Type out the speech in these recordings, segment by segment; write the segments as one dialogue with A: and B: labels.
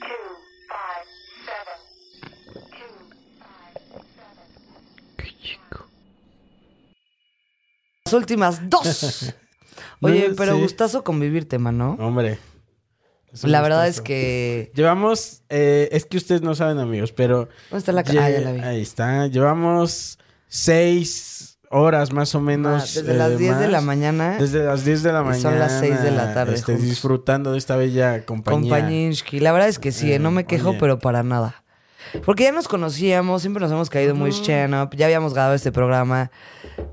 A: two, five, seven, two, five, seven.
B: Las últimas dos. Oye,
C: No,
B: pero
C: sí.
B: gustazo convivirte, mano.
C: Hombre. Es un
B: la verdad es
C: gustazo.
B: que.
C: Llevamos, eh, es que ustedes no saben, amigos, pero.
B: ¿Dónde está la ca-
C: lle-
B: Ah, ya la vi.
C: Ahí está. Llevamos seis horas más o menos.
B: Ah, desde las 10 de
C: eh, más.
B: la mañana.
C: Desde las 10 de la
B: Y
C: mañana.
B: son las 6 de la tarde,
C: este,
B: justo.
C: disfrutando de esta bella compañía.
B: Compañinski. La verdad es que sí, ¿eh? no me quejo,
C: oye.
B: pero para nada. Porque ya nos conocíamos, siempre nos hemos caído muy chen up, ya habíamos grabado este programa,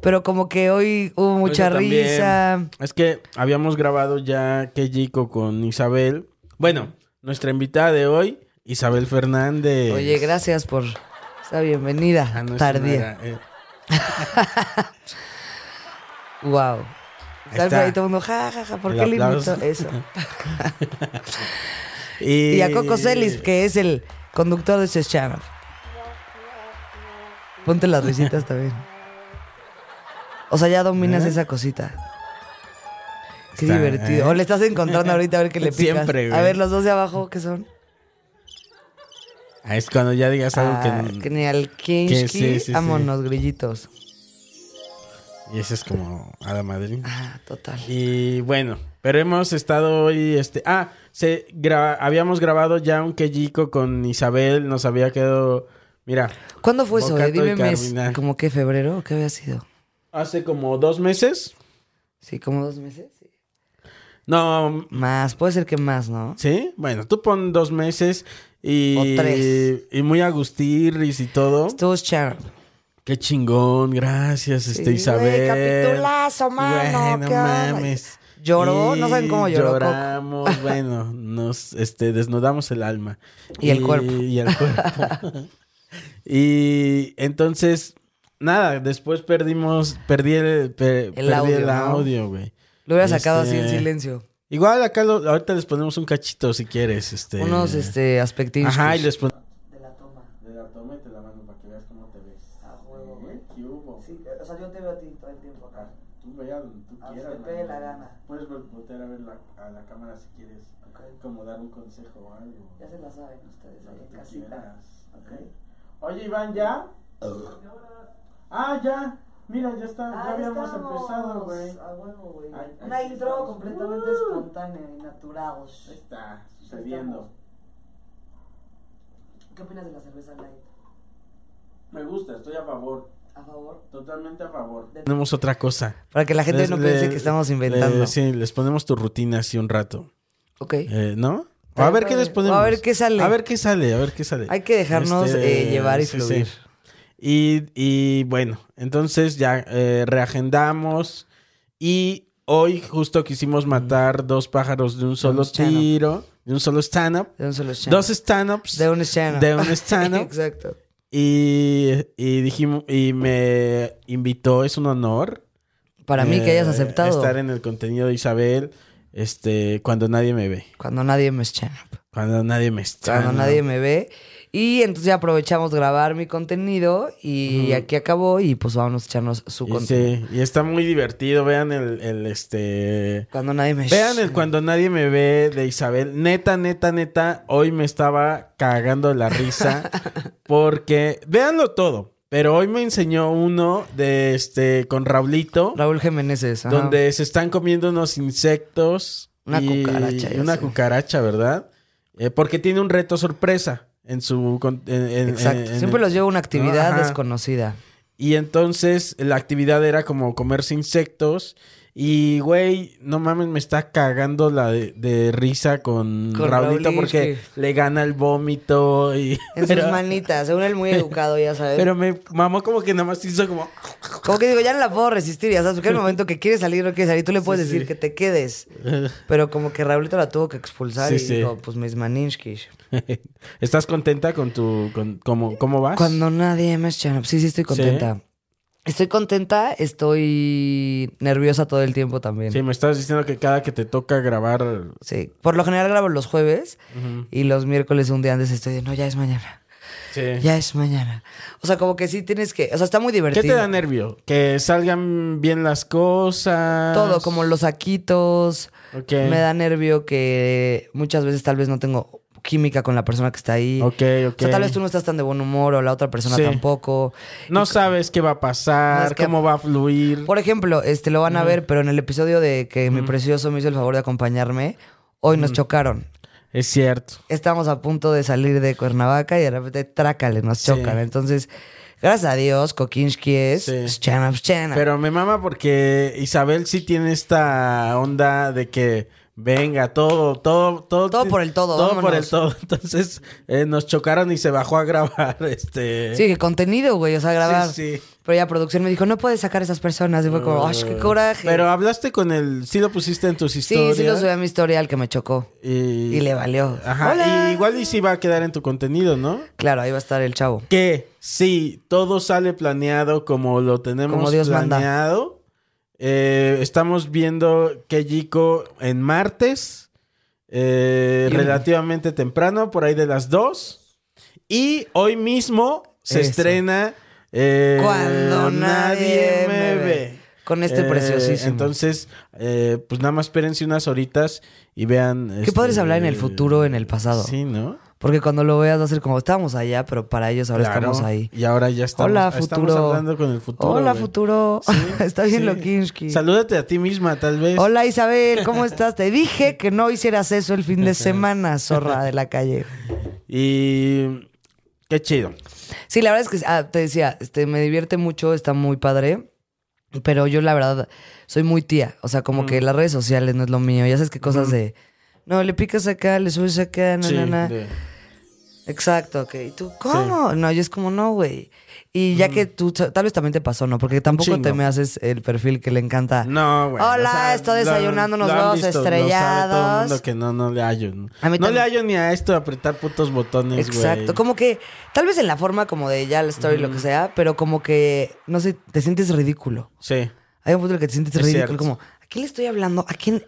B: pero como que hoy hubo mucha
C: Eso también.
B: risa.
C: Es que habíamos grabado ya Keyiko con Isabel. Bueno, nuestra invitada de hoy, Isabel Fernández.
B: Oye, gracias por esa bienvenida
C: Ah, no, esa no
B: tardía.
C: era, eh.
B: Wow.
C: Ahí está.
B: todo el mundo, ja, ja, ja, ¿por
C: El
B: qué le
C: aplauso.
B: invito eso? Y a Coco Celis, que es el conductor de ese channel. Ponte las risitas también. O sea, ya dominas esa cosita. Qué
C: ¿Eh? Está,
B: divertido.
C: ¿eh?
B: O le estás encontrando ahorita a ver qué le picas.
C: Siempre, güey.
B: A ver, los dos de abajo, ¿qué son?
C: Ah, Es cuando ya digas algo
B: Ah,
C: que...
B: que ni al
C: que sí, sí, sí.
B: Kinski. Vámonos, grillitos.
C: Y eso es como a la Madrid.
B: Ah, total.
C: Y bueno, pero hemos estado hoy, este, ah, se gra- habíamos grabado ya un Keyiko con Isabel, nos había quedado, mira,
B: ¿Cuándo fue eso? eh?
C: Bocato y
B: Dime mes.
C: Carbinal.
B: ¿Como que febrero o qué había sido?
C: hace como dos meses,
B: Sí, como dos meses. sí.
C: no,
B: Más, puede ser que más, ¿no?
C: sí, bueno, tú pon dos meses y,
B: O tres.
C: y muy agustirris y todo,
B: Estuvo charm.
C: qué chingón, gracias, este
B: güey,
C: Isabel,
B: capitulazo, mano,
C: Güey, no
B: ¿qué onda?
C: mames.
B: Lloró, no saben cómo lloró, Coco.
C: Lloramos, bueno, nos este, desnudamos el alma.
B: Y el cuerpo.
C: Y el cuerpo. y entonces, nada, después perdimos, perdí el, per- perdí el
B: audio,
C: audio,
B: ¿no?
C: güey.
B: Lo hubiera sacado así en
C: Este,
B: silencio.
C: Igual acá, lo- ahorita les ponemos un cachito si quieres. Este,
B: Unos este, aspectitos.
C: Ajá, y les pon-
B: Ah, O sea, yo te veo a ti todo el tiempo acá.
C: Tú vea donde tú
B: A
C: quieras.
B: donde te dé la
C: mano.
B: gana.
C: Puedes vol- voltear a ver la, a la cámara si quieres. Como dar un consejo o algo.
B: Ya se la saben ustedes
C: Lo que tú quieras. ¿eh? Oye, Iván, ¿ya? Ah, ya. Mira, ya está.
B: Ah,
C: ya habíamos empezado, Ah, güey. Ahí- Una ahí intro estamos. completamente Uh.
B: espontánea y natural.
C: Ahí Está sucediendo.
B: ¿Qué opinas de la cerveza light?
C: Me gusta, estoy a favor.
B: ¿A favor?
C: Totalmente a favor. Tenemos otra cosa.
B: Para que la gente
C: Les-
B: no piense
C: le-
B: que estamos
C: le-
B: inventando.
C: sí, les ponemos tu rutina así un rato.
B: Ok.
C: Eh, ¿No? O a ver qué les ponemos.
B: O a ver qué sale.
C: A ver qué sale, a ver qué sale. Este,
B: Hay que dejarnos, eh, llevar y fluir.
C: Y, y bueno, entonces ya eh, reagendamos. Y hoy justo quisimos matar dos pájaros de un solo
B: stand-up.
C: tiro, de un solo stand-up.
B: De un solo channel.
C: Dos stand-ups.
B: De un channel.
C: De un stand-up.
B: Exacto.
C: y, y dijimos, y me invitó, es un honor.
B: Para mí que hayas
C: eh,
B: aceptado.
C: Estar en el contenido de Isabel, este, cuando nadie me ve.
B: Cuando nadie me es channel.
C: Cuando nadie me está.
B: cuando nadie me ve. Y entonces ya aprovechamos de grabar mi contenido y aquí acabó y pues vamos a echarnos su
C: Y,
B: contenido.
C: sí, y está muy divertido. Vean el, el, este.
B: Cuando nadie me...
C: Vean el cuando nadie me ve de Isabel. Neta, neta, neta. Hoy me estaba cagando la risa. Porque. Véanlo todo. Pero hoy me enseñó uno de este. con Raulito.
B: Raúl Jiménez, ajá.
C: Donde se están comiendo unos insectos.
B: Una
C: y-
B: cucaracha, ya
C: Una
B: sé.
C: cucaracha, ¿verdad? Eh, porque tiene un reto sorpresa en su. con- en- en-
B: Exacto.
C: en- en
B: Siempre
C: el-
B: los llevo a una actividad
C: Ajá.
B: desconocida.
C: Y entonces la actividad era como comerse insectos. Y, güey, no mames, me está cagando la de, de risa con,
B: Con
C: Raulito
B: Raulín,
C: porque le gana el vómito y...
B: En
C: pero,
B: sus manitas, según él muy educado, ya sabes.
C: pero me mamó como que nada más hizo como...
B: Como que digo, ya no la puedo resistir, ya sabes, porque hay un momento que quiere salir o no quiere salir, tú le puedes decir que te quedes. Pero como que Raulito la tuvo que expulsar
C: Sí,
B: y
C: sí.
B: dijo, pues mis maninskis.
C: ¿Estás contenta con tu... Con, cómo, ¿Cómo vas?
B: Cuando nadie me echa, sí, sí estoy contenta. Estoy contenta, estoy nerviosa todo el tiempo también.
C: Sí,
B: Sí.
C: me estabas diciendo que cada que te toca grabar...
B: Por lo general grabo los jueves y los miércoles un día antes estoy de, no, ya es mañana.
C: Sí.
B: Ya es mañana. O sea, como que sí tienes que, o sea, está muy
C: ¿Qué
B: divertido.
C: te da nervio? Que salgan bien las cosas.
B: Todo, como los saquitos.
C: Ah, Ok.
B: Me da nervio que muchas veces tal vez no tengo química con la persona que está ahí.
C: Ok, ok.
B: O sea, tal vez tú no estás tan de buen humor o la otra persona
C: Sí.
B: tampoco.
C: No sabes qué va a pasar,
B: No, es que-
C: cómo va a fluir.
B: Por ejemplo, este lo van a ver, pero en el episodio de que mi precioso me hizo el favor de acompañarme, hoy nos chocaron.
C: Es cierto.
B: Estamos a punto de salir de Cuernavaca y de repente trácale, nos chocan. Entonces, gracias a Dios, Kokinski es
C: Sí.
B: Shchana, Shchana.
C: Pero me mama porque Isabel sí tiene esta onda de que venga, todo, todo, todo.
B: Todo por el todo,
C: Todo por
B: vámonos.
C: el todo. Entonces eh, nos chocaron y se bajó a grabar este.
B: Sí, que contenido, güey, o sea, grabar.
C: Sí, sí.
B: Pero ya producción me dijo, no puedes sacar a esas personas. Y fue como, ¡ay, qué coraje!
C: Pero hablaste con el. Sí lo pusiste en tus
B: Sí,
C: historias.
B: sí lo subí a mi historia al que me chocó.
C: Y,
B: Y le valió.
C: Ajá.
B: Hola.
C: Y igual y sí va a quedar en tu contenido, ¿no?
B: Claro, ahí va a estar el chavo.
C: que si todo sale planeado como lo tenemos
B: Como Dios manda.
C: planeado, eh, estamos viendo que Jico en martes, eh,
B: Y un-
C: relativamente temprano, por ahí de las 2. Y hoy mismo se
B: Eso.
C: estrena eh,
B: Cuando nadie me ve. Con este preciosísimo.
C: Entonces, eh, pues nada más espérense unas horitas y vean. este,
B: Qué padre es hablar en el futuro, en el pasado.
C: Sí, ¿no?
B: Porque cuando lo veas va a ser como, estábamos allá, pero para ellos ahora
C: Claro.
B: estamos ahí.
C: Y ahora ya estamos,
B: Hola,
C: estamos
B: futuro.
C: hablando con el futuro.
B: Hola,
C: güey.
B: futuro.
C: Sí,
B: Está bien
C: sí.
B: Lokinsky.
C: Salúdate a ti misma, tal vez.
B: Hola, Isabel, ¿cómo estás? Te dije que no hicieras eso el fin de semana, zorra de la calle.
C: Y qué chido.
B: Sí, la verdad es que ah, te decía, este, me divierte mucho, está muy padre. Pero yo, la verdad, soy muy tía. O sea, como
C: Mm.
B: que las redes sociales no es lo mío. Ya sabes que cosas de. No, le picas acá, le subes acá, na,
C: Sí,
B: na, na.
C: de-
B: Exacto, ok. ¿Y tú cómo? No, yo es como, no, güey. Y ya que tú, tal vez también te pasó, ¿no? Porque tampoco
C: Mm. chingo.
B: te me haces el perfil que le encanta.
C: No, güey.
B: Hola,
C: o sea,
B: estoy
C: lo-
B: desayunando unos
C: lo han
B: huevos
C: visto, lo sabe todo el
B: estrellados.
C: mundo que no, no le hallo. No
B: A mí
C: No le
B: también.
C: hallo ni a esto de apretar putos botones, güey.
B: Exacto, como que tal vez en la forma como de ya la story, lo que sea, pero como que, no sé, te sientes ridículo.
C: Sí.
B: Hay un punto en el que te sientes
C: Es
B: ridículo,
C: cierto.
B: como, ¿a quién le estoy hablando? ¿A quién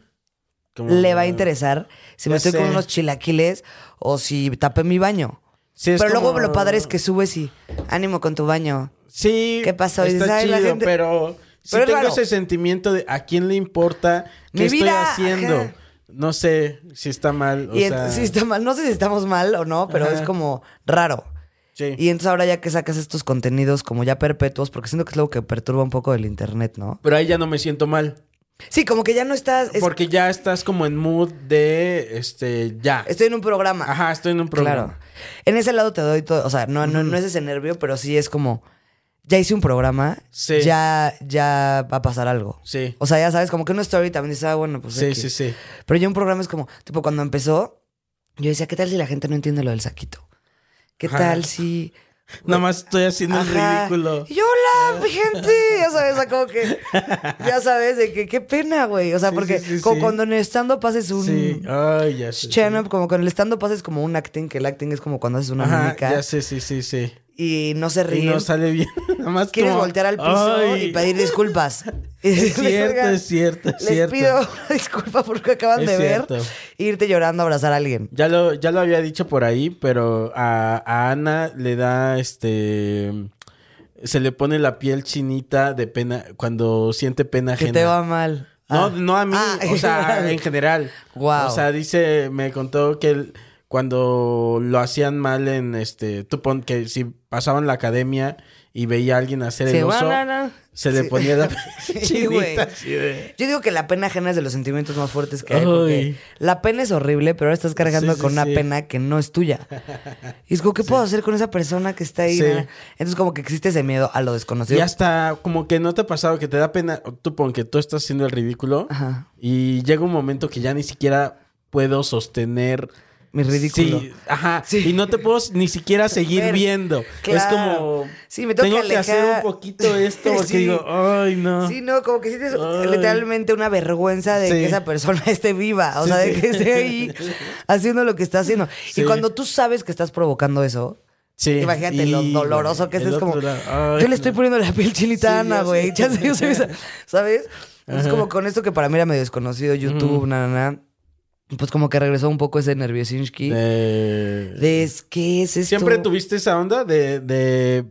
C: como-
B: le va a interesar si
C: Ya
B: me estoy con
C: sé.
B: unos chilaquiles o si tapé mi baño?
C: Sí, es
B: pero luego
C: como-
B: lo padre es que subes y ánimo con tu baño.
C: Sí.
B: ¿Qué pasó? Y
C: Está
B: dices, "Ay,
C: chido,
B: la gente-"
C: pero sí
B: Pero es
C: tengo
B: raro.
C: ese sentimiento de a quién le importa qué
B: Mi
C: estoy
B: vida,
C: haciendo.
B: ajá.
C: No sé si está mal. O
B: y
C: sea,
B: entonces sí está mal, no sé si estamos mal o no, pero
C: Ajá.
B: es como raro.
C: sí.
B: Y entonces ahora ya que sacas estos contenidos como ya perpetuos, porque siento que es lo que perturba un poco el internet, ¿no?
C: Pero ahí ya no me siento mal.
B: Sí, como que ya no estás... es-
C: Porque ya estás como en mood de este ya.
B: Estoy en un programa.
C: Ajá, estoy en un programa.
B: Claro. En ese lado te doy todo. O sea, no, no, no es ese nervio, pero sí es como. Ya hice un programa.
C: Sí.
B: Ya, ya va a pasar algo.
C: Sí.
B: O sea, ya sabes, como que una story también dices, ah, bueno, pues.
C: Sí,
B: X.
C: sí, sí.
B: Pero ya un programa es como, tipo, cuando empezó, yo decía, ¿qué tal si la gente no entiende lo del saquito? ¿Qué
C: Ajá.
B: tal si.
C: Nada más estoy haciendo
B: pues, Ajá.
C: el ridículo. Ah.
B: Y hola, mi gente. Ya sabes, o sea, como que. Ya sabes, de que qué pena, güey. O sea,
C: Sí,
B: porque
C: sí, sí,
B: como
C: sí.
B: cuando en estando pases un.
C: Sí. Ay, ya sé.
B: pues, stand-up, como con el stand-up haces como un acting, que el acting es como cuando haces una
C: Ajá,
B: mímica.
C: ya sé, sí, sí, sí.
B: y no se
C: Y
B: ríen.
C: no sale bien. Nada más
B: Quieres
C: como,
B: voltear al piso
C: "Ay".
B: y pedir disculpas.
C: Es cierto, es cierto, es
B: Les
C: cierto.
B: pido una disculpa por lo que acaban
C: Es
B: de
C: cierto.
B: ver. Irte llorando a abrazar a alguien.
C: Ya lo, ya lo había dicho por ahí, pero a, a Ana le da este. Se le pone la piel chinita de pena cuando siente pena
B: Que
C: ajena.
B: te va mal.
C: No,
B: Ah.
C: no a mí,
B: Ah.
C: o sea, en general.
B: Guau.
C: O sea, dice, me contó que él, cuando lo hacían mal en este, tú pon, que si pasaban la academia y veía a alguien hacer
B: Sí,
C: el oso,
B: banana.
C: se le
B: Sí.
C: ponía la
B: Sí, güey.
C: chinita así de-
B: Yo digo que la pena ajena es de los sentimientos más fuertes que hay.
C: Ay.
B: Porque la pena es horrible, pero ahora estás cargando
C: Sí, sí,
B: con una
C: sí.
B: pena que no es tuya. Y es como, ¿qué puedo hacer con esa persona que está ahí?
C: Sí.
B: Entonces, como que existe ese miedo a lo
C: Y
B: desconocido.
C: hasta como que no te ha pasado que te da pena, tú pon que tú estás haciendo el ridículo
B: Ajá.
C: y llega un momento que ya ni siquiera puedo sostener
B: Mi ridículo.
C: Sí, ajá.
B: Sí.
C: Y no te puedo ni siquiera seguir
B: Ver,
C: viendo. Es
B: claro.
C: como.
B: Sí, me tengo que
C: hacer un
B: alejar.
C: poquito esto porque
B: Sí.
C: digo, ay, no.
B: Sí, no, como que sientes
C: Ah. Ay.
B: literalmente una vergüenza de
C: Sí.
B: que esa persona esté viva, o
C: Sí,
B: sea, de
C: sí.
B: que esté ahí haciendo lo que está haciendo.
C: Sí.
B: Y cuando tú sabes que estás provocando eso,
C: Sí,
B: imagínate lo
C: híjole,
B: doloroso que es,
C: el
B: es
C: otro
B: como,
C: lado, ay,
B: yo le estoy
C: no.
B: poniendo la piel
C: Sí,
B: chinita a Ana,
C: yo
B: güey,
C: sí.
B: ya sé, yo soy esa- ¿sabes? Es como con esto que para mí era medio desconocido, YouTube, na, na, na, pues como que regresó un poco ese nerviosinski de,
C: Eh,
B: es- ¿qué es esto?
C: Siempre tuviste esa onda de, de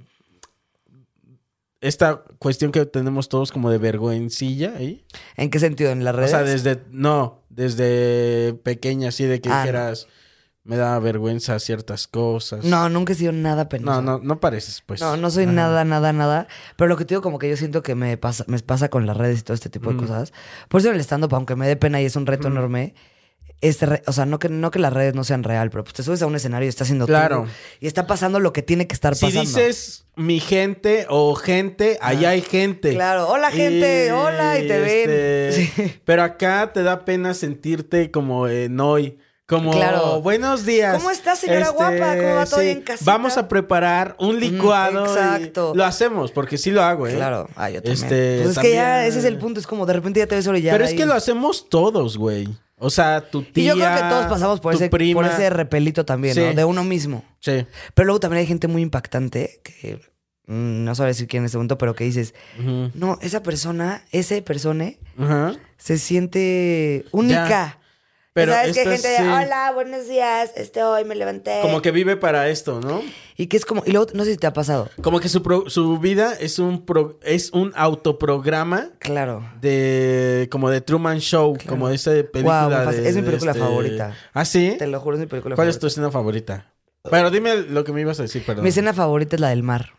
C: esta cuestión que tenemos todos como de vergüencilla ahí.
B: ¿En qué sentido? ¿En las
C: O
B: redes?
C: sea, desde, no, desde pequeña, así de que
B: Ah, no.
C: dijeras, me da vergüenza ciertas cosas.
B: No, nunca he sido nada
C: no,
B: penoso.
C: no, no pareces, pues.
B: No, no soy nada, nada, nada. Pero lo que te digo, como que yo siento que me pasa, me pasa con las redes y todo este tipo de cosas. Por eso en el stand-up, aunque me dé pena y es un reto enorme, es re- o sea, no que, no que las redes no sean real, pero pues te subes a un escenario y estás haciendo tú,
C: Claro.
B: y está pasando lo que tiene que estar
C: Si
B: pasando. Ah.
C: dices mi gente o gente, allá hay gente. este,
B: Claro, hola, gente, hola, y te ven. Sí.
C: Pero acá te da pena sentirte como en hoy. Como,
B: Claro.
C: buenos días. Este,
B: ¿Cómo está, señora guapa? ¿Cómo va todo
C: sí,
B: ahí en casita?
C: Vamos a preparar un licuado. y
B: exacto.
C: Lo hacemos, porque sí lo hago, ¿eh?
B: Claro, ah, yo también.
C: Este,
B: Pues es que ya
C: también-
B: ese es el punto, es como de repente ya te ves orillada.
C: Pero es
B: y-
C: que lo hacemos todos, güey. O sea, tu tía.
B: Y yo creo que todos pasamos por
C: tu
B: ese,
C: prima.
B: por ese repelito también,
C: Sí.
B: ¿no? De uno mismo.
C: Sí.
B: Pero luego también hay gente muy impactante que mm, no sabe decir quién en este momento, pero que dices,
C: Ujú.
B: no, esa persona, ese persona
C: Ajá.
B: se siente única.
C: Pero
B: ¿Sabes que hay
C: esto
B: gente
C: sí.
B: de, hola, buenos días, este hoy me levanté?
C: Como que vive para esto, ¿no?
B: Y que es como, y luego, no sé si te ha pasado.
C: Como que su, pro- su vida es un pro- es un autoprograma
B: Claro.
C: de como de Truman Show, como de esa película.
B: Guau, me fasc-
C: de-
B: es mi
C: de
B: película favorita.
C: ¿Ah, sí?
B: Te lo juro, es mi película
C: ¿Cuál es tu
B: favorita.
C: escena favorita? Pero dime lo que me ibas a decir, perdón.
B: Mi escena favorita es la del mar.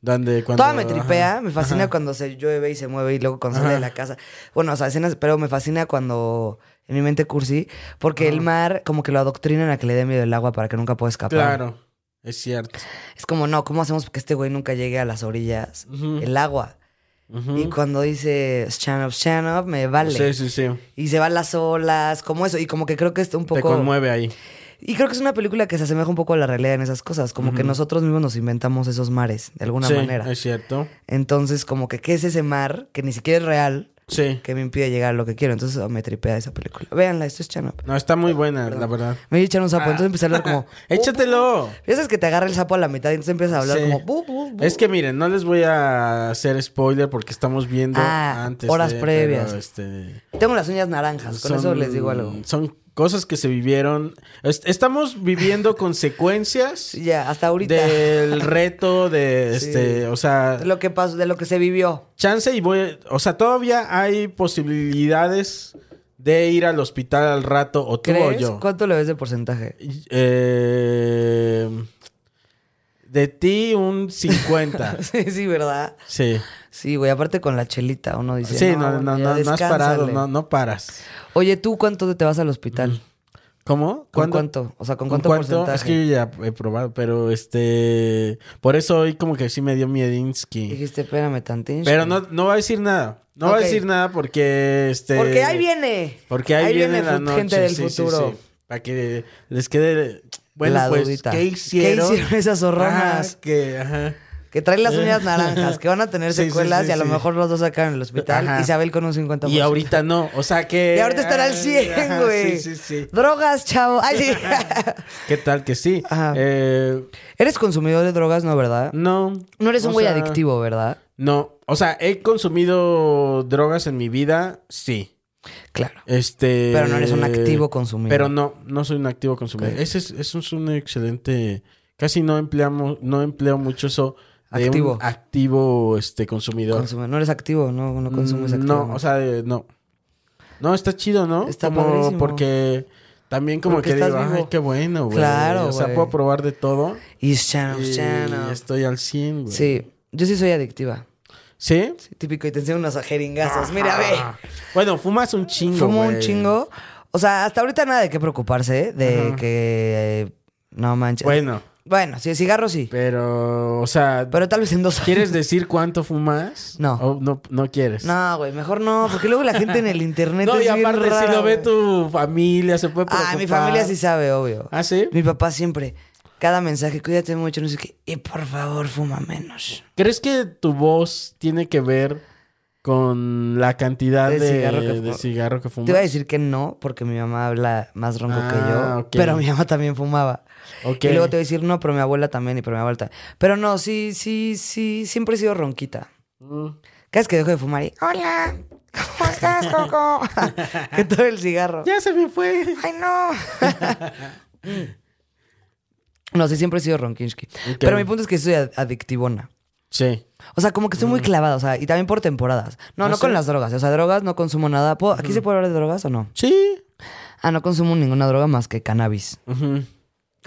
C: Donde cuando
B: Toda me tripea,
C: ajá,
B: me fascina
C: ajá.
B: cuando se llueve y se mueve y luego cuando sale
C: Ajá.
B: de la casa. Bueno, o sea, escenas, pero me fascina cuando en mi mente cursi, porque el mar como que lo adoctrinan a que le dé miedo el agua para que nunca pueda escapar.
C: Claro, es cierto.
B: Es como, no, ¿cómo hacemos que este güey nunca llegue a las orillas?
C: Ujú.
B: El agua.
C: Ujú.
B: Y cuando dice stand up, stand up, me vale.
C: Sí, sí, sí.
B: Y se van las olas, como eso. Y como que creo que es un poco.
C: Te conmueve ahí.
B: Y creo que es una película que se asemeja un poco a la realidad en esas cosas. Como que nosotros mismos nos inventamos esos mares, de alguna
C: sí,
B: manera.
C: es cierto.
B: Entonces, como que, ¿qué es ese mar que ni siquiera es real?
C: Sí.
B: Que me impide llegar a lo que quiero. Entonces, oh, me tripea esa película. Véanla, esto es stand up.
C: No, está muy buena, la verdad.
B: Me echan un sapo, entonces empecé a hablar como.
C: Ah. Échatelo.
B: Ya sabes que te agarra el sapo a la mitad y entonces empiezas a hablar
C: Sí.
B: como. bu, bu, bu.
C: Es que miren, no les voy a hacer spoiler porque estamos viendo
B: Ah,
C: antes.
B: horas
C: de,
B: previas.
C: pero, este,
B: Tengo las uñas naranjas, con eso
C: son-
B: les digo algo.
C: Son cosas que se vivieron. Est- estamos viviendo consecuencias
B: Ya, hasta ahorita.
C: del reto de este. O sea,
B: De lo que pasó, de lo que se vivió.
C: chance y voy. O sea, todavía hay posibilidades de ir al hospital al rato, o tú o
B: ¿Crees?
C: yo.
B: ¿Cuánto le ves de porcentaje?
C: Y- eh, de ti, un 50.
B: sí, sí, ¿verdad?
C: sí.
B: Sí, güey, aparte con la chelita uno dice.
C: Sí, no, no,
B: bueno,
C: no,
B: ya
C: no, has
B: descánsale".
C: parado, no, no paras.
B: Oye, ¿tú cuánto te vas al hospital?
C: ¿Cómo?
B: ¿Con
C: ¿Cuándo?
B: cuánto? O sea, ¿con cuánto, porcentaje?
C: Es que yo ya he probado, pero este. Por eso hoy como que sí me dio Miedinsky.
B: Dijiste, espérame tantín.
C: Pero no, no va a decir nada. No va a
B: Ok.
C: decir nada porque este.
B: Porque ahí viene.
C: Porque ahí, viene, la
B: fut-
C: noche.
B: gente del
C: sí, sí,
B: futuro.
C: sí. Para que les quede. Bueno,
B: La
C: pues,
B: dudita.
C: ¿qué
B: ¿Qué
C: hicieron?
B: hicieron esas zorronas?
C: Ah, que, ajá.
B: que traen las uñas naranjas, que van a tener
C: Sí, sí,
B: secuelas
C: sí,
B: y a lo
C: sí.
B: mejor los dos acaban en el hospital.
C: Ajá.
B: Isabel con un 50%.
C: Y ahorita no, o sea que...
B: Y ahorita estará al 100,
C: Ajá,
B: güey.
C: Sí, sí, sí.
B: Drogas, chavo. Ay, sí.
C: ¿Qué tal que sí?
B: Ajá.
C: Eh,
B: Eres consumidor de drogas, ¿no, verdad?
C: no.
B: No eres
C: Mm, o
B: un güey
C: sea,
B: adictivo, ¿verdad?
C: No, o sea, he consumido drogas en mi vida, sí.
B: Claro.
C: Este,
B: Pero no eres un activo consumidor.
C: Pero no, no soy un activo consumidor.
B: Ok.
C: Ese es, eso es un excelente. Casi no empleamos, no empleo mucho eso de
B: Activo.
C: un activo este consumidor.
B: Consume- No eres activo, no, no consumes
C: Mm,
B: activo.
C: No, o sea, eh, no. No, está chido, ¿no?
B: Está
C: como
B: padrísimo.
C: porque también como
B: Porque
C: que digo,
B: estás
C: ay,
B: vivo".
C: qué bueno, güey.
B: Claro,
C: O sea,
B: güey.
C: puedo probar de todo.
B: Y chano,
C: Y
B: chano.
C: estoy al 100, güey.
B: Sí, yo sí soy adictiva.
C: ¿Sí?
B: Sí, típico, y te enseño unos jeringazos. Mira,
C: Ah.
B: ve.
C: Bueno, fumas un chingo.
B: Fumo un
C: güey.
B: chingo. O sea, hasta ahorita nada de qué preocuparse, ¿eh? de que... eh, no manches.
C: Bueno,
B: Bueno, sí, cigarro sí.
C: pero, o sea,
B: Pero tal vez en dos años.
C: ¿quieres decir cuánto fumas?
B: No.
C: ¿O no, no quieres.
B: No, güey, mejor no, porque luego la gente en el internet
C: No,
B: es
C: y
B: bien
C: aparte, si
B: rara,
C: lo ve
B: güey.
C: tu familia, se puede preocupar.
B: Ah, mi familia sí sabe, obvio.
C: ¿Ah, sí?
B: Mi papá siempre, cada mensaje, cuídate mucho, no sé qué, y por favor, fuma menos.
C: ¿Crees que tu voz tiene que ver con la cantidad de,
B: De cigarro que
C: de
B: fumo-
C: cigarro que fumas?
B: Te iba a decir que no, porque mi mamá habla más ronco que
C: Ah,
B: yo,
C: ok.
B: pero mi mamá también fumaba.
C: Ok.
B: Y luego te iba a decir, no, pero mi abuela también, y pero mi abuela también. Pero no, sí, sí, sí, siempre he sido ronquita.
C: Mm.
B: Cada vez que dejo de fumar y, hola, ¿cómo estás, Coco? que todo el cigarro.
C: Ya se me fue.
B: ¡Ay, no! no, sí, siempre he sido ronquinsky. Pero mi punto es que soy ad- adictivona.
C: Sí.
B: O sea, como que estoy muy clavada, o sea, y también por temporadas. No,
C: Mm. Ah,
B: no con
C: ¿sí? Mm.
B: las drogas. O sea, drogas no consumo nada. ¿Puedo- ¿Aquí se puede hablar de drogas o no?
C: Sí.
B: Ah, no consumo ninguna droga más que cannabis.
C: Ujú.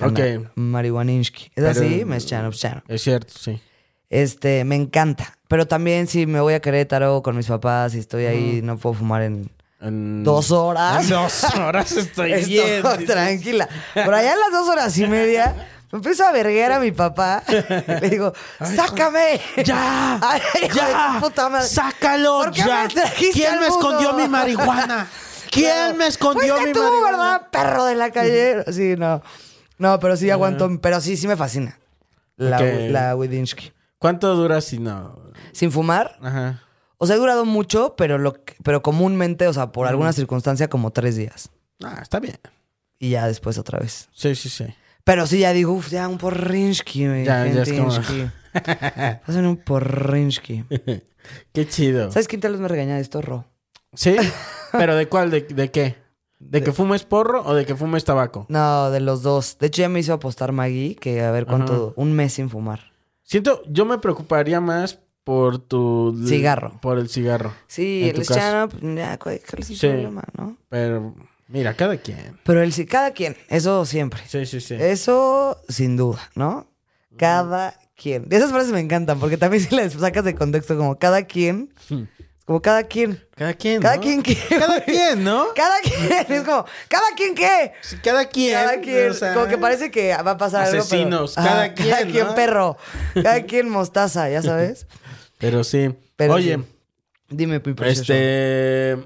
C: Ok.
B: Cana- Marihuaninsky. ¿Es
C: Pero-
B: así? Me echan, pues, chano.
C: Es cierto, sí.
B: Este, me encanta. Pero también si me voy a Querétaro con mis papás y estoy ahí, no puedo fumar en
C: En-
B: dos horas.
C: En dos horas estoy
B: Estoy
C: bien.
B: tranquila. Por allá a las dos horas y media me empiezo a verguer a mi papá. Le digo, ¡sácame!
C: ¡Ya!
B: Ay, hijo
C: ¡Ya!
B: de tu puta madre.
C: ¡Sácalo
B: ¿Por qué
C: ya!
B: me trajiste
C: ¿Quién
B: al
C: me escondió
B: mundo?
C: mi marihuana? ¿Quién
B: Claro.
C: me escondió
B: Fuiste
C: mi
B: tú,
C: marihuana?
B: ¿verdad? Perro de la calle. Sí, no. No, pero sí aguanto. Pero sí, sí me fascina. La,
C: Ok.
B: la Widinsky.
C: ¿Cuánto dura si no?
B: Sin fumar.
C: Ajá.
B: O sea, he durado mucho, pero, lo que- pero comúnmente, o sea, por alguna circunstancia, como tres días.
C: Ah, está bien.
B: Y ya después otra vez.
C: Sí, sí, sí.
B: Pero sí, ya digo, uff, ya un porrinsky, güey.
C: Ya, ya es como-
B: Gentinsky. Pasen un porrinsky.
C: Qué chido.
B: ¿Sabes quién tal vez me regaña de esto, Ro?
C: ¿Sí? ¿Pero de cuál? ¿De, de qué? ¿De, que fumes porro o de que fumes tabaco?
B: No, de los dos. De hecho, ya me hizo apostar Maggie que a ver cuánto. Un mes sin fumar.
C: Siento, yo me preocuparía más por tu...
B: Cigarro.
C: Por el cigarro.
B: Sí,
C: En tu
B: el
C: caso.
B: chano, pues, ya, ¿cuál cuál es el
C: Sí.
B: problema, no?
C: Pero, mira, cada quien.
B: Pero el sí, cada quien, eso siempre.
C: Sí, sí, sí.
B: Eso sin duda, ¿no? Cada quien. Esas frases me encantan porque también si las sacas de contexto, como cada quien,
C: Hmm.
B: es como cada quien.
C: Cada quien,
B: Cada
C: ¿no?
B: quien qué,
C: Cada
B: güey.
C: quien, ¿no?
B: Cada quien, es como, ¿cada quien qué?
C: Sí, Cada quien.
B: Cada quien,
C: o sea,
B: como que parece que va a pasar algo.
C: Asesinos,
B: pero-
C: cada
B: Ajá,
C: quien,
B: Cada
C: ¿no?
B: quien perro, cada quien mostaza, ya sabes.
C: Pero sí.
B: Pero
C: Oye,
B: sí. Dime, Pipo.
C: este...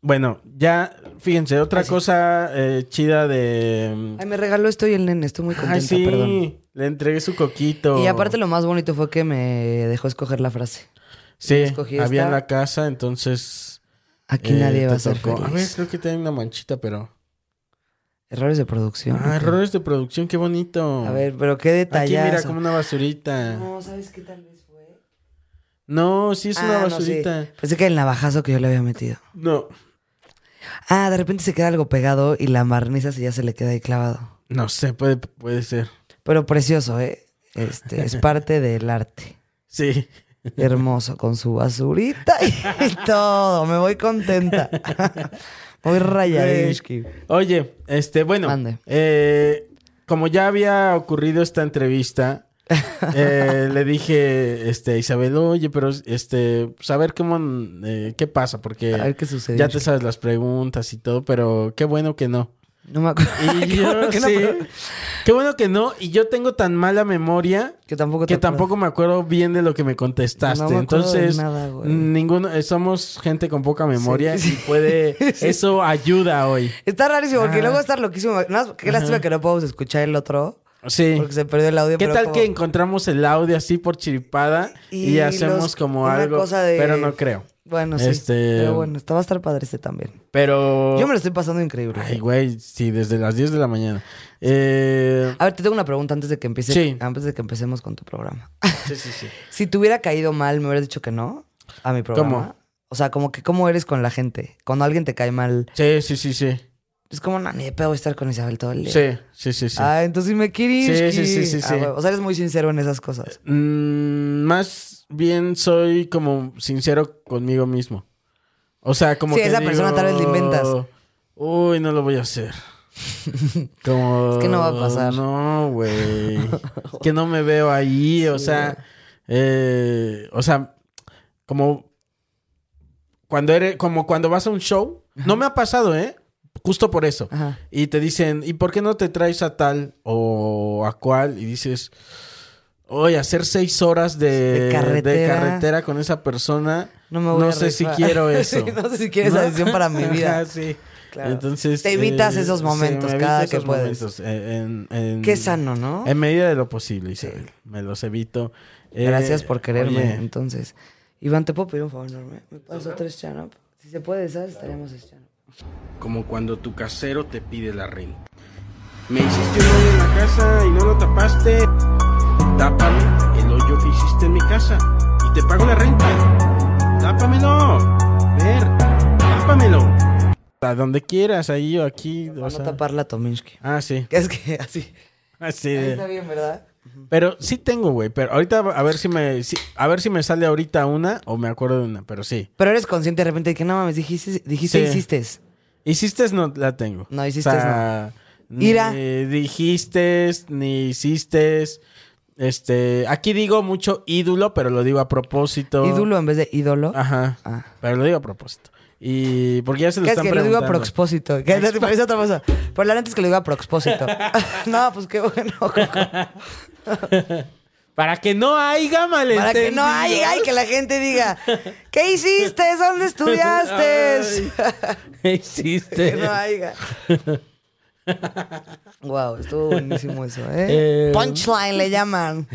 C: Bueno, ya, fíjense, otra cosa eh, chida de...
B: Ay, me regaló esto y el nene, estoy muy contenta,
C: Ay, sí.
B: perdón.
C: Le entregué su coquito.
B: Y aparte lo más bonito fue que me dejó escoger la frase.
C: Sí,
B: escogí
C: había
B: esta.
C: en la casa, entonces...
B: Aquí
C: eh,
B: nadie
C: te
B: va a ser
C: tocó. A ver,
B: feliz.
C: creo que tiene una manchita, pero...
B: Errores de producción.
C: Ah,
B: ok.
C: errores de producción, qué bonito.
B: A ver, pero qué
C: Aquí
B: detallazo.
C: mira, como una basurita.
B: No, ¿sabes qué tal vez fue?
C: No, sí es una
B: Ah, no,
C: basurita.
B: sí. Pensé que el navajazo que yo le había metido.
C: No,
B: Ah, de repente se queda algo pegado y la marniza se ya se le queda ahí clavado.
C: no sé, puede, puede ser.
B: Pero precioso, ¿eh? Este, es parte del arte.
C: Sí.
B: Hermoso, con su basurita y todo. Me voy contenta. Voy rayadinsky.
C: Eh, Oye, este, bueno,
B: Mande.
C: eh, como ya había ocurrido esta entrevista, eh, le dije, este, a Isabel, oye, pero, este, pues, a ver cómo, eh, qué pasa, porque
B: A ver qué sucede.
C: ya te sabes las preguntas y todo, pero qué bueno que no.
B: No me acuerdo.
C: Y yo,
B: Claro que no,
C: sí,
B: pero-
C: qué bueno que no, y yo tengo tan mala memoria
B: Que tampoco te
C: que
B: acuerdas.
C: tampoco me acuerdo bien de lo que me contestaste.
B: No me acuerdo de
C: Entonces,
B: nada, güey.
C: ninguno, eh, somos gente con poca memoria y puede, eso ayuda hoy.
B: Está rarísimo, porque
C: Ajá.
B: luego va a estar loquísimo. Nada más, qué lástima que no podemos escuchar el otro.
C: Sí.
B: Porque se perdió el audio.
C: ¿Qué
B: pero
C: tal
B: como-
C: que encontramos el audio así por chiripada y,
B: Y
C: hacemos
B: los-
C: como
B: una
C: algo?
B: cosa de-
C: Pero no creo.
B: Bueno, sí.
C: Este-
B: Pero bueno, esta va a estar padre este también.
C: Pero.
B: Yo me lo estoy pasando increíble.
C: Ay, güey, sí, desde las 10 de la mañana. Eh,
B: A ver, te tengo una pregunta antes de que empiece,
C: Sí.
B: antes de que empecemos con tu programa.
C: sí, sí, sí.
B: si te hubiera caído mal, ¿me hubieras dicho que no? A mi programa.
C: ¿Cómo?
B: O sea, como que cómo eres con la gente. Cuando alguien te cae mal,
C: Sí, sí, sí, sí.
B: es como, no, ni de pedo voy a estar con Isabel todo el día.
C: Sí, sí, sí, sí.
B: Ah, entonces sí me
C: Sí,
B: quieres.
C: sí, sí, sí,
B: Ah,
C: sí.
B: bueno. O sea, eres muy sincero en esas cosas.
C: Pues, Mm, más bien soy como sincero conmigo mismo. O sea, como
B: Sí,
C: que
B: esa persona tal vez la inventas.
C: Uy, no lo voy a hacer. Como,
B: Es que no va a pasar.
C: No, güey. Es que no me veo ahí. o sea, eh, o sea, como cuando eres, como cuando vas a un show, no me ha pasado, ¿eh? Justo por eso.
B: Ajá.
C: Y te dicen, ¿y por qué no te traes a tal o a cual? Y dices, oye, hacer seis horas de,
B: De carretera.
C: de carretera con esa persona,
B: No me voy a
C: sé si
B: rifar.
C: quiero eso.
B: Sí, no sé si quiero esa decisión para mi vida.
C: Ajá, sí.
B: Claro.
C: Entonces, eh,
B: Te evitas esos
C: sí,
B: momentos
C: me
B: cada
C: evito
B: que puedes.
C: momentos, eh, en- en-
B: Qué sano, ¿no?
C: En medida de lo posible, Isabel. Me los evito. Eh,
B: Gracias por quererme.
C: oye,
B: Entonces, Iván, ¿te puedo pedir un favor enorme? ¿Me pasas otro stand Si se puede, esas estaríamos stand
D: como cuando tu casero te pide la renta. Me hiciste un hoyo en la casa y no lo tapaste. Tápame el hoyo que hiciste en mi casa y te pago la renta. Tápamelo. Ver, tápamelo.
C: A donde quieras, ahí o aquí. o
B: Para no
C: sea.
B: taparla a Tominsky.
C: Ah, sí.
B: Que es que así.
D: Ah,
C: Así
B: Ahí
C: de-
B: está bien, ¿verdad?
C: Pero sí tengo, güey. Pero ahorita a ver si me si- a ver si me sale ahorita una o me acuerdo de una, pero sí.
B: Pero eres consciente de repente de que no mames, dijiste, dijiste
C: Sí.
B: hiciste.
C: Hiciste no la tengo.
B: No, hiciste
C: no.
B: Ira.
C: Ni dijiste, ni hiciste. Este, aquí digo mucho ídolo, pero lo digo a propósito.
B: Ídolo en vez de ídolo.
C: Ajá.
B: Ah.
C: Pero lo digo a propósito. Y porque ya se lo
B: Que es
C: están
B: que lo digo a
C: preguntando.
B: propósito. Que te parece otra cosa. Pero la neta es que lo digo a propósito. no, pues qué bueno. Coco.
C: Para que no haya malentendidos.
B: Para que no haya ay, que la gente diga, ¿qué hiciste? ¿Dónde estudiaste?
C: Ay,
B: que
C: hiciste.
B: no haya. wow, estuvo buenísimo eso, ¿eh?
C: Eh,
B: Punchline le llaman.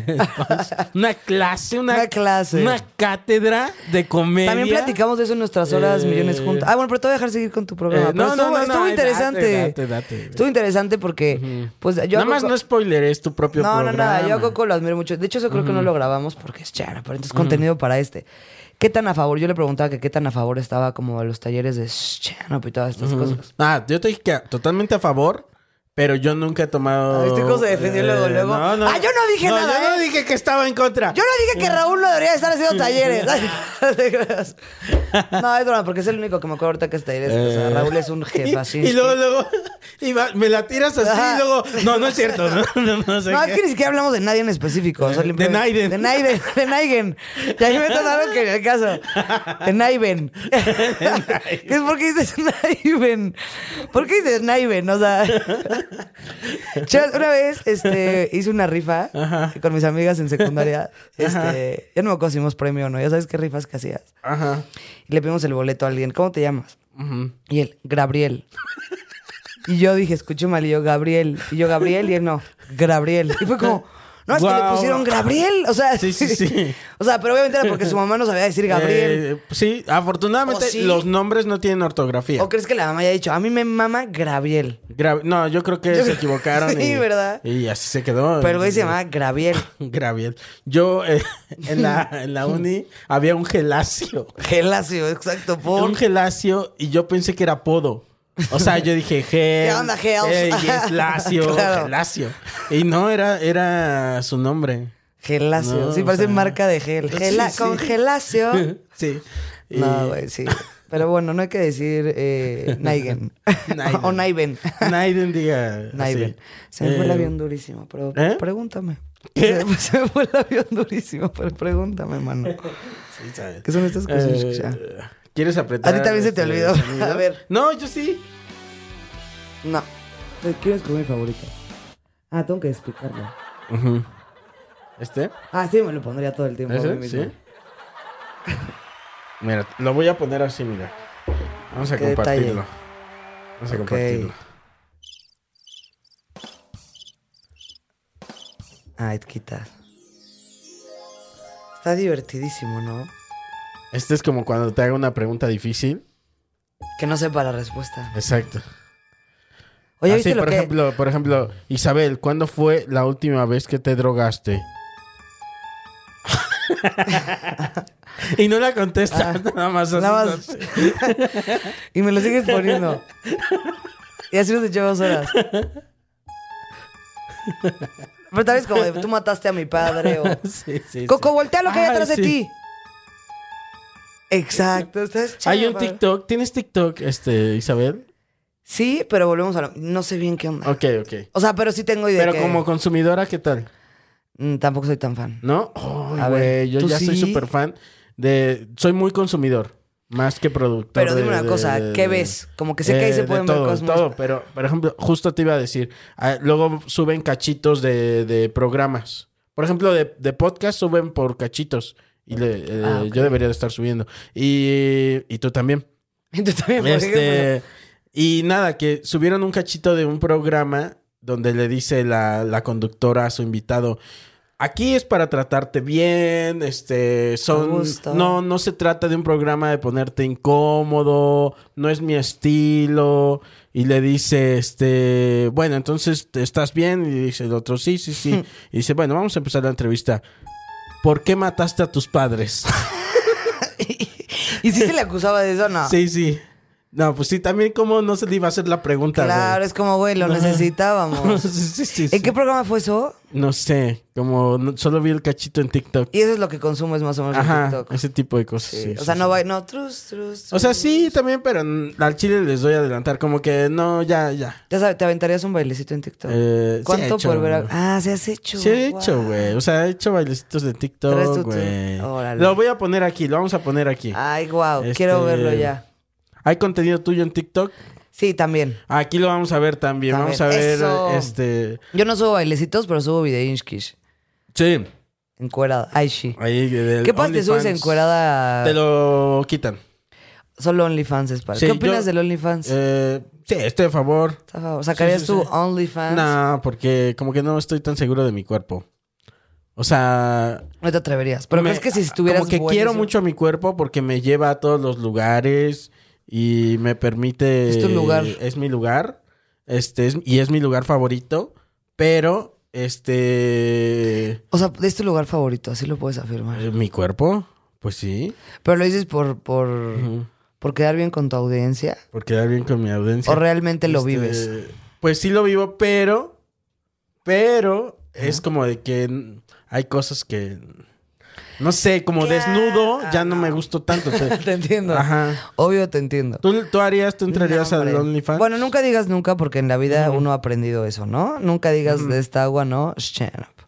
C: Una clase, una,
B: Una clase.
C: Una cátedra de comedia.
B: También platicamos de eso en nuestras horas
C: Eh,
B: millones juntas. Ah, bueno, pero te voy a dejar seguir con tu programa.
C: Eh,
B: Pero
C: no, no,
B: estuvo,
C: no, no,
B: estuvo
C: ay,
B: interesante.
C: date, date, date.
B: estuvo interesante porque, pues yo.
C: Nada
B: hago
C: más
B: co-
C: no spoiler, es tu propio
B: No,
C: programa.
B: no, nada. Yo a Coco lo admiro mucho. De hecho, eso creo que no lo grabamos porque es chara, pero entonces contenido para este. ¿Qué tan a favor? Yo le preguntaba que qué tan a favor estaba como de los talleres de Chanop y todas estas cosas.
C: Ah, yo te dije que totalmente a favor, pero yo nunca he tomado.
B: Ay, este cómo se defendió luego, luego. Ah, yo no dije nada,
C: Yo no
B: ¿eh?
C: dije que estaba en contra.
B: Yo no dije que Raúl no debería estar haciendo talleres. No te creas. no, es broma, porque es el único que me acuerdo ahorita que es talleres. O sea, Raúl es un jefe así.
C: Eh. Y luego, luego, y va- me la tiras así,
B: Ajá.
C: y luego. No, no es cierto. No, no, no sé
B: No,
C: qué. Eh,
B: es que ni siquiera hablamos de nadie en específico. o sea,
C: De
B: le-
C: Naiden.
B: De Naiden. De Naiden. Y ahí me tardaron que en el caso. De Naiden. ¿Qué es por qué dices Naiden? ¿Por qué dices Naiden? O sea. Yo una vez este, hice una rifa con mis amigas en secundaria. Este, ya no me acuerdo si hicimos premio o no. Ya sabes qué rifas que hacías.
C: Ajá.
B: Y le pedimos el boleto a alguien. ¿Cómo te llamas? Y él, Gabriel. Y yo dije, escuché mal, y yo, Gabriel. Y yo, Gabriel, y él no, Gabriel. Y fue como, no, es que le
C: Guau.
B: pusieron Gabriel. O sea,
C: Sí, sí, sí.
B: o sea, pero obviamente era porque su mamá no sabía decir Gabriel.
C: Eh, sí, afortunadamente
B: O sí.
C: los nombres no tienen ortografía.
B: ¿O crees que la mamá haya dicho, a mí me mama Gabriel?
C: Gra- no, yo creo que
B: Yo-
C: se equivocaron.
B: Sí,
C: y,
B: ¿verdad?
C: Y así se quedó.
B: Pero el güey se llamaba Gabriel.
C: Graviel. Yo eh, en, la, en la uni había un gelacio.
B: Gelacio, exacto, por.
C: Un gelacio y yo pensé que era apodo. O sea, yo dije, gel.
B: ¿Qué onda, gels?
C: eh, y es lacio,
B: Claro.
C: gelacio. Y no, era, era su nombre.
B: Gelacio.
C: No,
B: sí,
C: o
B: parece
C: sea,
B: marca de gel.
C: sí,
B: Gela-
C: sí.
B: Con Gelacio.
C: Sí. Y-
B: No, güey, sí. Pero bueno, no hay que decir eh, Naigen.
C: Naiden.
B: o Naiven.
C: Naiden diga.
B: Naiven.
C: así.
B: Se me fue el
C: Eh,
B: avión durísimo, pero
C: ¿Eh?
B: pregúntame. Se, me- se me fue el avión durísimo, pero pregúntame, mano.
C: sí, ¿sabes?
B: ¿Qué son estas cosas?
C: Eh,
B: Ya.
C: ¿Quieres apretar? este
B: A ti también se te olvidó.
C: sonido?
B: A ver.
C: No, yo sí.
B: No. ¿Quién es mi favorita? Ah, tengo que explicarlo.
C: ¿Este?
B: Ah, sí, me lo pondría todo el tiempo. a mí
C: ¿Ese?
B: mismo.
C: ¿Sí? Mira, lo voy a poner así, mira. Vamos a
B: Qué detalle.
C: compartirlo. Vamos a
B: Ok.
C: compartirlo.
B: Ay, quitar. Está divertidísimo, ¿no?
C: Este es como cuando te hago una pregunta difícil.
B: Que no sepa la respuesta.
C: Exacto.
B: Oye,
C: Así,
B: ¿viste lo
C: Ah, por
B: que...?
C: ejemplo, por ejemplo, Isabel, ¿cuándo fue la última vez que te drogaste? y no la contesta, nada más.
B: Ah. Nada
C: así,
B: más. y me lo sigues poniendo. y así nos echamos horas. Pero tal vez como de, tú mataste a mi padre o...
C: Sí, sí, sí.
B: Coco, voltea lo que hay
C: Ay,
B: atrás
C: sí.
B: de ti. Exacto. estás chido,
C: Hay un
B: padre.
C: TikTok. ¿Tienes TikTok, este, Isabel?
B: Sí, pero volvemos a lo... No sé bien qué onda.
C: Ok, ok.
B: O sea, pero sí tengo idea
C: Pero
B: que-
C: como consumidora, ¿qué tal?
B: Mm, tampoco soy tan fan.
C: ¿No? Ay,
B: A
C: güey,
B: ver,
C: yo
B: ¿tú
C: ya
B: sí?
C: soy súper fan de... Soy muy consumidor, más que productor.
B: Pero dime
C: de-
B: una
C: de-
B: cosa,
C: de-
B: ¿qué
C: de-
B: ves? Como que sé que ahí se
C: Eh, de
B: pueden ver
C: todo,
B: cosas muy-
C: Todo, pero, por ejemplo, justo te iba a decir, ah, luego suben cachitos de, de programas. Por ejemplo, de, de podcast suben por cachitos. Y le- eh,
B: Ah, ok.
C: yo debería de estar subiendo. Y, y tú también.
B: Entonces también, por ejemplo,
C: Este, y nada, que subieron un cachito de un programa donde le dice la, la conductora a su invitado. Aquí es para tratarte bien, este,
B: A
C: son,
B: gusto.
C: no, no se trata de un programa de ponerte incómodo, no es mi estilo, y le dice, este, bueno, entonces, ¿estás bien? Y dice el otro, sí, sí, sí, y dice, bueno, vamos a empezar la entrevista. ¿Por qué mataste a tus padres?
B: ¿Y si se le acusaba de eso o no?
C: Sí, sí. No, pues sí, también como no se le iba a hacer la pregunta.
B: Claro, es como, güey, lo necesitábamos.
C: güey. Sí, sí, sí.
B: ¿En qué programa fue eso?
C: No sé, como no- solo vi el cachito en TikTok.
B: Y eso es lo que consumes más o menos
C: Ajá,
B: en TikTok.
C: ese tipo de cosas.
B: Sí,
C: sí,
B: o
C: sí,
B: sea, no
C: sí.
B: va, no, trus, trus,
C: O sea,
B: trus.
C: sí, también, pero n- al chile les doy a adelantar. Como que no, ya, ya.
B: Ya sabes, te aventarías un bailecito en TikTok.
C: Eh, sí
B: ¿Cuánto
C: he hecho,
B: por ver? a-
C: güey.
B: Ah, se has hecho.
C: Sí, he
B: guau.
C: hecho, güey. O sea, he hecho bailecitos
B: Traes
C: de
B: tu-
C: TikTok,
B: tu-
C: güey.
B: Órale.
C: Lo voy a poner aquí, lo vamos a poner aquí.
B: Ay, guau,
C: Este-
B: quiero verlo ya.
C: ¿Hay contenido tuyo en TikTok?
B: Sí, también.
C: Aquí lo vamos a ver también.
B: También.
C: Vamos a ver,
B: Eso.
C: este...
B: Yo no subo bailecitos, pero subo videoinskish.
C: Sí.
B: Encuerada. Ay, sí.
C: Ahí, del
B: ¿Qué pasa te subes
C: OnlyFans.
B: encuerada?
C: Te lo quitan.
B: Solo OnlyFans es para.
C: Sí,
B: ¿Qué opinas
C: yo-
B: del OnlyFans?
C: Eh, sí, estoy a favor.
B: Está a favor. ¿Sacarías
C: sí,
B: tu
C: sí.
B: OnlyFans?
C: No, porque como que no estoy tan seguro de mi cuerpo. O sea...
B: No te atreverías. Pero
C: me-
B: crees que si estuvieras.
C: Como que
B: buenísimo-
C: quiero mucho a mi cuerpo porque me lleva a todos los lugares y me permite...
B: Es tu lugar.
C: Es mi lugar. Este, es- y es mi lugar favorito. Pero, este...
B: O sea, es tu lugar favorito, así lo puedes afirmar.
C: Mi cuerpo, pues sí.
B: Pero lo dices por, por,
C: Ujú.
B: por quedar bien con tu audiencia.
C: Por quedar bien con mi audiencia.
B: ¿O realmente lo
C: Este,
B: vives?
C: Pues sí lo vivo, pero. Pero es como de que n- hay cosas que. No sé, como desnudo ya no me gustó tanto. te-
B: ah, Te entiendo.
C: Ajá.
B: Obvio te entiendo.
C: ¿Tú, tú harías, tú entrarías
B: No,
C: al
B: hombre.
C: OnlyFans?
B: Bueno, nunca digas nunca porque en la vida uno ha aprendido eso, ¿no? Nunca digas de esta agua, no, shut up.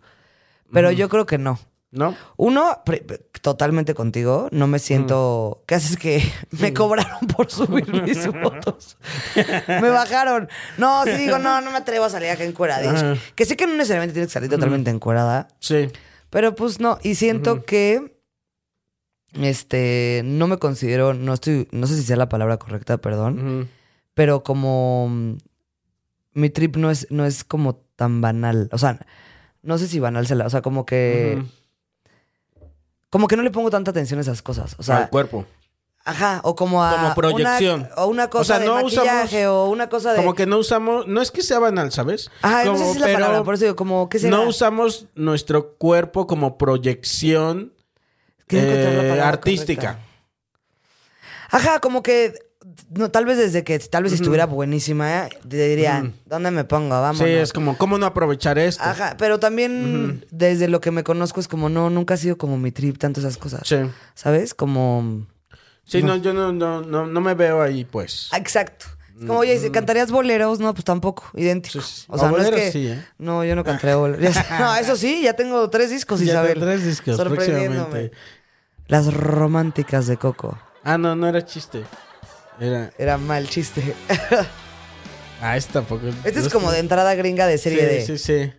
B: Pero yo creo que no.
C: ¿No?
B: Uno, pre- totalmente contigo, no me siento.
C: Mm.
B: ¿Qué haces que me cobraron por subir mis fotos? me bajaron. No, sí digo, no, no me atrevo a salir acá encueradita.
C: Ajá.
B: Que sé que no necesariamente tienes que salir totalmente encuerada,
C: Sí.
B: pero pues no. Y siento que. Este, no me considero, no estoy, no sé si sea la palabra correcta, perdón
C: Ujú.
B: pero como mm, mi trip no es, no es como tan banal. O sea, no sé si banal se la. O sea, como que.
C: Ujú.
B: Como que no le pongo tanta atención a esas cosas. O sea,
C: al cuerpo.
B: ajá, o como a.
C: Como
B: una-
C: proyección.
B: o una cosa
C: sea,
B: de
C: no
B: maquillaje o una cosa de.
C: Como que no usamos. No es que sea banal, ¿sabes?
B: Ajá, no
C: Como-
B: sé si es la
C: pero
B: palabra, por eso digo, como que
C: No usamos nuestro cuerpo como proyección eh, artística.
B: Ajá, como que. No, tal vez desde que. Tal vez estuviera buenísima, eh, te diría, ¿dónde me pongo? Vamos.
C: Sí, es como, ¿cómo no aprovechar esto?
B: Ajá, pero también desde lo que me conozco es como, no, nunca ha sido como mi trip, tanto esas cosas.
C: Sí.
B: ¿Sabes? Como.
C: Sí, no, yo no, no, no, no me veo ahí, pues.
B: Ah, Exacto. Es como, oye, ¿y si ¿cantarías boleros? No, pues tampoco, idéntico.
C: Mm. Sí, sí.
B: O sea,
C: A
B: no
C: boleros
B: es que.
C: sí, ¿eh?
B: No, yo no cantaré boleros. Ya sé. No, eso sí, ya tengo tres discos,
C: Ya
B: Isabel.
C: tengo tres discos
B: Sorprendiéndome.
C: próximamente.
B: Las románticas de Coco.
C: Ah, no, no era chiste. Era.
B: Era mal chiste.
C: Ah, este tampoco.
B: Este es como de entrada gringa de
C: Sí,
B: serie de.
C: sí, sí.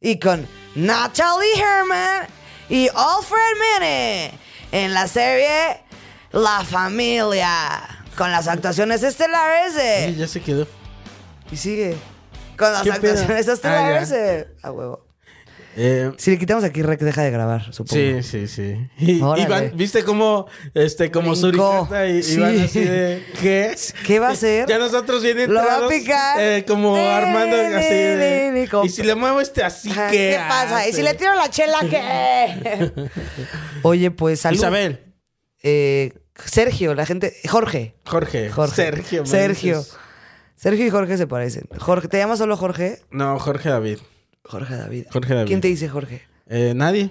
B: Y con Natalie Herman y Alfred Mene en la serie La Familia. Con las actuaciones estelares
C: Oye,
B: de.
C: ya se quedó.
B: Y sigue. Con las
C: ¿Qué pedo?
B: actuaciones
C: Ah, ya.
B: estelares de. A eh, huevo.
C: Eh,
B: Si le quitamos aquí, Rec deja de grabar, supongo.
C: Sí, sí, sí. Y,
B: Órale.
C: Iván, ¿viste cómo, este, como
B: Brincó.
C: Suricata y
B: Sí.
C: Iván así de, ¿qué?
B: ¿Qué va a hacer?
C: Ya nosotros vienen
B: Lo va a picar.
C: eh, como
B: Ni,
C: Armando
B: ni,
C: así de,
B: ni, ni, con-
C: Y si le muevo este así,
B: Ajá,
C: ¿qué
B: ¿Qué pasa? ¿Y
C: hace?
B: si le tiro la chela qué? Oye, pues salud.
C: Isabel,
B: Eh, Sergio, la gente. Jorge.
C: Jorge,
B: Jorge.
C: Sergio. me
B: Sergio.
C: dices.
B: Sergio y Jorge se parecen. Jorge, ¿te llamas solo Jorge?
C: No, Jorge David.
B: Jorge David.
C: Jorge David.
B: ¿Quién te dice Jorge?
C: Eh, Nadie,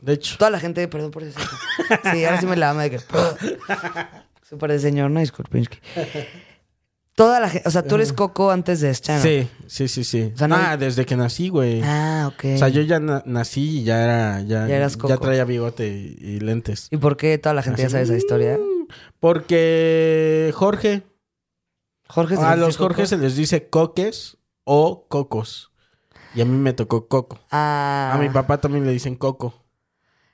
C: de hecho.
B: Toda la gente, perdón por eso. Sí, ahora sí me la ama de que. Súper de señor, no disculpinsky. Toda la gente. O sea, tú eres Coco antes de esta. ¿no?
C: Sí, sí, sí, sí.
B: O sea, no-
C: Ah, desde que nací, güey.
B: Ah, ok.
C: O sea, yo ya na- nací y ya era, ya,
B: Ya eras Coco.
C: traía bigote y, y lentes.
B: ¿Y por qué toda la gente ya sabe esa historia?
C: Porque Jorge,
B: Jorge se
C: a
B: les dice
C: los Jorge
B: Coco.
C: se les dice coques o cocos. Y a mí me tocó coco.
B: Ah,
C: A mi papá también le dicen coco.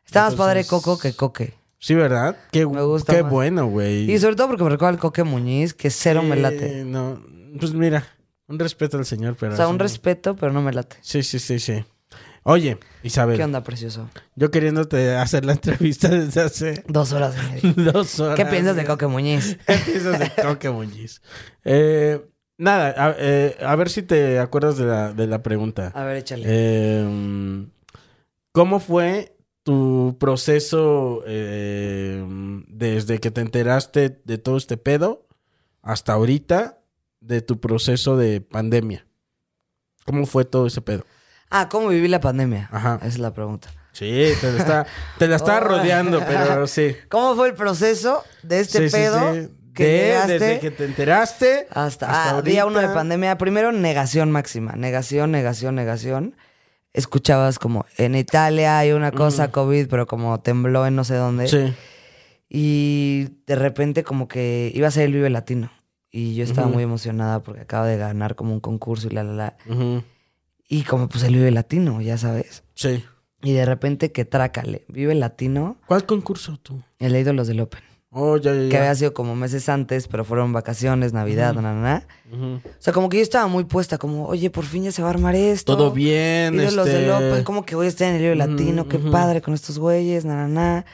B: Está más padre
C: entonces-
B: Coco que Coque.
C: Sí, ¿verdad? Qué,
B: Me gusta
C: qué
B: más.
C: bueno, güey.
B: Y sobre todo porque me recuerda al Coque Muñiz, que cero me late.
C: Eh, No, pues mira, un respeto al señor, pero...
B: O sea,
C: eso
B: un
C: no.
B: respeto, pero no me late.
C: Sí, sí, sí, sí. Oye, Isabel,
B: ¿Qué onda, precioso?
C: yo queriéndote hacer la entrevista desde hace
B: Dos horas y media.
C: dos horas.
B: ¿Qué piensas de
C: güey.
B: Coque Muñiz?
C: ¿Qué piensas de Coque Muñiz? Eh, nada, a, eh, a ver si te acuerdas de la, de la pregunta.
B: A ver, échale.
C: Eh, ¿Cómo fue tu proceso eh, desde que te enteraste de todo este pedo hasta ahorita de tu proceso de pandemia? ¿Cómo fue todo ese pedo?
B: Ah, ¿cómo viví la pandemia?
C: Ajá.
B: Esa es la pregunta.
C: Sí, te la está, te la
B: Oh.
C: estaba rodeando, pero sí.
B: ¿Cómo fue el proceso de este
C: Sí, sí,
B: pedo
C: sí.
B: que
C: De-
B: llegaste
C: desde que te enteraste
B: hasta, ah, día uno de
C: ahorita?
B: pandemia? Primero, negación máxima. Negación, negación, negación. Escuchabas como en Italia hay una cosa COVID, pero como tembló en no sé dónde.
C: Mm. Sí.
B: Y de repente como que iba a ser el Vive Latino. Y yo estaba
C: Ujú.
B: muy emocionada porque acabo de ganar como un concurso y la, la, la.
C: Ujú.
B: Y como pues el Vive Latino, ya sabes.
C: Sí.
B: Y de repente que trácale, Vive Latino,
C: ¿Cuál concurso tú?
B: el de ídolos del Open.
C: Oh, ya, ya,
B: Que
C: ya.
B: había sido como meses antes, pero fueron vacaciones, Navidad, na, na, na.
C: Ujú.
B: O sea, como que yo estaba muy puesta, como, oye, por fin ya se va a armar esto.
C: Todo bien,
B: Ídolos
C: este...
B: del Open, como que voy a estar en el Vive
C: Ujú,
B: Latino, qué
C: ujú.
B: padre con estos güeyes, na, na, na.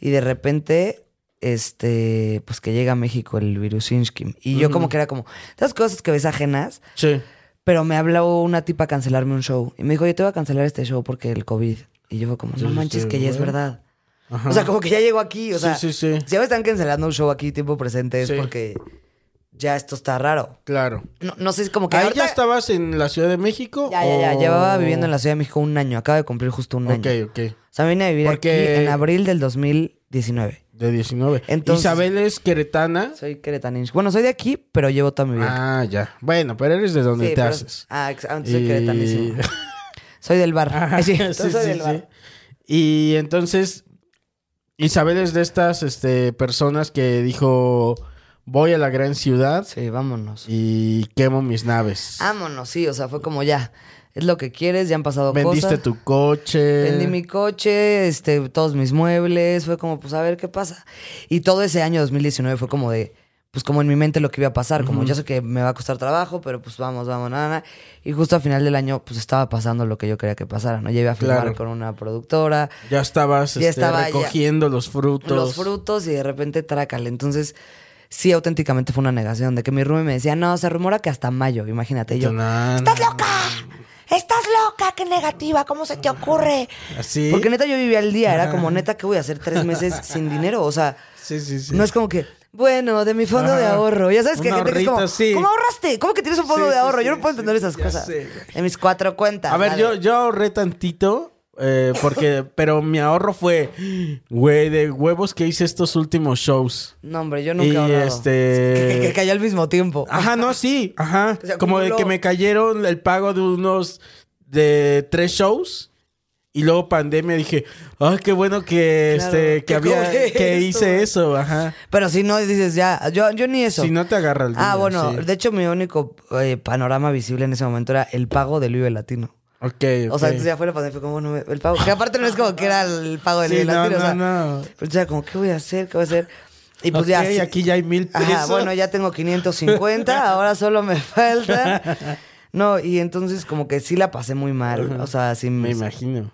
B: Y de repente, este, pues que llega a México el Virusinsky. Y yo como que era como, esas cosas que ves ajenas,
C: Sí.
B: pero me habló una tipa a cancelarme un show. Y me dijo, yo te voy a cancelar este show porque el COVID. Y yo fue como, no
C: Dijiste,
B: manches, que ya es
C: "Bueno".
B: verdad.
C: Ajá.
B: O sea, como que ya llegó aquí. O
C: Sí,
B: sea,
C: sí, sí.
B: si ya me están cancelando un show aquí tiempo presente es
C: Sí.
B: porque ya esto está raro.
C: Claro.
B: No, no sé, es como que
C: ¿Ahí
B: ahorita-
C: ya estabas en la Ciudad de México?
B: Ya, ya, ya.
C: o-
B: Llevaba viviendo en la Ciudad de México un año. Acaba de cumplir justo un año.
C: Ok, ok.
B: O sea, vine a vivir
C: Porque-
B: aquí en abril del 2019.
C: De 19.
B: Entonces-
C: Isabel es queretana.
B: Soy queretaninch. Bueno, soy de aquí, pero llevo toda mi vida.
C: Ah, ya. Bueno, pero eres de
B: Sí,
C: donde te
B: pero-
C: haces.
B: Ah, ex- ah, soy
C: Y-
B: queretanísimo. Soy del bar.
C: Ajá,
B: Ay, sí,
C: sí,
B: soy
C: sí,
B: del bar.
C: sí. Y entonces, Isabel es de estas este, personas que dijo, voy a la gran ciudad
B: Sí, Ah, vámonos.
C: y quemo mis naves.
B: Vámonos, sí. O sea, fue como ya. Es lo que quieres, ya han pasado
C: Vendiste
B: cosas.
C: tu eh. coche.
B: ah. Vendí mi coche, este, todos mis muebles, fue como, pues a ver qué pasa. Y todo ese año 2019 fue como de, pues como en mi mente lo que iba a pasar, como yo sé que me va a costar trabajo, pero pues vamos, vamos, nada, nada. Y justo a final del año, pues estaba pasando lo que yo quería que pasara, ¿no? Ya iba a filmar
C: Claro.
B: con una productora,
C: Ya estabas
B: Ya
C: este,
B: estaba, ya.
C: recogiendo los frutos.
B: los frutos y de repente trácale. Entonces, sí, auténticamente fue una negación, de que mi roomie me decía, no, se rumora que hasta mayo, imagínate yo.
C: Tonán.
B: ¡Estás loca! ¡Estás loca! ¡Qué negativa! ¿Cómo se te ocurre?
C: Así.
B: Porque neta yo vivía al día, era como neta que voy a hacer tres meses sin dinero, o sea,
C: Sí, sí, sí.
B: no es como que, bueno, de mi fondo de
C: Ajá.
B: ahorro, ya sabes que
C: Un
B: hay gente que es como,
C: ahorrito, sí.
B: ¿cómo ahorraste? ¿Cómo que tienes un fondo
C: Sí,
B: de
C: sí,
B: ahorro? yo
C: sí,
B: no puedo entender
C: sí,
B: esas
C: ya
B: cosas.
C: sé, güey.
B: de mis cuatro cuentas.
C: A ver,
B: dale.
C: yo, yo ahorré tantito. eh, porque, pero mi ahorro fue, güey, de huevos que hice estos últimos shows.
B: No, hombre, yo
C: y
B: nunca ahorrado.
C: este. Ah.
B: Que, que cayó al mismo tiempo.
C: Ajá, no, sí, ajá.
B: O sea,
C: Como de
B: acumuló.
C: que me cayeron el pago de unos de tres shows y luego pandemia dije, ay, qué bueno que
B: Claro,
C: este que
B: que
C: había
B: cobré
C: que
B: esto. eh?
C: hice eso, ajá.
B: Pero si no, dices ya, yo, yo ni eso.
C: Si no te agarra el
B: ah,
C: día,
B: bueno,
C: sí.
B: de hecho mi único eh, panorama visible en ese momento era el pago del Vive Latino.
C: Ok,
B: O sea,
C: ok.
B: entonces ya fue la pandemia, fue como, bueno, el pago. Que aparte no es como que era el pago del
C: Sí,
B: Vive
C: no,
B: Latino, o
C: no,
B: sea,
C: no.
B: Pero entonces era como, ¿qué voy a hacer? ¿Qué voy a hacer? Y pues ya.
C: Ok,
B: sí.
C: aquí ya hay mil
B: Ajá,
C: pesos.
B: bueno, ya tengo 550, ahora solo me falta. No, y entonces como que sí la pasé muy mal. O sea, sí
C: Me imagino.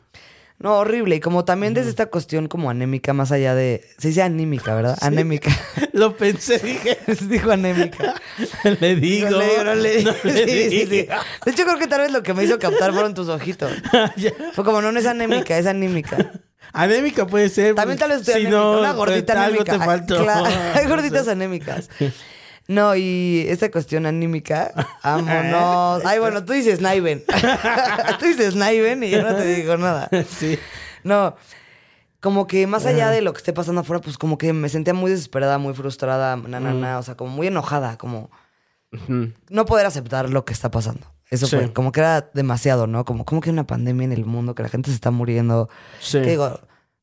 B: No, horrible. Y como también desde esta cuestión como anémica, más allá de. Se dice anímica, ¿verdad? Anémica.
C: Lo pensé, dije.
B: Dijo anémica.
C: Le digo.
B: No le, no le-
C: le
B: Sí, sí, sí.
C: digo.
B: De hecho, creo que tal vez lo que me hizo captar fueron tus ojitos.
C: Ah, Ya.
B: Fue como, no, no es anémica, es anímica.
C: Anémica puede ser. pues,
B: También tal vez estoy
C: Si
B: anémica,
C: no,
B: una gordita
C: pues,
B: anémica. Ah,
C: Algo te faltó.
B: claro, hay gorditas
C: No sé.
B: anémicas. No, y esta cuestión anímica, vámonos. Ay, bueno, tú dices Naiven. tú dices Naiven y yo no te digo nada.
C: Sí.
B: No, como que más allá
C: Eh.
B: de lo que esté pasando afuera, pues como que me sentía muy desesperada, muy frustrada, na,
C: Mm.
B: na, na, o sea, como muy enojada, como no poder aceptar lo que está pasando. Eso
C: Sí.
B: fue, como que era demasiado, ¿no? Como, como que hay una pandemia en el mundo, que la gente se está muriendo.
C: Sí.
B: Que digo,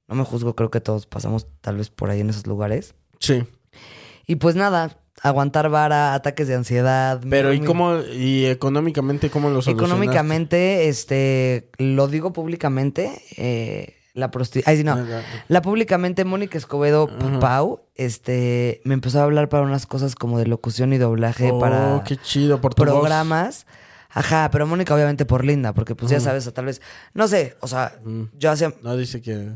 B: no me juzgo, creo que todos pasamos tal vez por ahí en esos lugares.
C: Sí.
B: Y pues nada, aguantar vara, ataques de ansiedad.
C: Pero ¿y
B: miedo,
C: cómo? ¿Y económicamente cómo lo solucionaste?
B: Económicamente, este, lo digo públicamente, eh, la prosti- ay, sí, no.
C: Ajá.
B: La públicamente Mónica Escobedo Pau, este, me empezó a hablar para unas cosas como de locución y doblaje
C: Oh,
B: para
C: qué chido, por tu
B: programas. Ajá, pero Mónica obviamente por Linda, porque pues ya sabes, o tal vez, no sé, o sea, yo hacía,
C: No, dice que...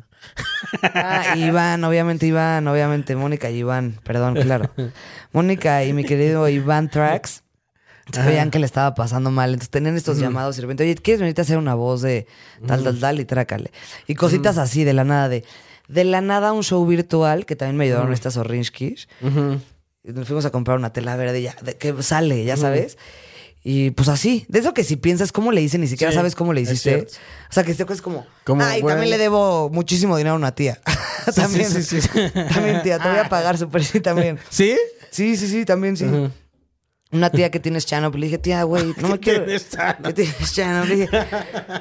B: Ah, Iván, obviamente Iván, obviamente Mónica y Iván, perdón, claro. Mónica y mi querido Iván Trax sabían que le estaba pasando mal, entonces tenían estos llamados y de repente, oye, ¿quieres venirte a hacer una voz de tal, tal, tal y trácale? Y cositas así, de la nada, de, de la nada un show virtual que también me ayudaron estas Orange Kish. Y Nos fuimos a comprar una tela verde ya, de- que sale, ya sabes. Y pues así, de eso que si piensas cómo le hice, ni siquiera
C: Sí,
B: sabes cómo le
C: es
B: hiciste.
C: cierto.
B: O sea, que este es como,
C: Como,
B: ay,
C: bueno.
B: también le debo muchísimo dinero a una tía. también,
C: sí, sí, Ah. sí.
B: también, tía, te voy a pagar súper sí también.
C: ¿Sí?
B: Sí, sí, sí, también sí. Una tía que tienes chano, le dije, tía, güey, no me
C: ¿Qué
B: quiero.
C: tienes Chano?
B: ¿Qué tienes chano? Le dije,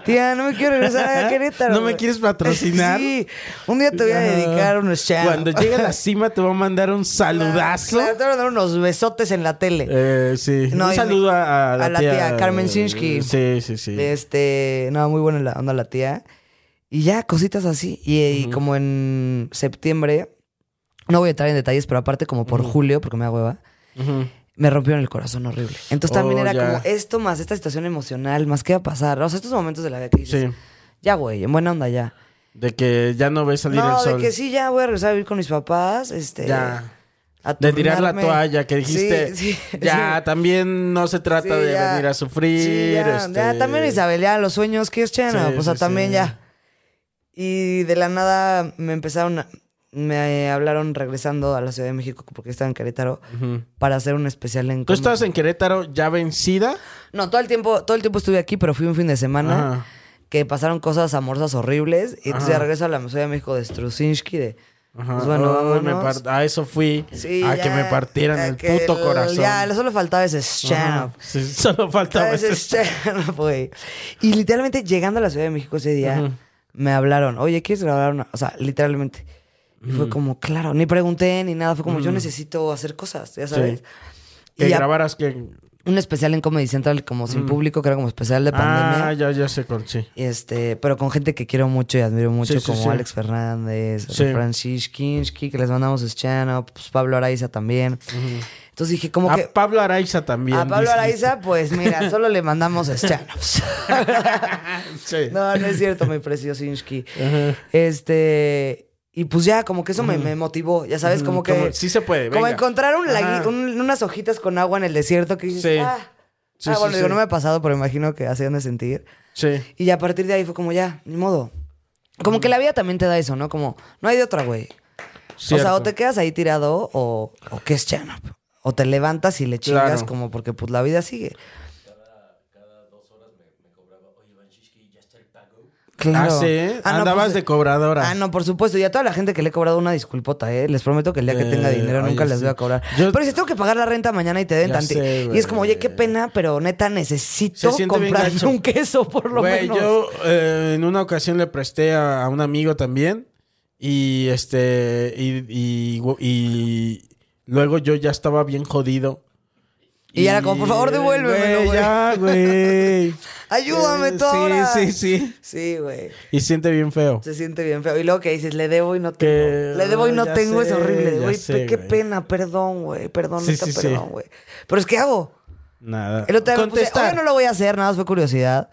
B: tía, no me quiero regresar a Querétaro.
C: ¿No me
B: güey".
C: quieres patrocinar?
B: Sí, un día te voy a dedicar unos chanos.
C: Cuando llegue a la cima te voy a mandar un saludazo.
B: Claro, te voy a dar unos besotes en la tele.
C: Eh, sí.
B: No,
C: un
B: y
C: saludo
B: me-
C: a, la,
B: a la tía Carmen Sinski.
C: Sí, sí, sí.
B: Este, no, muy buena la onda la tía. Y ya, cositas así. Y, y como en septiembre, no voy a entrar en detalles, pero aparte como por julio, porque me da hueva, me rompieron el corazón horrible. Entonces también
C: Oh,
B: era
C: ya.
B: como esto más, esta situación emocional, más qué va a pasar. O sea, estos momentos de la vida que dices,
C: Sí.
B: ya güey, en buena onda ya.
C: De que ya no ves salir
B: No,
C: el
B: de
C: sol.
B: que sí, ya voy a regresar a vivir con mis papás, este...
C: Ya.
B: a
C: De tirar la
B: turnarme.
C: toalla que dijiste.
B: Sí, sí,
C: ya,
B: sí.
C: también no se trata
B: Sí,
C: de
B: ya.
C: venir a sufrir.
B: Sí, ya,
C: este-
B: ya, también Isabel, ya los sueños que es chena,
C: Sí,
B: o sea,
C: sí,
B: también
C: sí.
B: ya. Y de la nada me empezaron, a- me hablaron regresando a la Ciudad de México porque estaba en Querétaro para hacer un especial en.
C: Tú estabas en Querétaro ya vencida.
B: No, todo el tiempo, todo el tiempo estuve aquí, pero fui un fin de semana
C: Ajá.
B: que pasaron cosas amorosas horribles y entonces ya
C: Ajá.
B: regreso a la Ciudad de México de Strusinski de.
C: Ajá.
B: pues bueno,
C: Oh, me
B: vámonos.
C: par- a eso fui.
B: Sí,
C: a
B: ya,
C: que me partieran
B: a
C: el
B: que
C: puto corazón.
B: Ya, solo faltaba ese
C: Ajá.
B: stand-up.
C: Sí, solo faltaba
B: Ese
C: ese-
B: es Chernobyl, güey. Y literalmente llegando a la Ciudad de México ese día, me hablaron, oye, ¿quieres grabar una? O sea, literalmente. Y
C: Mm.
B: fue como, claro, ni pregunté ni nada. Fue como, yo necesito hacer cosas, ya sabes.
C: que
B: Y a-
C: grabaras que.
B: un especial en Comedy Central como sin público, que era como especial de pandemia.
C: Mm. Ah, ya, ya sé cuál, sí.
B: Este, pero con gente que quiero mucho y admiro mucho,
C: Sí, sí,
B: como
C: sí.
B: Alex Fernández,
C: Sí.
B: Francis Kinski, que les mandamos su channel, pues Pablo Araiza también. Entonces dije, como que.
C: A Pablo Araiza también.
B: A Pablo
C: dijiste.
B: Araiza, pues mira, solo le mandamos Schanos.
C: Sí.
B: No, no es cierto, mi preciosinski. Este. Y pues ya, como que eso me, me motivó, ya sabes, como que.
C: Como, sí se puede,
B: Como
C: venga.
B: encontrar un lagui-
C: Ajá.
B: un- unas hojitas con agua en el desierto que dices,
C: Sí.
B: ah.
C: Sí,
B: Ah,
C: sí,
B: bueno, digo,
C: sí.
B: no me ha pasado, pero imagino que así han de sentir.
C: Sí.
B: Y ya a partir de ahí fue como ya, ni modo. Como que la vida también te da eso, ¿no? Como, no hay de otra, güey. O sea,
C: cierto.
B: o te quedas ahí tirado o, o qué es stand up. O te levantas y le chingas
C: Claro.
B: como porque pues la vida sigue.
C: Ah,
B: Claro.
C: sí.
B: Ah, no,
C: Andabas
B: pues,
C: de cobradora.
B: Ah, no, por supuesto. Y a toda la gente que le he cobrado una disculpota, ¿eh? Les prometo que el día que
C: Eh,
B: tenga dinero
C: oye,
B: nunca les
C: sí.
B: voy a cobrar.
C: Yo-
B: pero si tengo que pagar la renta mañana y te den
C: Ya
B: tantito.
C: sé,
B: Y es como, oye, qué
C: güey.
B: pena, pero neta necesito
C: Se siente bien
B: comprar
C: gacho.
B: un queso por lo
C: Güey,
B: menos.
C: yo eh, en una ocasión le presté a, a un amigo también y este y, y- y luego yo ya estaba bien jodido.
B: Y era como, por favor, devuélvemelo,
C: Güey,
B: güey.
C: Ya, güey.
B: Ayúdame
C: Eh,
B: tú ahora.
C: Sí, sí, sí.
B: Sí, güey.
C: Y siente bien feo.
B: Se siente bien feo. Y luego que dices, le debo y no tengo.
C: Que-
B: Le debo y no
C: ya
B: tengo, es
C: sé,
B: horrible.
C: ya
B: Güey,
C: sé,
B: qué
C: güey.
B: pena, perdón, güey. Perdón,
C: Sí,
B: neta,
C: sí, sí.
B: perdón, güey. Pero es que hago.
C: Nada.
B: El otro día me puse-
C: Contestar.
B: obvio no lo voy a hacer, nada más fue curiosidad.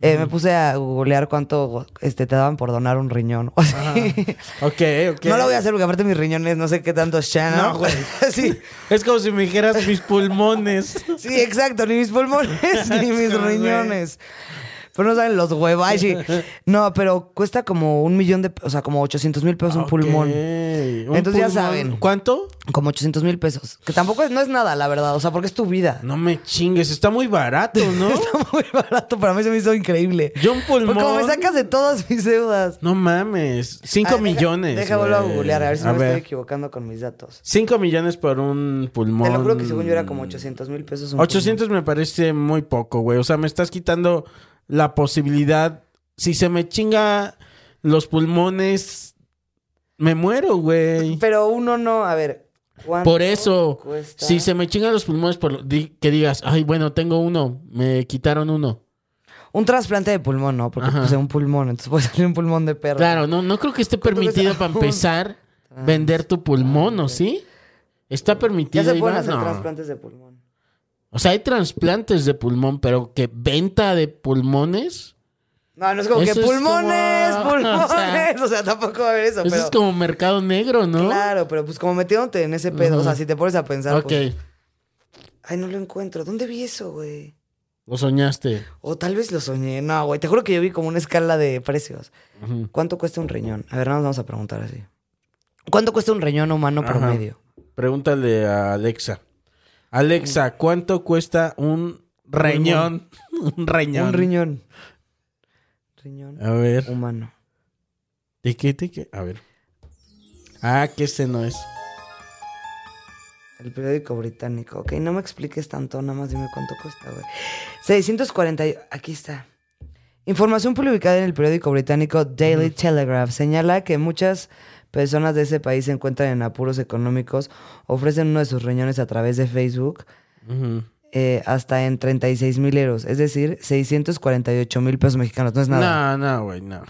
B: Eh, Me puse a googlear cuánto este, te daban por donar un riñón. o así.
C: Ok, ok.
B: No lo voy a hacer porque aparte mis riñones no sé qué tanto sean,
C: No, güey.
B: sí,
C: Es como si me dijeras mis pulmones.
B: sí, exacto. Ni mis pulmones, ni mis riñones. Pero no saben los huevashi. No, pero cuesta como un millón de... O sea, como 800 mil pesos un pulmón.
C: Ok, un
B: Entonces ya
C: pulmón.
B: saben.
C: ¿Cuánto?
B: Como 800 mil pesos. Que tampoco es, no es nada, la verdad. O sea, porque es tu vida.
C: No me chingues, está muy barato, ¿no?
B: Está muy barato. Para mí se me hizo increíble.
C: Yo un
B: Fue
C: pulmón.
B: Como me sacas de todas mis deudas.
C: No mames. 5
B: Ay, deja-
C: millones.
B: Deja vuelvo a
C: güey.
B: googlear, a ver si no me
C: ver,
B: estoy equivocando con mis datos.
C: 5 millones por un pulmón.
B: Te lo juro que según yo era como 800 mil pesos. un
C: 800 me parece muy poco, güey. O sea, me estás quitando la posibilidad. Si se me chinga los pulmones, me muero, güey.
B: pulmón. Pero uno no, a ver. ¿cuánto
C: Por eso,
B: cuesta?
C: si se me chingan los pulmones, por lo- di- que digas, ay, bueno, tengo uno, me quitaron uno.
B: Un trasplante de pulmón, ¿no? Porque
C: Ajá.
B: puse un pulmón, entonces puede salir un pulmón de perro.
C: Claro, no, no creo que esté
B: ¿Cuánto
C: permitido
B: cuesta? Ah,
C: para empezar vender tu pulmón, ¿o sí? Está permitido.
B: Ya se
C: Iván?
B: pueden hacer
C: No.
B: trasplantes de pulmón.
C: O sea, hay trasplantes de pulmón, pero que venta de pulmones.
B: No, no es como
C: Eso
B: que
C: es
B: pulmones,
C: como-
B: pulmones.
C: o sea,
B: O sea, tampoco va a haber eso.
C: Eso
B: pero,
C: es como mercado negro, ¿no?
B: Claro, pero pues como metiéndote en ese pedo. O sea, si te pones a pensar,
C: Ok,
B: pues, ay, no lo encuentro. ¿Dónde vi eso, güey?
C: lo soñaste.
B: O tal vez lo soñé. No, güey, te juro que yo vi como una escala de precios.
C: Ujú.
B: ¿Cuánto cuesta un riñón? A ver, nos vamos a preguntar así. ¿Cuánto cuesta un riñón humano
C: Ajá.
B: promedio?
C: Pregúntale a Alexa.
B: Mm.
C: Alexa, ¿cuánto cuesta un riñón? un riñón.
B: Un riñón. Riñón
C: A ver.
B: humano.
C: ¿De qué, de qué? A ver. Ah, que ese no es.
B: El periódico británico. Ok, no me expliques tanto, nada más dime cuánto cuesta, güey. 640. y- Aquí está. Información publicada en el periódico británico Daily Telegraph señala que muchas personas de ese país se encuentran en apuros económicos, ofrecen uno de sus riñones a través de Facebook
C: Ujú.
B: eh, hasta en 36 mil euros, es decir, 648 mil pesos mexicanos. No es nada.
C: No, no, güey, no.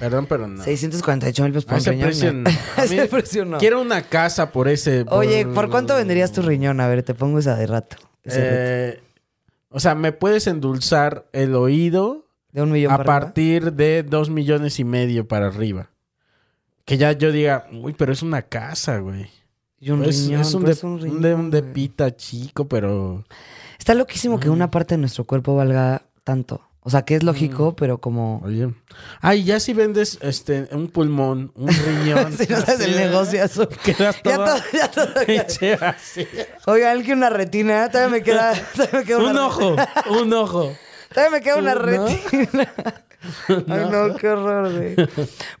C: Perdón, pero no.
B: 648 mil pesos
C: A
B: por un
C: ese
B: riñón.
C: precio
B: no.
C: no.
B: A
C: A
B: ese
C: mí-
B: precio no.
C: Quiero una casa por ese.
B: Oye, ¿por cuánto venderías tu riñón? A ver, te pongo esa de rato. Ese reto.
C: Eh, o sea, me puedes endulzar el oído
B: de un millón
C: a
B: para arriba.
C: partir de dos millones y medio para arriba. Que ya yo diga, uy, pero es una casa, güey.
B: Y un
C: es,
B: riñón.
C: es un,
B: pero
C: de,
B: es un
C: un
B: riñón,
C: de- un de
B: güey.
C: pita chico, pero.
B: Está loquísimo que
C: Mm.
B: una parte de nuestro cuerpo valga tanto. O sea, que es lógico,
C: Mm.
B: pero como...
C: Oye. Ay, ya si vendes este un pulmón, un riñón.
B: Si no haces
C: ¿eh?
B: el negocio azul.
C: Quedas
B: Ya
C: toda-
B: todo, ya todo.
C: pinche así.
B: Oigan, que una retina. Todavía me queda, todavía me queda
C: Un
B: una
C: ojo, un ojo.
B: Todavía me queda una
C: ¿No?
B: retina. Ay, no, qué horror, güey.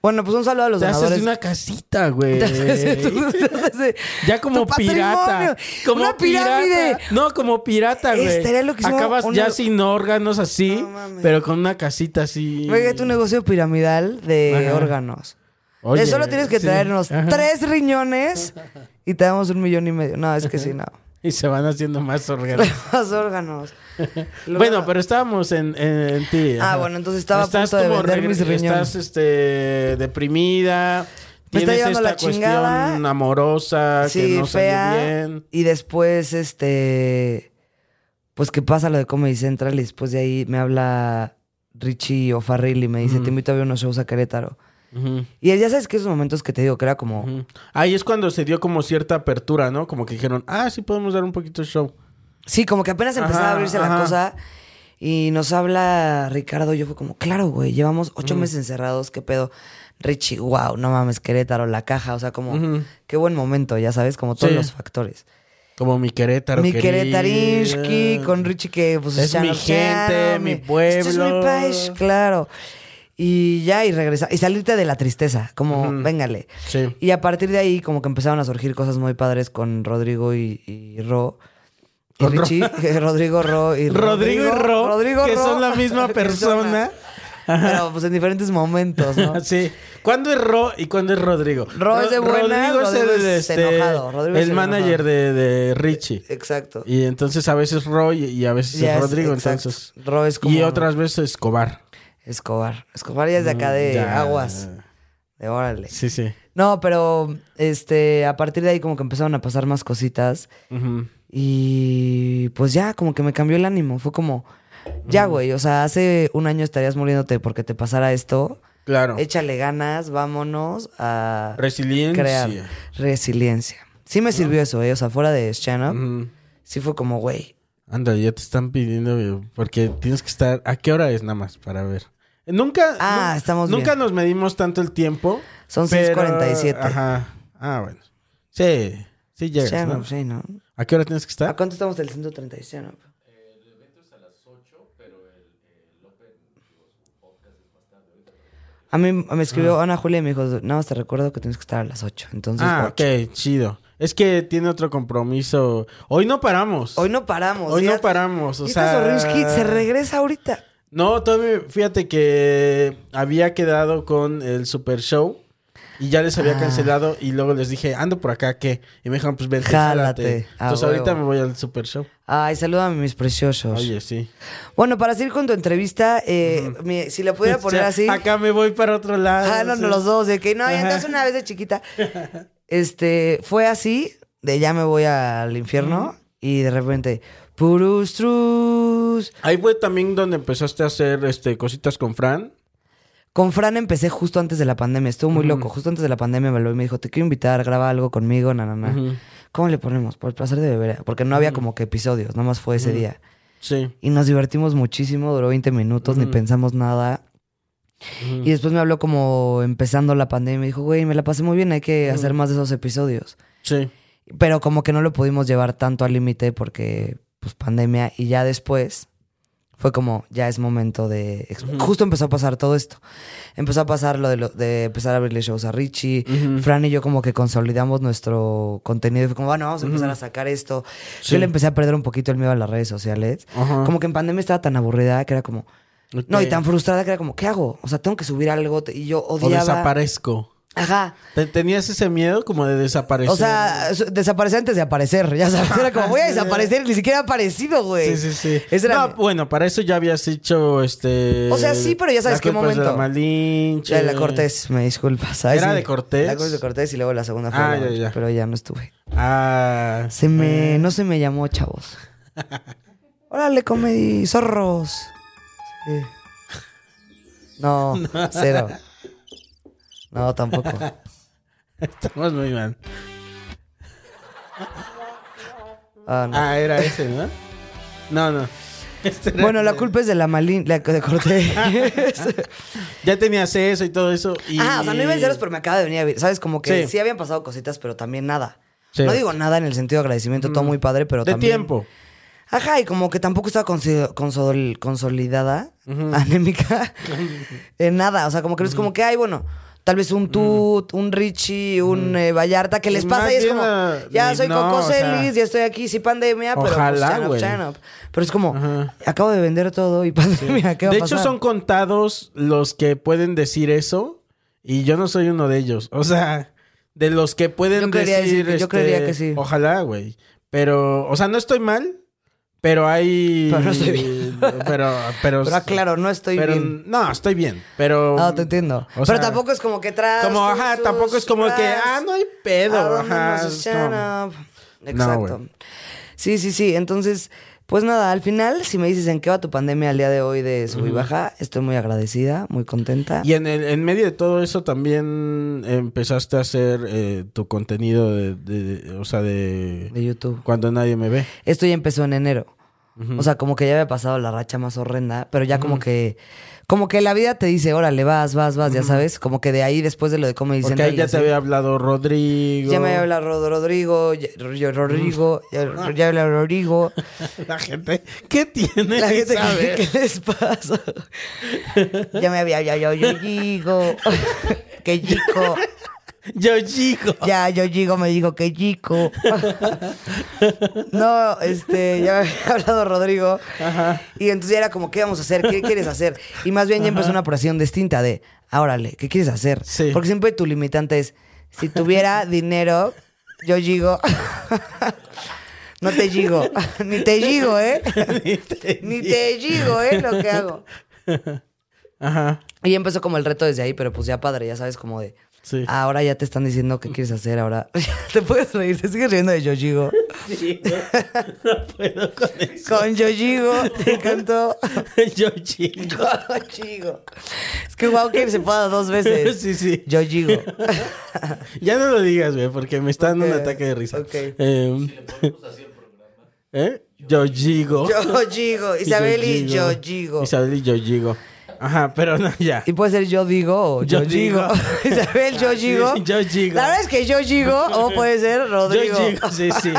B: Bueno, pues un saludo a los
C: Te haces
B: ganadores.
C: una casita, güey. Ya como
B: eh, Tu patrimonio.
C: pirata. Como
B: Una pirámide.
C: pirata. No, como pirata, güey.
B: Estaría lo que hicimos
C: Acabas
B: una-
C: ya sin órganos así,
B: No mames.
C: pero con una casita así.
B: Oiga, tu negocio piramidal de
C: Ajá.
B: órganos.
C: Oye,
B: De solo tienes que
C: sí.
B: traernos
C: Ajá.
B: tres riñones y te damos un millón y medio. No, es que sí, no.
C: Y se van haciendo más órganos.
B: Más órganos. Luego-
C: bueno, pero estábamos en, en, en ti.
B: Ah,
C: ajá.
B: bueno, entonces estaba a punto de
C: como
B: vender
C: regre-
B: mis riñones.
C: Estás este, deprimida.
B: Me está
C: tienes
B: llevando
C: esta
B: la chingada.
C: cuestión amorosa
B: Sí,
C: que no salió
B: fea.
C: bien.
B: Y después, este. Pues que pasa lo de Comedy Central y después de ahí me habla Richie o Farril y me dice: Te invito a ver unos shows a Querétaro.
C: Ujú.
B: Y ya sabes que esos momentos que te digo que era como.
C: Ujú. Ahí es cuando se dio como cierta apertura, ¿no? Como que dijeron, ah, sí podemos dar un poquito de show.
B: Sí, como que apenas empezaba
C: Ajá,
B: a abrirse la
C: ajá.
B: cosa. Y nos habla Ricardo, yo fue como, claro, güey, llevamos ocho meses encerrados, qué pedo. Richie, wow, no mames, Querétaro, la caja, o sea, como,
C: Ujú.
B: qué buen momento, ya sabes, como todos
C: Sí.
B: los factores.
C: Como mi Querétaro.
B: mi
C: querida.
B: Queretarinsky, con Richie que, pues,
C: Es mi gente, mi
B: Este es mi
C: pueblo.
B: país, claro. Y ya, y regresar, y salirte de la tristeza, como, véngale.
C: Sí.
B: Y a partir de ahí, como que empezaron a surgir cosas muy padres con Rodrigo y, y Ro. Y Richie, eh, Rodrigo Ro y
C: Rodrigo y Ro,
B: Rodrigo
C: que
B: Ro.
C: son la misma
B: Que
C: persona.
B: son la- Pero pues en diferentes momentos, ¿no?
C: Sí. ¿Cuándo es Ro y cuándo es Rodrigo?
B: Ro es de buena,
C: Rodrigo,
B: Rodrigo
C: es el,
B: es
C: este,
B: enojado, Rodrigo es
C: el
B: el
C: manager de, de Richie.
B: Exacto.
C: Y entonces a veces Ro y, y a veces
B: Ya
C: es
B: es-
C: Rodrigo.
B: exacto.
C: Entonces.
B: Ro es como-
C: Y otras veces Escobar.
B: Escobar. Escobar ya es de acá de
C: Mm, Ya.
B: Aguas. De órale.
C: Sí, sí.
B: No, pero este, a partir de ahí como que empezaron a pasar más cositas.
C: Ujú.
B: Y pues ya, como que me cambió el ánimo. Fue como, ya, güey, o sea, hace un año estarías muriéndote porque te pasara esto.
C: Claro.
B: Échale ganas, vámonos a
C: Resiliencia.
B: crear resiliencia. Sí me sirvió eso, eh, o sea, fuera de Stand Up,
C: Ujú.
B: sí fue como, güey,
C: Anda, ya te están pidiendo, güey, porque tienes que estar. ¿A qué hora es nada más para ver? Nunca.
B: Ah,
C: nu-
B: estamos
C: Nunca
B: bien.
C: nos medimos tanto el tiempo.
B: Son
C: pero-
B: 6:47.
C: Ajá. Ah, bueno. Sí. Sí llegas,
B: Stand
C: ¿no?
B: Up, sí, ¿no?
C: ¿A qué hora tienes que
B: ¿A
C: estar?
B: cuánto estamos del 130 de Stand Up? A mí me escribió Ana Julia y me dijo, nada más te recuerdo que tienes que estar a las 8. Entonces,
C: Ah,
B: ocho.
C: ok, chido. Es que tiene otro compromiso. Hoy no paramos.
B: hoy no paramos.
C: Hoy no
B: fíjate.
C: paramos, o
B: Y esta
C: sea-
B: Zorinsky se regresa ahorita.
C: No, todavía, fíjate que había quedado con el Super Show y ya les
B: Ah.
C: había cancelado y luego les dije, ando por acá, ¿qué? Y me dijeron, pues vente,
B: Jálate,
C: jálate.
B: a
C: Entonces ahorita
B: huevo.
C: me voy al Super Show.
B: Ay, salúdame, mis preciosos.
C: Oye, sí.
B: Bueno, para seguir con tu entrevista, eh, mi- si la pudiera poner
C: Este, O sea,
B: así.
C: Acá me voy para otro lado.
B: Ah, no,
C: sí.
B: no, los dos, de que no, y
C: Ajá.
B: entonces una vez de chiquita. Este, fue así, de ya me voy al infierno, y de repente, purus trus.
C: Ahí fue también donde empezaste a hacer este cositas con Fran.
B: Con Fran empecé justo antes de la pandemia, estuvo muy loco. Justo antes de la pandemia me habló y me dijo, te quiero invitar, graba algo conmigo, na, na, na. ¿Cómo le ponemos? Por el placer de beber. Porque no había como que episodios, nada más fue ese día.
C: Sí.
B: Y nos divertimos muchísimo, duró 20 minutos, ni pensamos nada. Y después me habló como empezando la pandemia y me dijo, güey, me la pasé muy bien, hay que hacer más de esos episodios.
C: Sí.
B: Pero como que no lo pudimos llevar tanto al límite porque, pues, pandemia. Y ya después fue como, ya es momento de... ex- Justo empezó a pasar todo esto. Empezó a pasar lo de, lo- de empezar a abrirle shows a Richie. Fran y yo como que consolidamos nuestro contenido. Y fue como, bueno, vamos a empezar a sacar esto. Yo le empecé a perder un poquito el miedo a las redes sociales.
C: Ajá.
B: Como que en pandemia estaba tan aburrida que era como... No,
C: Ok.
B: y tan frustrada que era como, ¿qué hago? O sea, tengo que subir algo. Y yo
C: O
B: odiaba...
C: desaparezco.
B: Ajá.
C: ¿Te- ¿Tenías ese miedo como de desaparecer?
B: O sea, su- desaparecer antes de aparecer, ya sabes. Era como, voy a desaparecer, ni siquiera he aparecido, güey.
C: Sí, sí, sí.
B: Ese era
C: No,
B: mi-
C: bueno, para eso ya habías hecho este.
B: O sea, sí, pero ya sabes
C: Las
B: qué
C: culpas de
B: momento.
C: la Malinche.
B: La de la Cortés, me disculpas. Ay,
C: ¿Era
B: sí.
C: de Cortés?
B: La Cortés de Cortés y luego la segunda fue
C: Ah,
B: de la
C: ya,
B: Mancha,
C: ya.
B: Pero ya no estuve.
C: Ah.
B: Se me... No se me llamó, chavos. Órale, comedy, zorros. Sí. No, cero. No, tampoco.
C: Estamos muy mal.
B: Ah, no.
C: Ah, era ese, ¿no? No, no. Este era-
B: Bueno, la culpa es de la Malin, la de Cortés.
C: Ya tenías eso y todo eso. Y...
B: Ah, o sea, no iba en ceros, pero me acaba de venir a vivir. ¿Sabes? Como que
C: Sí.
B: sí, habían pasado cositas, pero también nada.
C: Sí. Mm.
B: No digo nada en el sentido de agradecimiento, todo muy padre, pero
C: De
B: también.
C: tiempo.
B: Ajá, y como que tampoco estaba consi- consol- consolidada, anémica, en nada. O sea, como que no es como que, ay, bueno, tal vez un Tut, un Richie, un eh, Vallarta, que les
C: Mm. Y
B: pasa
C: más
B: y es
C: bien
B: como,
C: la-
B: ya
C: y
B: soy
C: no,
B: Coco
C: o sea,
B: Celis, ya estoy aquí, sí pandemia, pero pues,
C: Ojalá,
B: stand up,
C: güey.
B: stand up. Pero es como,
C: Ajá.
B: acabo de vender todo y pandemia, ¿qué va a
C: De hecho,
B: pasar?
C: son contados los que pueden decir eso. Y yo no soy uno de ellos. O sea, de los que pueden
B: Yo creería
C: decir.
B: decir que- yo
C: este,
B: creería que sí.
C: Ojalá, güey. Pero, o sea, no estoy mal. Pero hay.
B: Pero no estoy bien.
C: Pero, pero,
B: Pero ah, claro, no estoy
C: pero-
B: bien.
C: No, estoy bien. Pero.
B: Ah, te entiendo.
C: o
B: Pero
C: sea,
B: tampoco es como que tras.
C: Como, ajá,
B: tus,
C: tampoco es como
B: tras,
C: que. Ah, no hay pedo.
B: adornos,
C: Ajá. es
B: stand
C: como-
B: up. Exacto.
C: güey.
B: sí, sí, sí. Entonces, pues nada, al final, si me dices en qué va tu pandemia al día de hoy de sub y baja, estoy muy agradecida, muy contenta.
C: Y en, el, en medio de todo eso también empezaste a hacer eh, tu contenido de, de- de- o sea, de,
B: De YouTube.
C: cuando nadie me ve.
B: Esto ya empezó en enero. O sea, como que ya había pasado la racha más horrenda, pero ya como que. Como que la vida te dice, órale, vas, vas, vas, ya sabes. Como que de ahí, después de lo de Comedy
C: Porque
B: Central
C: ahí
B: y
C: ya
B: así,
C: te había hablado Rodrigo.
B: Ya me había hablado Rod- Rodrigo, ya, yo- Rodrigo, ya, ya había hablado Rodrigo.
C: La gente, ¿qué tiene?
B: La gente
C: sabe?
B: que, ¿qué les pasa? ya me había, ya, yo, yo digo, que chico.
C: Yo digo.
B: Ya, yo digo, me digo que chico. no, este, ya me había hablado Rodrigo. Y entonces ya era como, ¿qué vamos a hacer? ¿Qué quieres hacer? Y más bien ya empezó una presión distinta de, ah, órale, ¿qué quieres hacer?
C: Sí.
B: Porque siempre tu limitante es, si tuviera dinero, yo digo. No te digo, ni te digo, ¿eh?
C: Ni te-
B: Ni te digo, ¿eh? Lo que hago.
C: Ajá.
B: Y empezó como el reto desde ahí, pero pues ya padre, ya sabes, como de,
C: Sí.
B: Ahora ya te están diciendo qué quieres hacer, ahora te puedes reír, te sigues riendo de Yojigo.
C: Sí, no, no puedo con eso.
B: Con Yojigo, te encantó.
C: Yo chingo.
B: Yojigo. Es que guau que se pueda dos veces.
C: Sí, sí.
B: Yojigo.
C: Ya no lo digas, güey, porque me está dando un
B: Ok,
C: ataque de risa.
B: ok.
C: Eh, ¿Eh? Yo digo.
B: Yojigo. Isabel y Yojigo.
C: Isabel y yo digo. Ajá, pero no, ya.
B: Y puede ser yo digo o
C: Yo
B: yo, digo.
C: digo.
B: Isabel, yo
C: Ah, sí,
B: digo.
C: sí, yo digo.
B: La verdad es que yo digo o puede ser Rodrigo.
C: Yo digo, sí, sí.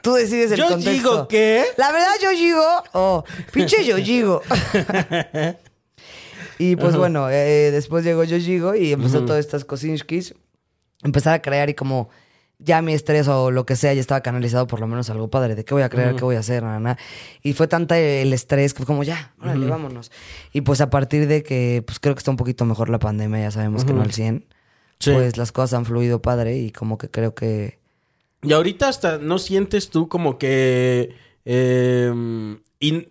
B: Tú decides el
C: Yo
B: contexto.
C: digo que-
B: La verdad yo digo o pinche yo digo. y pues bueno, eh, después llegó yo digo y empezó todas estas cosinskis. Empezar a crear y como ya mi estrés o lo que sea ya estaba canalizado por lo menos algo padre de qué voy a crear, qué voy a hacer, nada, Y fue tanta el estrés que fue como ya, órale, vámonos. Y pues a partir de que pues creo que está un poquito mejor la pandemia, ya sabemos que no al 100,
C: Sí.
B: pues las cosas han fluido padre y como que creo que
C: Y ahorita hasta no sientes tú como que. eh, in-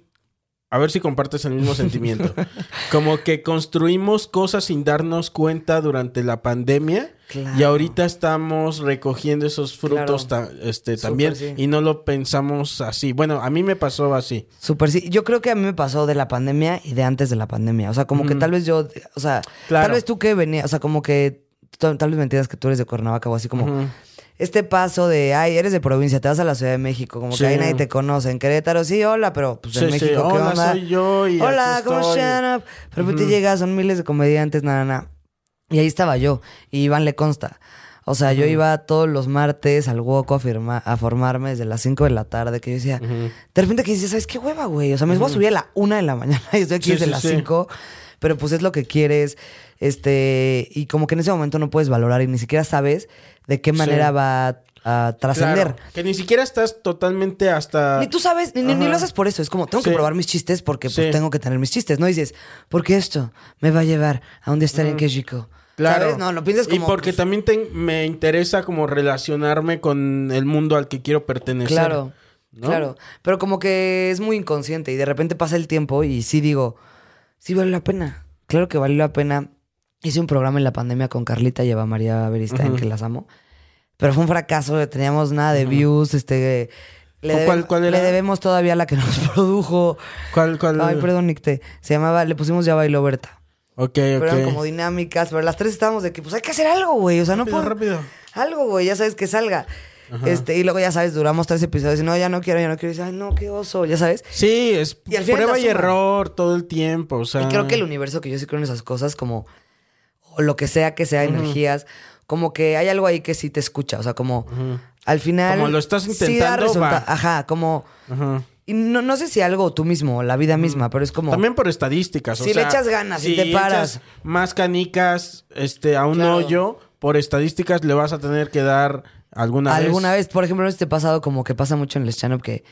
C: a ver si compartes el mismo sentimiento. Como que construimos cosas sin darnos cuenta durante la pandemia.
B: Claro.
C: Y ahorita estamos recogiendo esos frutos ta- este,
B: Súper,
C: también.
B: sí.
C: Y no lo pensamos así. Bueno, a mí me pasó así.
B: Súper sí. Yo creo que a mí me pasó de la pandemia y de antes de la pandemia. O sea, como que tal vez yo, o sea,
C: Claro.
B: tal vez tú que venías, o sea, como que t- tal vez me entiendas que tú eres de Cuernavaca o así como
C: Pues
B: este paso de, ay, eres de provincia, te vas a la Ciudad de México, como
C: Sí.
B: que ahí nadie te conoce. En Querétaro, sí, hola, pero pues
C: Sí,
B: en
C: sí,
B: México, ¿qué
C: hola,
B: onda?
C: soy yo y
B: Hola,
C: aquí
B: ¿cómo
C: estoy.
B: estás? Pero pues, te llegas, son miles de comediantes, nada, nada. Y ahí estaba yo, y Iván le consta. O sea, yo iba todos los martes al Woco a, firma- a formarme desde las 5 de la tarde, que yo decía, de repente que decía, ¿sabes qué hueva, güey? O sea, me voy a subir a la 1 de la mañana y estoy aquí
C: Sí,
B: desde
C: sí,
B: las
C: sí.
B: 5, pero pues es lo que quieres, este, y como que en ese momento no puedes valorar y ni siquiera sabes de qué manera va a, a trascender.
C: Claro, que ni siquiera estás totalmente hasta.
B: Ni tú sabes, ni, ni- ni
C: Ajá.
B: lo haces por eso. Es como, tengo
C: Sí.
B: que probar mis chistes porque pues,
C: Sí.
B: tengo que tener mis chistes. No dices, porque esto me va a llevar a un estar en Quejico.
C: Claro.
B: ¿Sabes? No, lo piensas como...
C: Y porque
B: pues,
C: también te- me interesa como relacionarme con el mundo al que quiero pertenecer.
B: Claro,
C: ¿no?
B: claro. Pero como que es muy inconsciente y de repente pasa el tiempo y sí digo, sí vale la pena. Claro que vale la pena. Hice un programa en la pandemia con Carlita y Eva María Beristain, que las amo. Pero fue un fracaso, eh, teníamos nada de views, este... Le,
C: ¿Cu- cuál-
B: debe-
C: cuál era?
B: le debemos todavía a la que nos produjo.
C: ¿Cuál, cuál?
B: Ay, perdón, Nicte. Se llamaba, le pusimos ya Bailo Berta.
C: Ok, ok.
B: Pero eran como dinámicas, pero las tres estábamos de que pues hay que hacer algo, güey. O sea, no
C: Rápido,
B: puedo.
C: rápido.
B: Algo, güey, ya sabes que salga. Este, y luego ya sabes, duramos tres episodios y no, ya no quiero, ya no quiero. Y dices, ay, no, qué oso, ya sabes.
C: Sí, es
B: Y al final
C: prueba
B: la
C: y
B: suma.
C: error todo el tiempo, o sea.
B: Y creo que el universo que yo sí creo en esas cosas, como o lo que sea que sea, energías, como que hay algo ahí que sí te escucha. O sea, como al final.
C: Como lo estás
B: sí da
C: intentando,
B: resulta-
C: va.
B: Ajá, como.
C: Ajá.
B: Y no, no sé si algo o tú mismo, o la vida misma, pero es como.
C: También por estadísticas, o
B: Si le
C: sea,
B: echas ganas, si te paras.
C: echas más canicas este, a un
B: Claro.
C: hoyo, por estadísticas le vas a tener que dar alguna,
B: alguna vez. por ejemplo, en este pasado, como que pasa mucho en el stand-up que,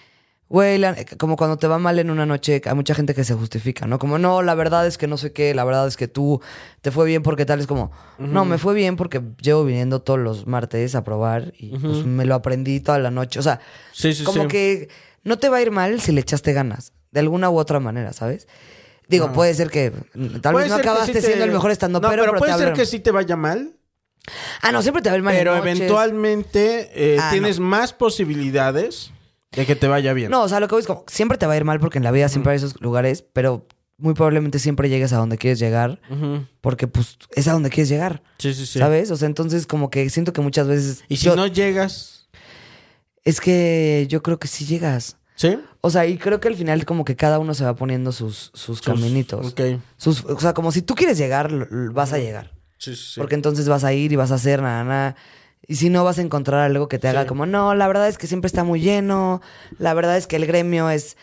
B: güey, la- como cuando te va mal en una noche, hay mucha gente que se justifica, ¿no? Como, no, la verdad es que no sé qué, la verdad es que tú te fue bien porque tal, es como, no, me fue bien porque llevo viniendo todos los martes a probar y pues, me lo aprendí toda la noche. O sea,
C: Sí, sí,
B: como
C: sí.
B: que no te va a ir mal si le echaste ganas, de alguna u otra manera, ¿sabes? Digo, puede ser que mm, tal
C: Ah. Puede
B: vez no
C: ser que
B: acabaste
C: sí te-
B: siendo el mejor estando,
C: No,
B: pero,
C: pero, puede
B: te
C: ser
B: abrieron.
C: que sí te vaya mal.
B: Ah, no, siempre te va a ir mal. en
C: Pero
B: noches.
C: eventualmente eh,
B: Ah,
C: tienes más posibilidades de que te vaya bien.
B: No, o sea, lo que voy es como, siempre te va a ir mal porque en la vida siempre hay esos lugares, pero muy probablemente siempre llegues a donde quieres llegar,
C: Ujú.
B: porque pues es a donde quieres llegar,
C: Sí, sí, sí.
B: ¿sabes? O sea, entonces como que siento que muchas veces...
C: Y si
B: yo-
C: no llegas,
B: Es que yo creo que sí llegas.
C: ¿sí?
B: O sea, y creo que al final como que cada uno se va poniendo sus, sus, caminitos.
C: pues, Ok.
B: Sus- o sea, como si tú quieres llegar, l- l- vas a llegar.
C: Sí, sí, sí.
B: Porque entonces vas a ir y vas a hacer nada, nada. Y si no, vas a encontrar algo que te haga como, no, la verdad es que siempre está muy lleno, la verdad es que el gremio es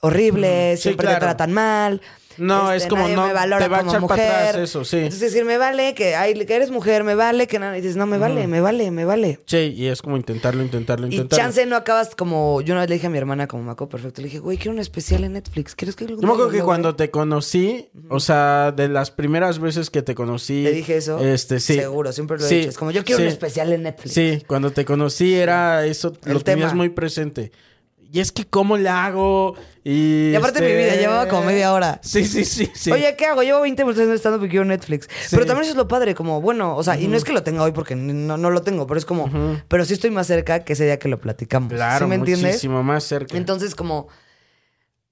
B: horrible,
C: Sí,
B: siempre
C: claro.
B: te tratan mal. este,
C: No, es como,
B: nadie
C: no,
B: me valora
C: te va a
B: como
C: echar para
B: mujer.
C: atrás eso, sí.
B: Entonces decir, me vale que, ay, que eres mujer, me vale que nada. Y dices, no, me vale, me vale, me vale.
C: Sí, y es como intentarlo, intentarlo,
B: Y
C: intentarlo.
B: chance no acabas como, yo una vez le dije a mi hermana como me acuerdo perfecto, le dije, güey, quiero un especial en Netflix, ¿quieres que
C: Yo me acuerdo que cuando te conocí, o sea, de las primeras veces que te conocí.
B: Te dije eso.
C: Este, sí.
B: Seguro, siempre lo he
C: Sí,
B: dicho. Es como, yo quiero
C: sí.
B: un especial en Netflix.
C: Sí, cuando te conocí era eso,
B: El
C: lo tenías
B: tema.
C: muy presente. y es que cómo la hago. Y, este,
B: Y aparte mi vida llevaba como media hora.
C: Sí, sí, sí, sí.
B: Oye, ¿qué hago? Llevo 20 minutos estando porque quiero Netflix. Pero también eso es lo padre, como, bueno, o sea, y no es que lo tenga hoy porque no, no lo tengo, pero es como, pero sí estoy más cerca que ese día que lo platicamos.
C: claro,
B: ¿Sí me entiendes?
C: muchísimo más cerca.
B: Entonces, como,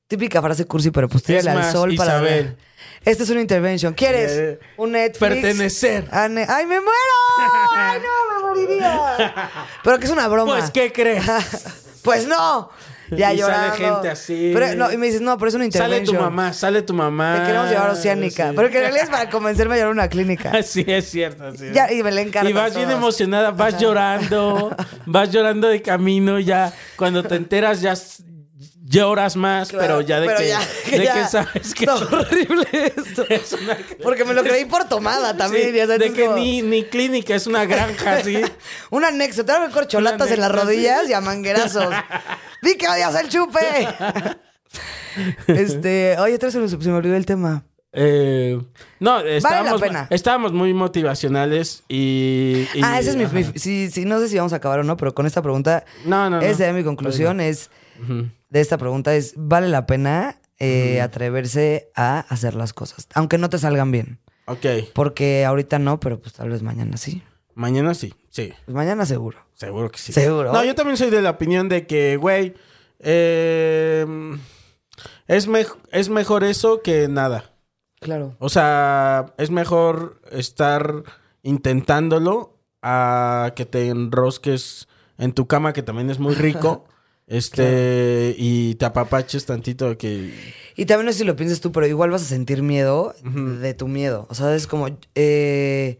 B: típica frase cursi, pero pues tírale
C: Es
B: al
C: más,
B: sol para
C: Isabel.
B: ver. Esta es una intervention. ¿Quieres
C: Eh,
B: un Netflix?
C: pertenecer.
B: A ne- ¡Ay, me muero! ¡Ay, no, me moriría! Pero que es una broma.
C: pues, ¿qué crees?
B: pues no. Ya
C: Y sale
B: llorando.
C: gente así.
B: Pero, no, y me dices, no, pero es una
C: sale
B: intervention.
C: tu mamá, sale tu mamá.
B: Te queremos llevar a Oceánica.
C: Sí.
B: Pero que en realidad es para convencerme a llevar a una clínica.
C: Así es cierto, así es.
B: Ya, y Belén Cartas
C: Y vas bien
B: todos.
C: emocionada, vas llorando, vas llorando de camino, ya cuando te enteras ya s- lloras más,
B: Claro,
C: pero ya de,
B: pero
C: que,
B: ya,
C: de
B: ya.
C: que sabes que
B: Está horrible esto.
C: es una-
B: Porque me lo creí por tomada también.
C: Sí,
B: ya sabes,
C: de
B: es
C: que
B: como
C: ni, ni clínica, es una granja, sí.
B: Un anexo. Te van a corcholatas
C: Un
B: en las
C: anexo,
B: rodillas y a manguerazos. ¡Vi que odias el chupe! este, oye, tres se me, se me olvidó el tema.
C: Eh, no, estábamos,
B: pena.
C: estábamos muy motivacionales y... y-
B: ah, esa es mi,
C: ajá.
B: mi- sí, sí, no sé si vamos a acabar o no, pero con esta pregunta,
C: No, no, no.
B: esa es mi conclusión, es de esta pregunta es ¿vale la pena eh, atreverse a hacer las cosas? Aunque no te salgan bien.
C: Ok,
B: Porque ahorita no, pero pues tal vez mañana sí.
C: mañana sí, sí.
B: Pues mañana seguro.
C: Seguro que sí.
B: Seguro.
C: No, yo también soy de la opinión de que, güey, eh, es, mej- es mejor eso que nada.
B: Claro.
C: O sea, es mejor estar intentándolo a que te enrosques en tu cama, que también es muy rico. Este, y te apapaches tantito que...
B: Y también no sé si lo piensas tú, pero igual vas a sentir miedo de tu miedo. O sea, es como, eh,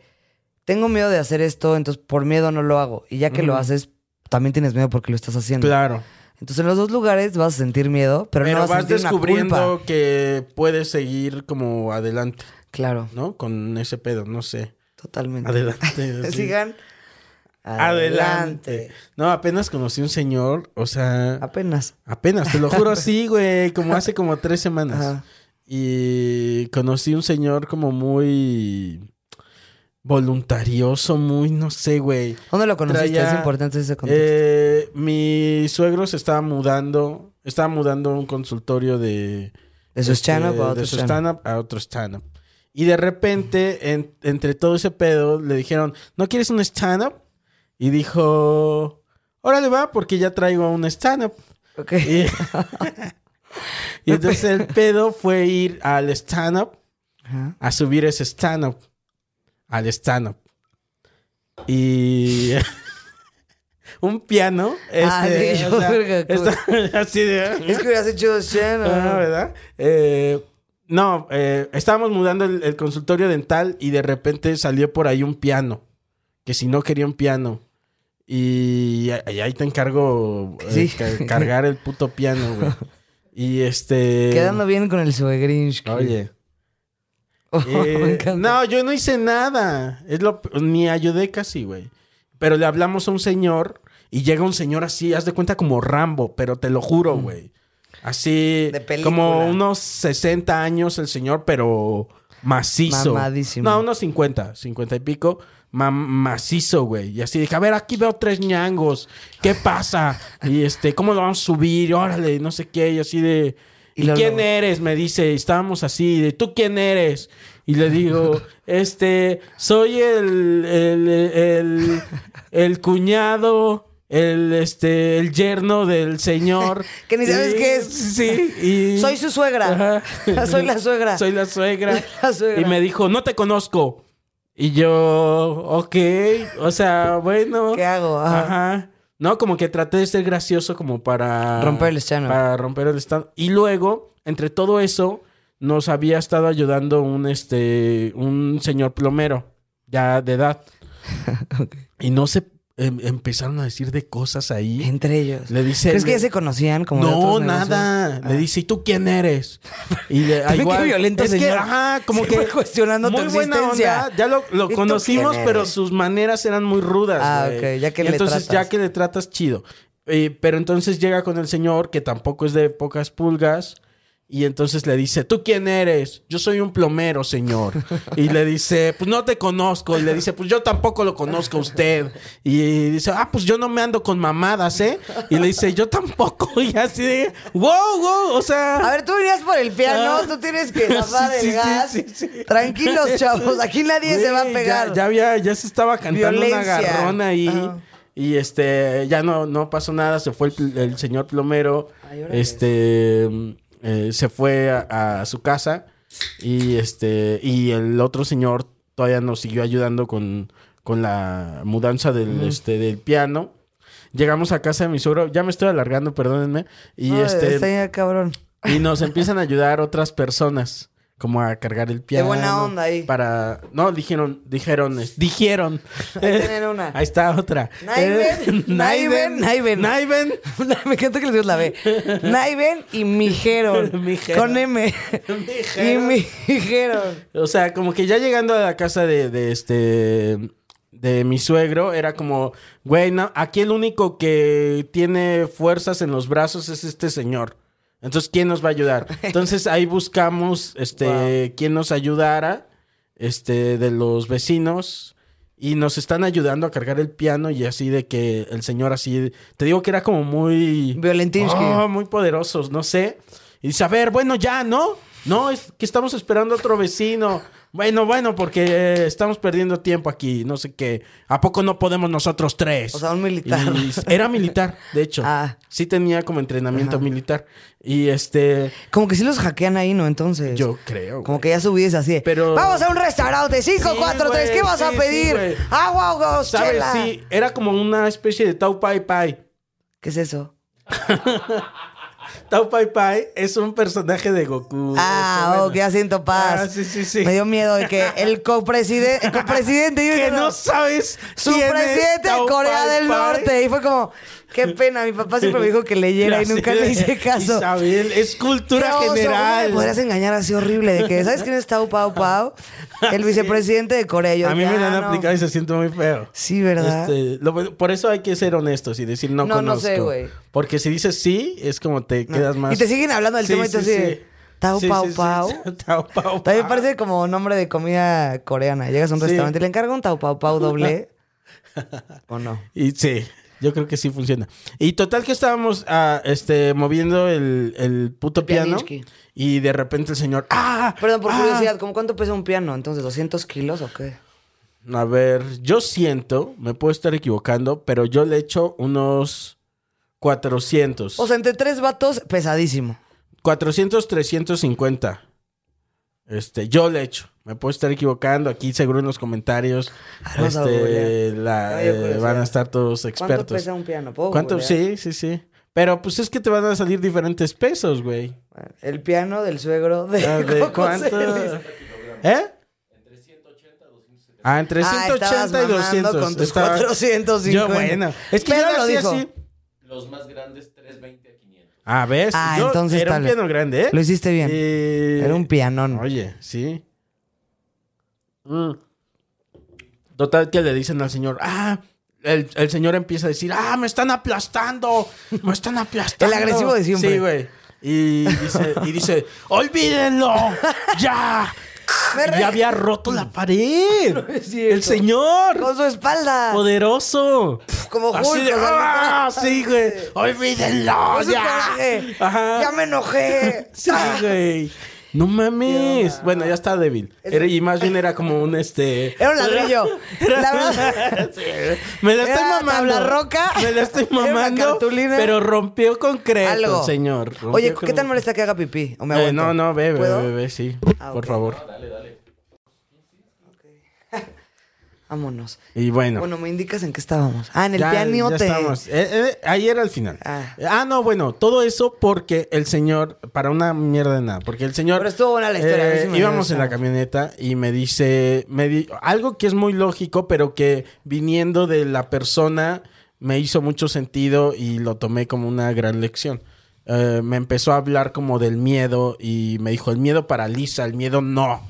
B: tengo miedo de hacer esto, entonces por miedo no lo hago. Y ya que lo haces, también tienes miedo porque lo estás haciendo.
C: Claro.
B: Entonces en los dos lugares vas a sentir miedo, pero,
C: Pero,
B: no vas, a
C: vas
B: sentir una
C: descubriendo
B: culpa.
C: que puedes seguir como adelante,
B: Claro,
C: ¿no? Con ese pedo, no sé.
B: totalmente.
C: Adelante. sí.
B: Sigan.
C: Adelante. No, apenas conocí un señor, o sea,
B: Apenas.
C: apenas, te lo juro así, güey, como hace como tres semanas.
B: Ajá.
C: Y conocí un señor como muy voluntarioso, muy, no sé, güey.
B: ¿Dónde lo conociste?
C: Traía,
B: es importante ese contexto.
C: Eh, mi suegro se estaba mudando, estaba mudando a un consultorio de...
B: de su
C: este,
B: stand-up a
C: de
B: otro
C: su
B: stand-up.
C: stand-up a otro stand-up. Y de repente, en- entre todo ese pedo, le dijeron, ¿no quieres un stand-up? Y dijo, órale va, porque ya traigo un stand-up.
B: Ok.
C: Y, y entonces el pedo fue ir al stand-up,
B: Ajá.
C: a subir ese stand-up, al stand-up. Y un piano.
B: Ah,
C: este,
B: sí,
C: o
B: yo,
C: sea,
B: verga, cool.
C: está- así de...
B: Es que hubieras hecho dos stand-up.
C: Ah, ¿verdad? Eh, no, eh, estábamos mudando el, el consultorio dental y de repente salió por ahí un piano. Que si no quería un piano. Y, ahí- ahí te encargo eh,
B: Sí.
C: ca- cargar el puto piano, güey. Y este.
B: Quedando bien con el suegrinch.
C: Oye.
B: Oh,
C: eh,
B: me encanta.
C: no, yo no hice nada. Es lo, p- ni ayudé casi, güey. Pero le hablamos a un señor y llega un señor así, haz de cuenta como Rambo, pero te lo juro, güey. Así,
B: Mm. De película.
C: como unos 60 años el señor, pero macizo.
B: Mamadísimo.
C: No, unos 50, 50 y pico. ma- macizo, güey. Y así dije, a ver, aquí veo tres ñangos. ¿Qué pasa? Y este, ¿cómo lo vamos a subir? Órale, no sé qué. Y así de...
B: Y
C: ¿Y,
B: luego-
C: quién eres? Me dice, y estábamos así, de ¿tú quién eres? Y le digo, este, soy el, el, el, el cuñado, el, este, el yerno del señor.
B: Que ni sabes
C: Y-
B: qué es.
C: Sí. y-
B: Soy su suegra.
C: Ajá.
B: Soy la suegra.
C: Soy la suegra.
B: La suegra.
C: Y me dijo, no te conozco. Y yo, ok, o sea, bueno.
B: ¿Qué hago? Ajá.
C: Ajá. No, como que traté de ser gracioso como para...
B: Romper el stand-up.
C: Para romper el stand Y luego, entre todo eso, nos había estado ayudando un, este, un señor plomero, ya de edad. Y no se... em- empezaron a decir de cosas ahí.
B: Entre ellos.
C: Le dice...
B: ¿Crees que
C: le-
B: ya se conocían como de
C: no,
B: otros negocios?
C: nada. Le dice, ¿y tú quién eres? Y le, ah,
B: También qué violento,
C: es que,
B: señor.
C: ajá, como
B: Se
C: que.
B: fue cuestionando tu
C: muy buena
B: existencia.
C: onda. Ya lo, lo
B: ¿Y tú
C: conocimos,
B: quién
C: pero
B: eres?
C: sus maneras eran muy rudas.
B: Ah,
C: güey.
B: ok, ya que
C: Y
B: le
C: Entonces,
B: tratas.
C: ya que le tratas, chido. Eh, pero entonces llega con el señor, que tampoco es de pocas pulgas. Y entonces le dice, ¿tú quién eres? Yo soy un plomero, señor. Y le dice, pues no te conozco. Y le dice, pues yo tampoco lo conozco a usted. Y dice, ah, pues yo no me ando con mamadas, ¿eh? Y le dice, yo tampoco. Y así de, wow, wow, o sea...
B: A ver, tú venías por el piano,
C: Ah.
B: tú tienes que tapar
C: Sí,
B: el
C: sí, sí,
B: gas.
C: sí, sí.
B: Tranquilos, chavos, aquí nadie se va a
C: Güey,
B: pegar.
C: Ya, ya había, ya se estaba cantando
B: Violencia.
C: una garrona ahí.
B: Ajá.
C: Y este, ya no, no pasó nada, se fue el, pl- el señor plomero. este eh, se fue a, a su casa. Y este. Y el otro señor todavía nos siguió ayudando con, con la mudanza del, este, del piano. Llegamos a casa de mi suegro, ya me estoy alargando, perdónenme. Y
B: No,
C: este.
B: está ya cabrón.
C: Y nos empiezan a ayudar otras personas. Como a cargar el piano.
B: buena onda ahí.
C: Para. No, dijeron, dijeron, es- dijeron.
B: Ahí tienen una.
C: Ahí está otra.
B: Naiven, Naiven, Naiven.
C: Naiven.
B: Me encanta que les digo la B. Naiven y Mijeron.
C: Mijeron.
B: Con M.
C: Mijeron.
B: Y Mijeron.
C: O sea, como que ya llegando a la casa de, de este. De mi suegro, era como, güey, no, aquí el único que tiene fuerzas en los brazos es este señor. Entonces, ¿quién nos va a ayudar? Entonces ahí buscamos este quién nos ayudara, este, de los vecinos. Y nos están ayudando a cargar el piano y así de que el señor así... Te digo que era como muy...
B: Violentinsky.
C: Oh, muy poderosos, no sé. Y dice, a ver, bueno, ya, ¿no? No, es que estamos esperando a otro vecino. Bueno, bueno, porque eh, estamos perdiendo tiempo aquí, no sé qué. ¿A poco no podemos nosotros tres?
B: O sea, un militar.
C: Y era militar, de hecho.
B: Ah.
C: Sí tenía como entrenamiento militar. Y este,
B: Como que sí los hackean ahí, ¿no? Entonces.
C: yo creo.
B: Como
C: güey.
B: que ya subís así. de,
C: Pero-
B: Vamos a un restaurante. 5,
C: Sí,
B: 4, 3.
C: güey,
B: ¿Qué vas a
C: sí, sí,
B: pedir?
C: güey.
B: Agua o
C: ¿Sabes?
B: chela.
C: Sí, era como una especie de Tau Pai Pai.
B: ¿Qué es eso?
C: Tau Pai Pai es un personaje de Goku.
B: Ah,
C: Este,
B: oh,
C: bueno.
B: que asiento paz.
C: Ah, sí, sí, sí.
B: Me dio miedo de que el copresidente. El copresidente. yo
C: que
B: dije,
C: no sabes
B: Su
C: quién es
B: presidente de
C: Tao
B: Corea
C: Pai
B: del
C: Pai.
B: Norte. Y fue como, qué pena. Mi papá siempre me dijo que leyera y
C: Ya
B: nunca
C: sé.
B: le hice caso.
C: Isabel, es cultura
B: Qué oso, ¿cómo
C: general.
B: me podrías engañar así horrible de que, ¿sabes quién es Tao Pau Pau? El vicepresidente de Corea. Yo,
C: a mí
B: ya,
C: me la han
B: no.
C: aplicado y se siente muy feo.
B: Sí, ¿verdad?
C: Este, lo- por eso hay que ser honestos y decir no,
B: No,
C: conozco.
B: no sé, güey.
C: Porque si dices sí, es como te quedas más.
B: Y te siguen hablando del
C: Sí,
B: tema y tú así
C: sí,
B: de,
C: sí.
B: Tao
C: Sí,
B: Pau
C: sí, sí,
B: Pau.
C: sí. Tao Pau Pau.
B: También parece como nombre de comida coreana. Llegas a un
C: Sí.
B: restaurante y le encargo un Tao Pau Pau doble. ¿O no?
C: Y sí, yo creo que sí funciona. Y total que estábamos ah, este, moviendo el, el puto
B: El
C: piano.
B: pianinsky.
C: Y de repente el señor. ¡Ah!
B: Perdón, por
C: ¡Ah!
B: curiosidad, ¿cómo cuánto pesa un piano? Entonces, ¿200 kilos o qué?
C: A ver, yo siento, me puedo estar equivocando, pero yo le echo unos 400.
B: O sea, entre tres vatos, pesadísimo.
C: 400, 350. Este, yo le echo. Me puedo estar equivocando. Aquí seguro en los comentarios
B: vamos a
C: este,
B: googlear.
C: la,
B: Ay, yo
C: eh,
B: curiosidad.
C: van a estar todos
B: ¿Cuánto
C: expertos.
B: pesa un piano? ¿Puedo
C: ¿Cuánto?
B: googlear?
C: Sí, sí, sí. Pero pues es que te van a salir diferentes pesos, güey.
B: El piano del suegro de,
C: Ah, ¿De
B: Coco
C: cuánto?
B: Celis.
C: ¿Eh? Ah, entre
B: Ah,
C: 180 y
B: estabas mamando
C: 200.
B: con tus
C: Estaba-
B: 450.
C: Yo, bueno. Es que
B: Pero
C: yo
B: lo
C: lo hacía
B: dijo.
C: así.
E: Los más grandes, 320 a 500.
C: Ah, ¿ves?
B: Ah,
C: Yo-
B: entonces
C: era un
B: tal-
C: piano grande, ¿eh?
B: Lo hiciste bien.
C: Eh,
B: Era un pianón.
C: Oye, sí. Mm. Total que le dicen al señor, ah, el, el señor empieza a decir, ah, me están aplastando, me están aplastando.
B: El agresivo de siempre.
C: Sí, güey. Y dice, y dice, olvídenlo, ya. Ya había roto la pared.
B: cierto.
C: el señor.
B: Con su espalda.
C: Poderoso.
B: como
C: Así de,
B: Hulk, o sea,
C: "Ah, sí, güey. Olvídenlo,
B: Con su
C: Ah, ya.
B: coraje.
C: Ajá.
B: Ya me enojé. Ah,
C: Sí, güey. No mames. Bueno, ya está débil. Era- y más bien era como un este.
B: Era un ladrillo.
C: Era-
B: La verdad-
C: Sí. Me la estoy
B: Era
C: mamando.
B: tabla roca.
C: Me la estoy
B: Era una
C: mamando.
B: cartulina.
C: Pero rompió concreto,
B: Algo.
C: señor. Rompió
B: Oye, ¿qué tan
C: con-
B: molesta que haga pipí? ¿O me
C: Eh,
B: aguanto?
C: no, no, bebe,
B: ¿Puedo?
C: bebe, bebe, sí.
B: Ah,
C: Por
B: ok.
C: favor.
B: Vámonos.
C: Y bueno.
B: Bueno, me indicas en qué estábamos. Ah, en el
C: ya-
B: pianiote.
C: ya estamos. Eh, eh, ahí era el final.
B: Ah.
C: Ah. no, bueno, todo eso porque el señor, para una mierda de nada, porque el señor. eh,
B: Pero estuvo buena la historia, a ver si me
C: íbamos
B: gusta.
C: en la camioneta y me dice, me di- algo que es muy lógico, pero que viniendo de la persona me hizo mucho sentido y lo tomé como una gran lección. Eh, me empezó a hablar como del miedo y me dijo, el miedo paraliza, el miedo no.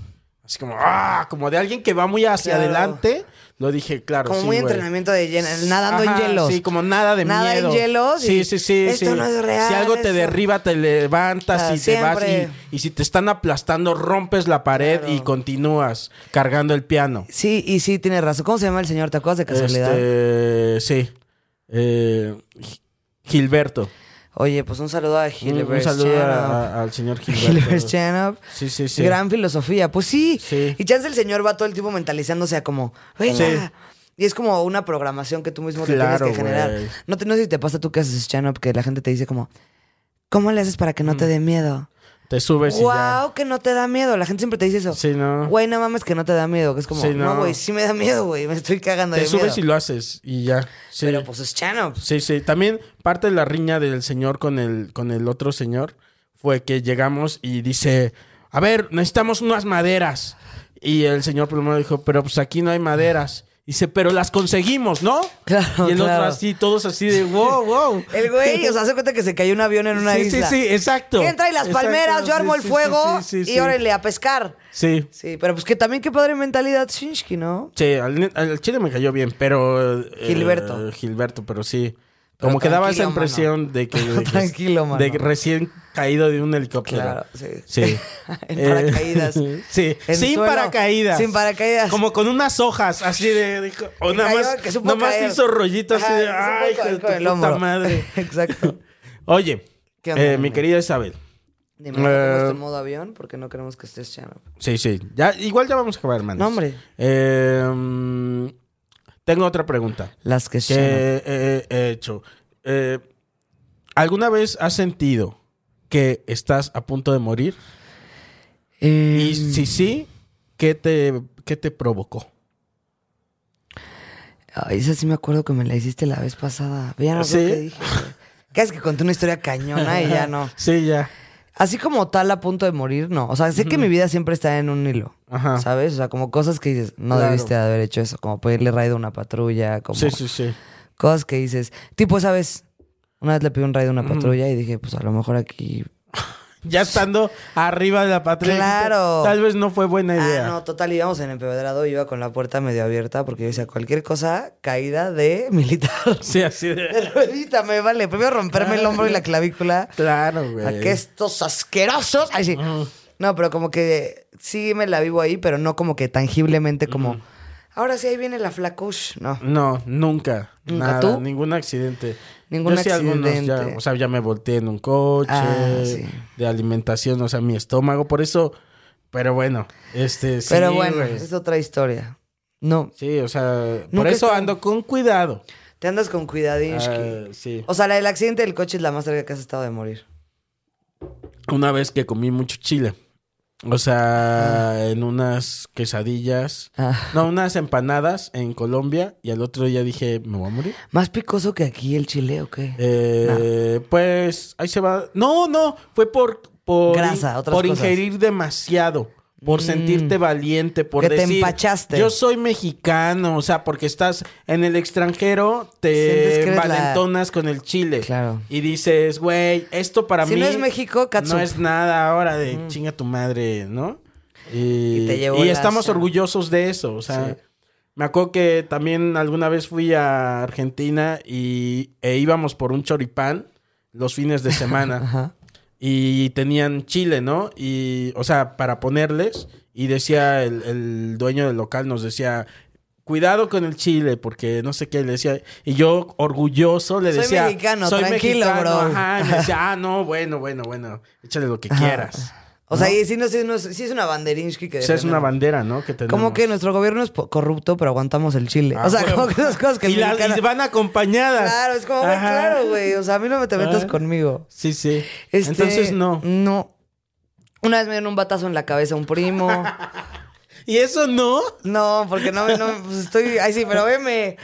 C: Así como, ah, como de alguien que va muy hacia
B: Claro.
C: adelante, Lo dije, claro.
B: Como
C: sí,
B: muy
C: güey.
B: entrenamiento de lleno, nadando en
C: Ajá,
B: hielos.
C: Sí, como nada de
B: Nada en
C: miedo.
B: hielos y
C: Sí, sí, sí.
B: esto
C: sí.
B: no es real,
C: Si algo te
B: esto-
C: derriba, te levantas
B: Ah,
C: y te vas.
B: siempre.
C: Y, y si te están aplastando, rompes la pared y continúas cargando el piano.
B: Sí, y sí, tienes razón. ¿Cómo se llama el señor? ¿Te acuerdas de casualidad?
C: Este, sí. Eh, Gi- Gilberto.
B: Oye, pues un saludo a
C: Un-
B: Gilbert
C: un saludo
B: Chenop.
C: a- a- al señor Gilberto.
B: Gilbert Chenop.
C: Sí, sí, sí.
B: Gran filosofía. Pues sí.
C: Sí.
B: Y chance el señor va todo el tiempo mentalizándose a como, venga.
C: Sí.
B: Y es como una programación que tú mismo te
C: Claro,
B: tienes que generar.
C: güey.
B: No, te, no sé si te pasa tú que haces Chenop, que la gente te dice como, ¿cómo le haces para que no te dé miedo?
C: Te subes y Mm. Pues ya.
B: wow, que no te da miedo. La gente siempre te dice eso.
C: Sí, no.
B: Güey, no mames que no te da miedo. Que es como,
C: Sí, no.
B: no, güey, sí me da miedo, güey. Me estoy cagando
C: Te
B: de
C: subes y
B: miedo.
C: lo haces y ya. Sí.
B: Pero pues es Chenop.
C: Sí, sí. También parte de la riña del señor con el, con el otro señor fue que llegamos y dice, a ver, necesitamos unas maderas. Y el señor primero dijo, pero pues aquí no hay maderas. Dice, pero las conseguimos, ¿no?
B: Claro,
C: Y el
B: claro.
C: otro así, todos así de, wow, wow.
B: El güey, o sea, hace cuenta que se cayó un avión en una
C: sí,
B: isla.
C: sí, sí, exacto.
B: ¿Quién trae las
C: Exacto,
B: palmeras? Yo armo
C: sí,
B: el
C: sí,
B: fuego
C: sí, sí, sí,
B: y
C: sí.
B: órale a pescar.
C: Sí.
B: Sí, pero pues que también qué padre mentalidad Shinsky, ¿no?
C: Sí, al, ne- al chile me cayó bien, pero... eh,
B: Gilberto.
C: Gilberto, pero sí.
B: Pero
C: Como que daba esa
B: tranquilo, mano.
C: impresión de que... de que-
B: Tranquilo, mano.
C: De que recién caído de un helicóptero.
B: Claro, sí.
C: Sí.
B: En
C: Eh,
B: paracaídas.
C: sí.
B: En
C: sin
B: suelo,
C: paracaídas.
B: sin paracaídas.
C: Como con unas hojas, así de... de- o
B: Que
C: nada
B: cayó,
C: más,
B: que supo
C: nada más
B: caer.
C: hizo rollitos así
B: Ajá, que supo
C: de... Ay, hijo
B: caer
C: de
B: con el
C: tu puta
B: hombro".
C: madre.
B: Exacto.
C: Oye,
B: ¿Qué onda,
C: eh, mi
B: hombre?
C: querida Isabel.
B: Dime, ¿no tenemos
C: Eh,
B: tu modo avión porque no queremos que estés chano.
C: Sí, sí. Ya, igual ya vamos a acabar, hermano.
B: No, hombre.
C: tengo otra pregunta.
B: Las que chano.
C: que he- he hecho. Eh, ¿Alguna vez has sentido que estás a punto de morir?
B: Eh,
C: Y si sí, ¿qué te, qué te provocó?
B: Ay, esa sí me acuerdo que me la hiciste la vez pasada. Ya no
C: ¿Sí?
B: sé qué dije. güey. Que es que conté una historia cañona y ya no.
C: Sí, ya.
B: Así como tal a punto de morir, no. O sea, sé que mi vida siempre está en un hilo.
C: Ajá.
B: ¿Sabes? O sea, como cosas que dices, no
C: Claro.
B: debiste de haber hecho eso, como pedirle raid a una patrulla, como
C: Sí, sí, sí.
B: cosas que dices. Tipo, ¿sabes? Una vez le pedí un raid a una patrulla y dije, pues a lo mejor aquí
C: Ya estando arriba de la patria.
B: Claro.
C: Tal vez no fue buena idea.
B: Ah, no, total, íbamos en empedrado, iba con la puerta medio abierta porque yo decía, cualquier cosa, caída de militar.
C: Sí, así
B: De
C: de.
B: ruedita, me vale. Primero romperme el hombro y la clavícula.
C: Claro,
B: A
C: güey.
B: que estos asquerosos. Ay, sí. No, pero como que sí me la vivo ahí, pero no como que tangiblemente como... Ahora sí, ahí viene la flacush. No.
C: No, nunca.
B: ¿Nunca
C: nada,
B: tú?
C: ningún accidente.
B: Ningún
C: Yo sí algunos
B: accidente.
C: ya, o sea, ya me volteé en un coche,
B: Ah, sí.
C: de alimentación, o sea, mi estómago, por eso, pero bueno, este sí.
B: pero bueno,
C: güey.
B: es otra historia. No,
C: Sí, o sea, por
B: Nunca
C: eso
B: estaba-
C: ando con cuidado.
B: te andas con cuidadinsky.
C: Ah, sí.
B: O sea, la del accidente del coche es la más cerca que has estado de morir.
C: Una vez que comí mucho chile. O sea, en unas quesadillas,
B: Ah.
C: no, unas empanadas en Colombia y al otro día dije, me voy a morir.
B: ¿Más picoso que aquí el chile o qué?
C: Eh, Pues ahí se va. No, no, fue por por,
B: Grasa, otras
C: por
B: cosas. Mm.
C: ingerir demasiado. Por sentirte valiente, por
B: Que te
C: decir,
B: empachaste.
C: Yo soy mexicano, o sea, porque estás en el extranjero,
B: Sientes
C: te
B: que eres la-
C: valentonas con el chile.
B: Claro.
C: Y dices, güey, esto para
B: Si
C: mí.
B: no es México, catsup".
C: No es nada ahora de chinga tu madre, ¿no? Y,
B: Y te llevó
C: y
B: la-
C: estamos orgullosos de eso, o sea. Me acuerdo que también alguna vez fui a Argentina y, e íbamos por un choripán los fines de semana. Y tenían chile, ¿no? Y, o sea, para ponerles. Y decía el, el dueño del local, nos decía, cuidado con el chile, porque no sé qué, le decía. Y yo, orgulloso, le
B: Soy
C: decía.
B: mexicano, tranquilo, bro".
C: Ajá, y me decía, ah, no, bueno, bueno, bueno, échale lo que quieras.
B: O sea, y si, no, si, no- si es una banderinsky que
C: O sea, es una
B: defendemos.
C: bandera, ¿no? Que tenemos.
B: Como que nuestro gobierno es po- corrupto, pero aguantamos el chile.
C: Ah,
B: o sea,
C: huevo.
B: como que esas cosas que el
C: y, las-
B: mexicano-
C: y van acompañadas.
B: Claro, es como, güey,
C: Ajá.
B: claro, güey. O sea, a mí no me te metas
C: Ajá.
B: conmigo.
C: Sí, sí.
B: Este,
C: Entonces no.
B: No. Una vez me dieron un batazo en la cabeza a un primo.
C: ¿Y eso no?
B: No, porque no, me- no me- pues estoy. Ay, sí, pero veme.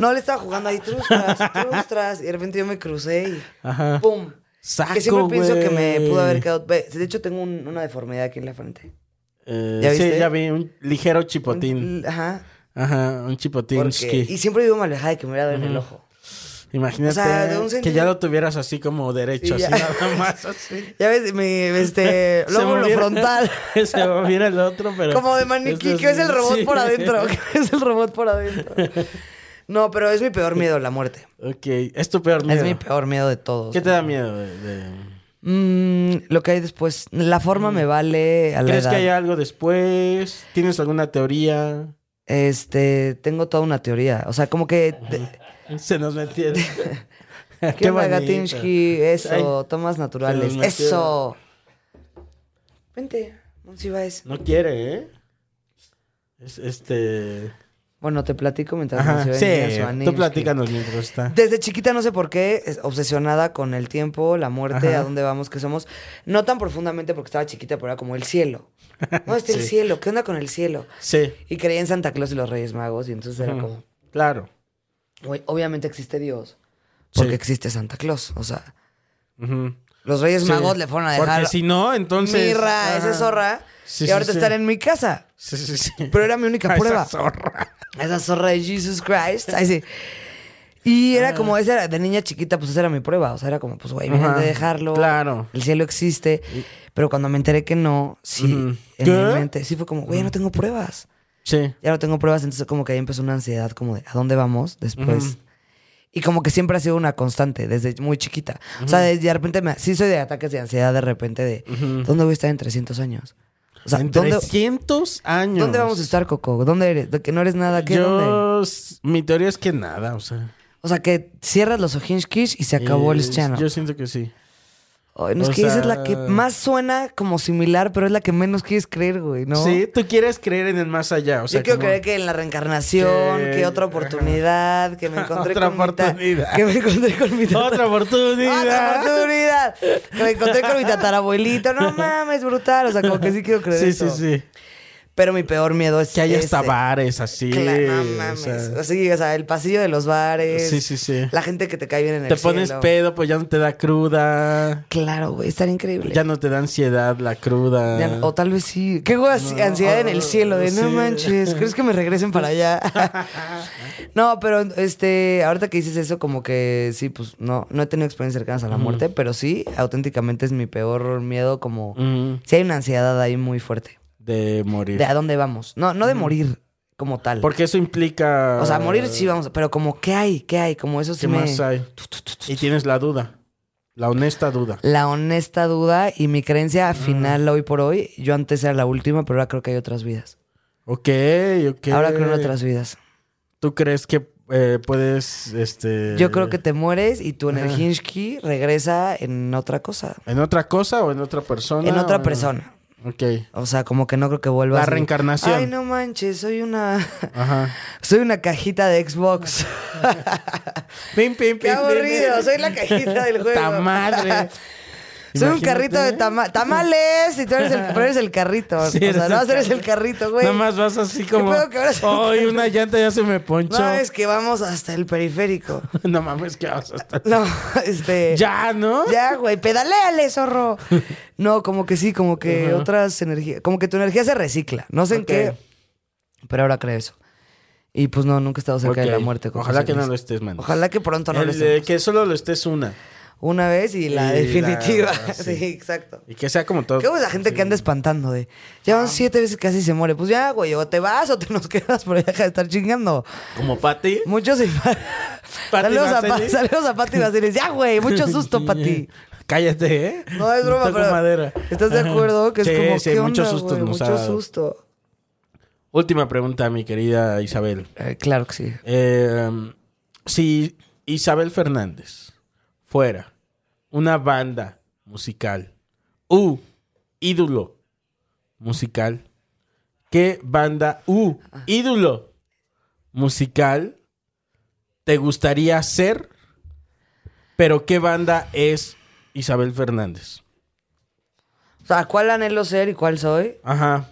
B: No le estaba jugando ahí trustras, trustras. Y de repente yo me crucé y.
C: Ajá.
B: ¡Pum!
C: Saco,
B: que siempre pienso que
C: güey.
B: me pudo haber quedado. ve, De hecho, tengo un- una deformidad aquí en la frente.
C: Eh,
B: ¿Ya viste?
C: Sí, ya vi un ligero chipotín.
B: Ajá.
C: Ajá, un chipotín.
B: Porque, y siempre vivo mal de que me hubiera dado en el ojo.
C: Imagínate
B: O sea, de un
C: que
B: centímetro.
C: ya lo tuvieras así como derecho,
B: Sí,
C: así
B: ya.
C: nada más. Así.
B: Ya ves, mi este,
C: Se
B: lóbulo
C: moviera-
B: frontal.
C: se moviera el otro, pero.
B: Como de
C: esto
B: maniquí,
C: es-
B: que es el robot
C: sí.
B: por adentro. Que es el robot por adentro. No, pero es mi peor miedo, la muerte.
C: Ok, es tu peor miedo.
B: Es mi peor miedo de todos.
C: ¿Qué te da miedo? de- de-
B: Mm, lo que hay después. La forma me vale a la
C: Mm. ¿Crees
B: edad.
C: que hay algo después? ¿Tienes alguna teoría?
B: Este, tengo toda una teoría. O sea, como que.
C: Se nos metió.
B: ¿Qué onda,
C: bonito.
B: Gatinsky? Eso,
C: Ay,
B: tomas naturales.
C: metieron.
B: Eso. Vente, Monsiváis.
C: No quiere, ¿eh? Es este.
B: Bueno, te platico mientras
C: Ajá,
B: Monsiváis mira
C: sí,
B: su anillo.
C: tú platícanos mientras está.
B: Desde chiquita, no sé por qué, es- obsesionada con el tiempo, la muerte,
C: Ajá.
B: a dónde vamos, qué somos. No tan profundamente porque estaba chiquita, pero era como el cielo. No, está el
C: Sí.
B: cielo, ¿qué onda con el cielo?
C: Sí,
B: Y creía en Santa Claus y los Reyes Magos, y entonces era como,
C: claro.
B: güey, obviamente existe Dios, porque
C: Sí.
B: existe Santa Claus. O sea,
C: Ujú.
B: los Reyes
C: Sí.
B: Magos le fueron a dejar
C: Porque si no, entonces.
B: mirra, esa
C: Ajá.
B: zorra,
C: Sí,
B: y
C: sí,
B: ahorita
C: sí.
B: estar en mi casa.
C: Sí, sí, sí.
B: Pero era mi única
C: A esa
B: prueba.
C: zorra.
B: Esa zorra de Jesus Christ. Ay, sí. Y era como, esa era, de niña chiquita, pues esa era mi prueba. O sea, era como, pues güey, mira,
C: Ah. Ajá,
B: de dejarlo.
C: claro.
B: El cielo existe. Pero cuando me enteré que no, sí,
C: Ujú.
B: en
C: ¿Qué?
B: mi mente, sí fue como, güey, ya no tengo pruebas.
C: Sí.
B: Ya no tengo pruebas. Entonces, como que ahí empezó una ansiedad, como de, ¿a dónde vamos después? Y como que siempre ha sido una constante, desde muy chiquita. O sea, de, de repente, me, sí soy de ataques de ansiedad, de repente, de, ¿dónde voy a estar en 300 años? O sea,
C: en
B: ¿dónde,
C: 300 años.
B: ¿dónde vamos a estar, Coco? ¿Dónde eres? ¿De que no eres nada? ¿Qué? ¿Dónde?
C: Yo. s- Mi teoría es que nada, o sea.
B: O sea, que cierras los Ohinskis y se acabó
C: eh,
B: el channel.
C: Yo siento que sí.
B: Ay, no es
C: o
B: que esa es la que
C: sea-
B: más suena como similar, pero es la que menos quieres creer, güey, ¿no?
C: Sí, tú quieres creer en el más allá. O sea,
B: Yo quiero
C: como-
B: creer que en la reencarnación, que,
C: que-
B: otra oportunidad, que me encontré
C: Otra
B: con mi ta-
C: oportunidad.
B: que me encontré con mi tata-
C: Otra oportunidad.
B: Otra oportunidad. Que me encontré con mi tatarabuelito. No mames, brutal. O sea, como que sí quiero creer
C: Sí,
B: eso.
C: sí, sí.
B: Pero mi peor miedo es
C: Que haya hasta
B: ese.
C: bares así.
B: Cla- no
C: o
B: mames.
C: sea,
B: O sea, o sea, el pasillo de los bares.
C: Sí, sí, sí.
B: La gente que te cae bien en
C: te
B: el
C: pones
B: cielo.
C: pedo, pues ya no te da cruda.
B: Claro, güey, estaría increíble.
C: Ya no te da ansiedad la cruda.
B: Ya, o tal vez sí. Qué güey, así- ansiedad en el cielo, de no
C: sí.
B: manches, ¿crees que me regresen para allá? no, pero este, ahorita que dices eso, como que sí, pues no, no he tenido experiencias cercanas a la muerte, pero sí, auténticamente es mi peor miedo, como
C: Ujú.
B: sí hay una ansiedad ahí muy fuerte.
C: Mm, De morir.
B: De a dónde vamos. No, no de morir como tal.
C: Porque eso implica.
B: o sea, morir sí vamos, pero como qué hay, qué hay, como eso sí
C: ¿Qué
B: me-
C: más hay? Y tienes la duda. La honesta duda.
B: La honesta duda y mi
C: Ah.
B: creencia final hoy por hoy, yo antes era la última, pero ahora creo que hay otras vidas.
C: Ok, ok.
B: Ahora creo en otras vidas.
C: ¿Tú crees que eh, puedes. este
B: Yo creo que te mueres y tu energía regresa en otra cosa,
C: ¿En otra cosa o en otra persona?
B: en
C: o
B: otra persona.
C: Ok.
B: O sea, como que no creo que vuelvas.
C: La
B: y-
C: reencarnación. Ah.
B: Ay, no manches, soy una
C: Ajá.
B: soy una cajita de Xbox.
C: Pim, pim, pim.
B: Qué aburrido, soy la cajita del juego.
C: Ta madre.
B: Soy un
C: Imagínate.
B: carrito de tama- tamales y tú eres el, pero eres el carrito.
C: Sí,
B: o sea,
C: eres el
B: no vas eres el
C: carrito.
B: carrito, güey.
C: Nada más vas así como.
B: pedo que ahora se-
C: Ay, una llanta ya se me ponchó.
B: No es que vamos hasta el periférico.
C: No mames, que vas a estar.
B: No, este.
C: Ya, ¿no?
B: Ya, güey, pedaleale, zorro. No, como que sí, como que otras energías. Como que tu energía se recicla. No sé
C: Ok.
B: en qué. Pero ahora creo eso. Y pues no, nunca he estado cerca
C: Ok.
B: de la muerte. con
C: Ojalá
B: José
C: que no
B: Luis.
C: lo estés, man.
B: Ojalá que pronto no
C: El
B: lo
C: de
B: estemos.
C: que solo lo estés una.
B: Una vez y la
C: Y
B: definitiva.
C: la-
B: sí.
C: sí.
B: exacto.
C: Y que sea como todo.
B: ¿Qué hubo la gente que anda espantando de? Ya
C: Ah.
B: van siete veces casi se muere. Pues ya, güey, o te vas o te nos quedas, pero deja de estar chingando.
C: Como Patty.
B: Muchos.
C: Pati
B: saludos, a Pa-
C: Vasily.
B: saludos a Pati Vasily. Ya, güey, mucho susto, Pati.
C: Cállate, ¿eh?
B: No es broma,
C: Toco
B: pero
C: madera.
B: ¿Estás de
C: Ajá.
B: acuerdo que es
C: Sí,
B: como
C: sí,
B: ¿qué
C: mucho
B: onda,
C: susto
B: güey?
C: nos
B: mucho
C: ha dado.
B: susto?
C: Última pregunta, mi querida Isabel.
B: Eh, claro que sí.
C: Eh, si Isabel Fernández fuera una banda musical, u ídolo musical, ¿qué banda u ídolo musical te gustaría ser? Pero ¿qué banda es Isabel Fernández?
B: O sea, ¿cuál anhelo ser y cuál soy?
C: Ajá.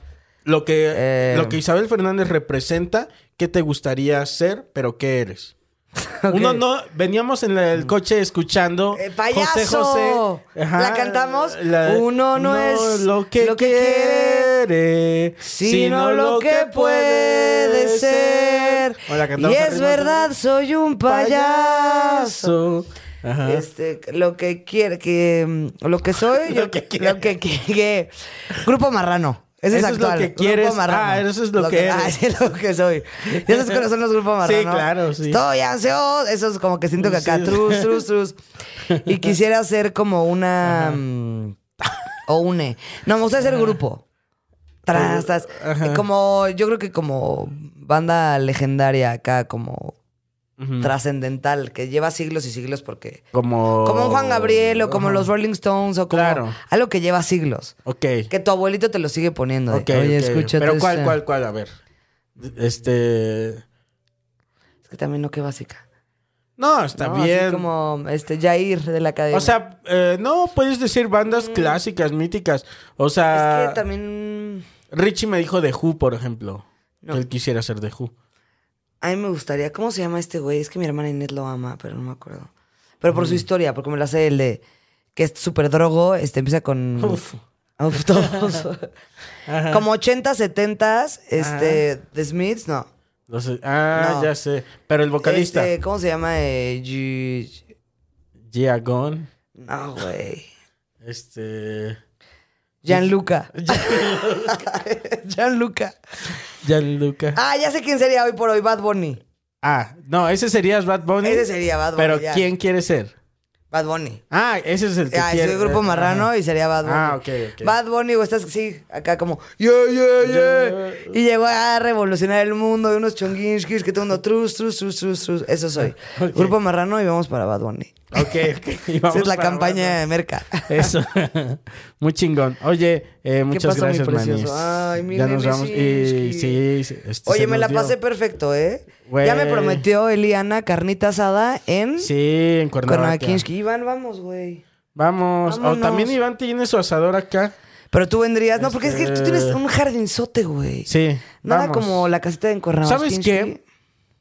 C: Lo que,
B: Eh.
C: lo que Isabel Fernández representa, ¿qué te gustaría ser, pero qué eres? Uno no, veníamos en la- el coche escuchando
B: Mm. Eh, payaso.
C: José José. Ajá.
B: la cantamos.
C: La-
B: Uno no, es lo que, quieres,
C: quiere,
B: Sino lo que puede ser.
C: O la
B: Y
C: cantamos
B: es
C: arriba,
B: verdad, soy un payaso.
C: Ajá.
B: Este, lo que quiere, que mm, lo que soy, yo- lo que quiere. que- Grupo Marrano. Ese
C: Eso
B: es
C: es lo
B: actual.
C: que quieres.
B: Grupo Marrano.
C: Ah, eso es lo que
B: ah,
C: eres.
B: sí, lo que soy. Ya sabes cuáles son los grupos
C: Sí,
B: marranos.
C: claro, sí.
B: Estoy ansioso. Eso es como que siento que acá,
C: Sí.
B: trus, trus, trus. Y quisiera hacer como una. mm, o une. No, me gusta hacer grupo. Tras, tras.
C: Ajá.
B: Como, yo creo que como banda legendaria acá, como
C: Ujú.
B: trascendental, que lleva siglos y siglos porque...
C: Como...
B: Como un Juan Gabriel o como
C: Ajá.
B: los Rolling Stones o como
C: Claro.
B: algo que lleva siglos.
C: Ok.
B: Que tu abuelito te lo sigue poniendo. ¿eh? de,
C: Ok,
B: Oye,
C: ok.
B: escúchate
C: Pero cuál,
B: esta".
C: cuál, cuál, a ver. Este.
B: Es que también no, qué básica.
C: No, está
B: ¿no? Así
C: bien.
B: como este Jair de la academia.
C: O sea, eh, no puedes decir bandas clásicas, míticas. O sea,
B: es que también...
C: Richie me dijo de Who, por ejemplo.
B: No.
C: Que él quisiera ser de Who.
B: A mí me gustaría... ¿Cómo se llama este güey? Es que mi hermana Inés lo ama, pero no me acuerdo. Pero por su historia, porque me la sé el de... Que es súper drogo, este, empieza con...
C: Uf.
B: Uf, todos. Como 80, 70, este, The Smiths, no.
C: No sé- Ah,
B: No.
C: ya sé. Pero el vocalista.
B: Este, ¿Cómo se llama? Eh, G-
C: Gia Gone.
B: No, güey.
C: Este.
B: Gianluca. Gianluca.
C: Gianluca. Ah,
B: Ah, ya sé quién sería hoy por hoy, Bad Bunny.
C: no, ese sería Bad Bunny.
B: Ese sería Bad Bunny,
C: Pero
B: ya.
C: ¿quién quiere ser?
B: Bad Bunny.
C: Ah, ese es el que
B: Ah, es
C: quiere.
B: el grupo
C: eh,
B: marrano
C: ajá.
B: y sería Bad Bunny.
C: Ah, ok, ok.
B: Bad Bunny, o estás, sí, acá como, yeah, yeah, yeah. Y llegó a revolucionar el mundo de unos chonguinskis que todo el mundo, trus, trus, trus, trus, trus. Eso soy.
C: Ok.
B: Grupo marrano y vamos para Bad Bunny.
C: Ok, ok. Y
B: Esa es
C: vamos
B: la
C: para
B: campaña
C: abajo.
B: de Merca.
C: Eso. Muy chingón. Oye, eh, muchas
B: pasó, mi
C: gracias,
B: precioso?
C: manis.
B: Ay, mi
C: Ya nos
B: nene,
C: vamos.
B: sí,
C: Y
B: sí.
C: sí, sí, este,
B: Oye,
C: se
B: me
C: nos
B: la
C: dio.
B: pasé perfecto, ¿eh?
C: Güey.
B: Ya me prometió Eliana carnita asada en
C: Sí, en Cuernavaca.
B: Kornakinski. Iván, vamos, güey.
C: Vamos. O
B: Vámonos.
C: también Iván tiene su asador acá.
B: Pero tú vendrías, no, porque es que
C: Este-
B: tú tienes un jardinzote, güey.
C: Sí.
B: Nada
C: vamos.
B: como la casita de Cuernavaca.
C: ¿Sabes qué?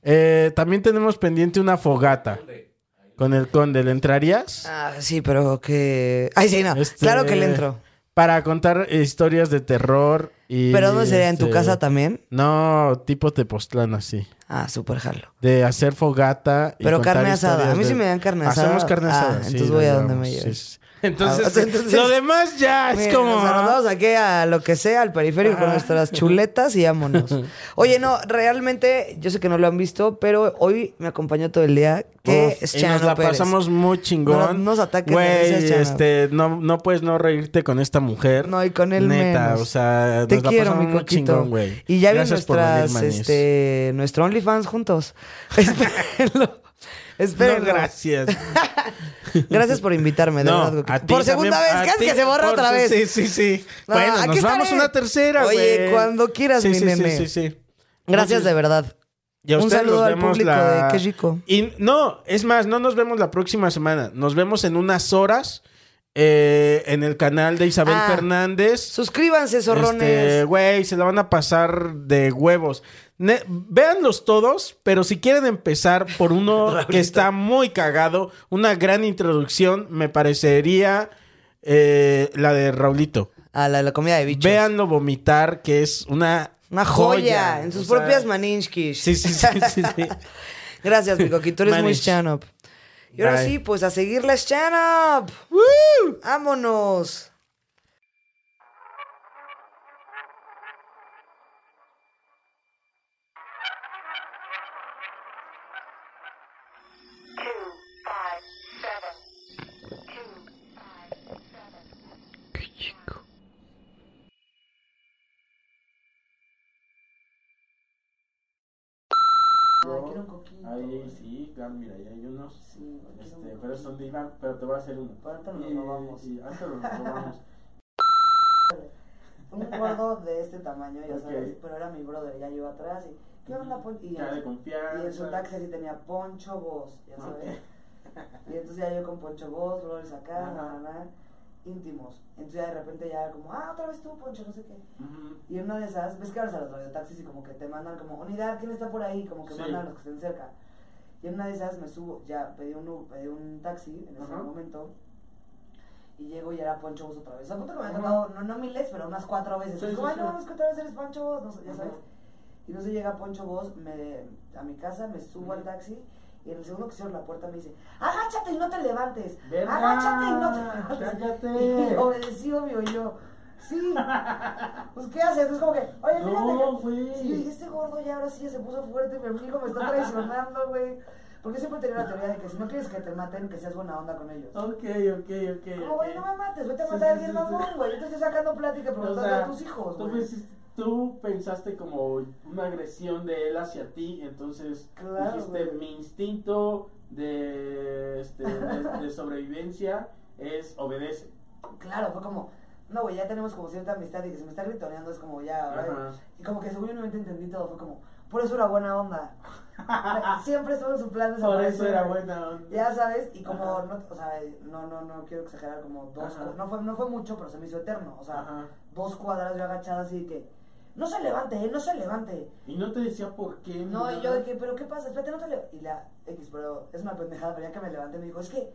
C: Eh, también tenemos pendiente una fogata. Con el conde, ¿le entrarías?
B: Ah, sí, pero que. Ay, sí, no.
C: Este,
B: Claro que le entro.
C: Para contar historias de terror y...
B: ¿Pero dónde sería? ¿En tu
C: este,
B: casa también?
C: No, tipo Tepoztlán así.
B: Ah, súper jalo.
C: De hacer fogata. y
B: Pero
C: contar
B: carne asada.
C: historias
B: A mí sí
C: de-
B: me dan carne asada.
C: Hacemos carne
B: Ah,
C: asada. sí,
B: entonces voy
C: nos
B: a donde
C: llevamos,
B: me lleves.
C: sí, sí. Entonces,
B: Ah, entonces-
C: lo demás ya es
B: Mira,
C: como. Ah.
B: Nos vamos aquí a lo que sea, al periférico con nuestras chuletas y vámonos. Oye, no, realmente, yo sé que no lo han visto, pero hoy me acompañó todo el día, que
C: Uf,
B: es
C: y
B: Chano
C: nos la
B: Pérez.
C: pasamos muy chingón.
B: No, nos ataques de
C: Güey,
B: risa, Chano.
C: este, no, no puedes no reírte con esta mujer.
B: No, y con él
C: Neta,
B: menos.
C: o sea,
B: Te
C: nos la
B: quiero,
C: pasamos
B: mi
C: muy
B: coquito.
C: chingón, güey.
B: Y ya vi
C: Gracias por venir,
B: nuestras,
C: manis.
B: este, nuestro OnlyFans juntos. Espérenlo.
C: No,
B: Espérenlo.
C: gracias.
B: Gracias por invitarme, de
C: No,
B: verdad. coquito.
C: a ti
B: por segunda
C: también, a
B: vez, casi
C: ti,
B: que se borra
C: por-
B: otra vez.
C: Sí, sí, sí.
B: No,
C: bueno,
B: aquí
C: nos vamos
B: estaré.
C: una tercera, güey.
B: Oye, cuando quieras,
C: Sí,
B: mi
C: sí,
B: nene.
C: Sí, sí, sí.
B: Gracias de verdad.
C: Y a
B: Un
C: ustedes
B: saludo
C: nos
B: al
C: vemos
B: público
C: la-
B: de Qué Rico.
C: Y no, es más, no nos vemos la próxima semana. Nos vemos en unas horas eh, en el canal de Isabel
B: Ah,
C: Fernández.
B: Suscríbanse, zorrones.
C: Este, Güey, se la van a pasar de huevos. Ne- véanlos todos, pero si quieren empezar por uno que está muy cagado, una gran introducción, me parecería eh, la de Raulito.
B: A la, la comida de bichos.
C: Véanlo vomitar, que es una,
B: Una joya, en
C: O
B: sus
C: sea,
B: propias maninskis.
C: Sí, sí, sí, sí, sí.
B: Gracias, mi coquito. Eres muy
C: Manish.
B: chanop. Y ahora
C: Bye.
B: sí, pues a seguirles chanop. ¡Vámonos!
A: Two five seven. Two five seven.
C: Ahí sí, claro, mira, ahí hay unos. este, pero son de Iván, pero te voy a hacer uno. Ahorita nos lo vamos. Y, ahorita nos lo vamos.
B: Un gordo de este tamaño, ya
C: Ok.
B: sabes, pero era mi brother, ya yo atrás y... ¿Qué onda, Poncho? Y,
C: Ya de confianza.
B: y en su taxi así tenía Poncho Voz, ya sabes. Y entonces ya yo con Poncho Voz, brothers acá, na, na, na, íntimos. Entonces ya de repente ya como, ah, otra vez tú, Poncho, no sé qué. Y en una de esas, ves que ahora a los radiotaxis y como que te mandan como, unidad, ¿quién está por ahí? Como que
C: Sí.
B: mandan a los que estén cerca. Y en una de esas me subo, ya pedí un, Uber- pedí un taxi en ese
C: Ajá.
B: momento. Y llego y era Poncho Bus otra vez. O sea, punto que me había tocado, no, no miles, pero unas cuatro veces. Y digo, ay, no, es que otra vez eres Poncho Bus, no sé, ya sabes. Y entonces llega Poncho Bos me, a mi casa, me subo al taxi y en el segundo que cierro la puerta me dice, agáchate y no te levantes,
C: Verga,
B: agáchate y no te levantes.
C: cállate.
B: Y obedecí, obvio, y yo, sí, pues ¿qué haces? Es como que, oye, fíjate
C: No,
B: que...
C: güey.
B: Sí, yo dije, este gordo ya ahora sí ya se puso fuerte, pero mi hijo me está traicionando, güey. Porque siempre tenía la teoría de que si no quieres que te maten, que seas buena onda con ellos.
C: Ok, ok, ok.
B: Como, güey, no me mates, vete Ah, a
C: Sí,
B: matar
C: sí,
B: a alguien
C: sí,
B: mamón,
C: sí.
B: güey. Yo te estoy sacando plática
C: O
B: preguntando
C: sea,
B: a tus hijos,
C: tú,
B: güey.
C: pensis- tú pensaste como una agresión de él hacia ti, entonces
B: Claro,
C: dijiste,
B: güey.
C: mi instinto de, este, de- de sobrevivencia es obedece.
B: Claro, fue como, no, güey, ya tenemos como cierta amistad y que se me está gritoneando, es como ya, güey.
C: Ajá.
B: Y como que seguramente entendí todo, fue como, por eso era buena onda. Siempre estuvo en su plan de
C: Por eso
B: desaparecer,
C: era
B: güey.
C: buena onda.
B: Ya sabes, y como,
C: Ajá.
B: no, o sea, no, no, no quiero exagerar, como dos,
C: Ajá.
B: no fue, no fue mucho, pero se me hizo eterno, o sea,
C: Ajá.
B: dos cuadras yo agachada así de que, no se levante, eh, no se levante.
C: Y no te decía por qué. ni
B: No, y
C: nada.
B: yo de que, pero ¿qué pasa? Espérate, no te levantes. Y la X, pero es una pendejada, pero ya que me levanté me dijo, es que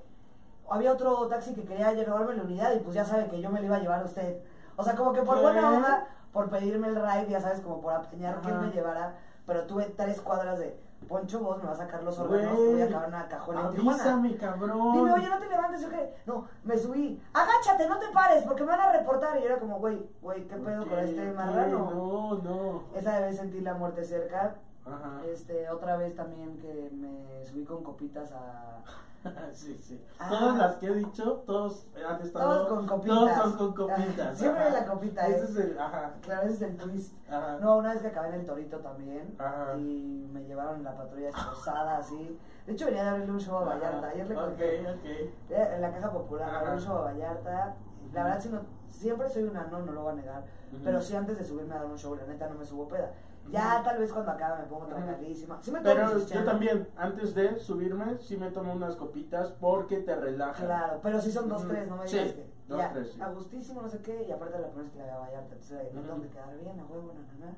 B: había otro taxi que quería llevarme la unidad y pues ya sabe que yo me lo iba a llevar a usted. O sea, como que por
C: ¿Qué?
B: buena onda, por pedirme el ride, ya sabes, como por apañar que
C: Ajá.
B: me llevara, pero tuve tres cuadras de, Poncho, vos me vas a sacar los
C: Güey,
B: órganos, te voy a acabar en una cajuela en Tijuana.
C: Avísame, cabrón.
B: Dime, oye, no te levantes, yo que, no, me subí, agáchate, no te pares, porque me van a reportar. Y yo era como, güey, güey, ¿qué pedo con
C: Ok,
B: este
C: ok,
B: marrano?
C: No, no.
B: Esa vez sentí la muerte cerca.
C: Ajá.
B: Este, otra vez también que me subí con copitas a...
C: sí, sí.
B: Ah.
C: Todas las que he dicho, todos han estado.
B: Todos con copitas.
C: Todos son con copitas.
B: Siempre
C: ajá.
B: la copita,
C: Ese
B: eh.
C: es el. Ajá.
B: Claro, ese es el twist.
C: Ajá.
B: No, una vez que acabé en el Torito también.
C: Ajá.
B: Y me llevaron en la patrulla esposada, así. De hecho, venía a darle un show a Vallarta. Ayer le conté.
C: Ok, ok.
B: Eh, En la caja popular,
C: Ajá.
B: a un show a Vallarta. La verdad, si no- siempre soy una no, no lo voy a negar. Pero sí, antes de subirme a dar un show, la neta no me subo peda. Ya tal vez cuando acabe me pongo trancadísima. Sí me tomo
C: Pero
B: mis
C: yo
B: chelas.
C: también, antes de subirme, sí me tomo unas copitas porque te relaja.
B: Claro, pero sí son dos,
C: Ujú.
B: tres, no me
C: Sí,
B: digas que.
C: dos,
B: ya,
C: tres, sí.
B: A gustísimo, no sé qué, y aparte la primera vez que la voy a Vallarta, entonces eh, me tengo que quedar bien, a huevo, na, na, na.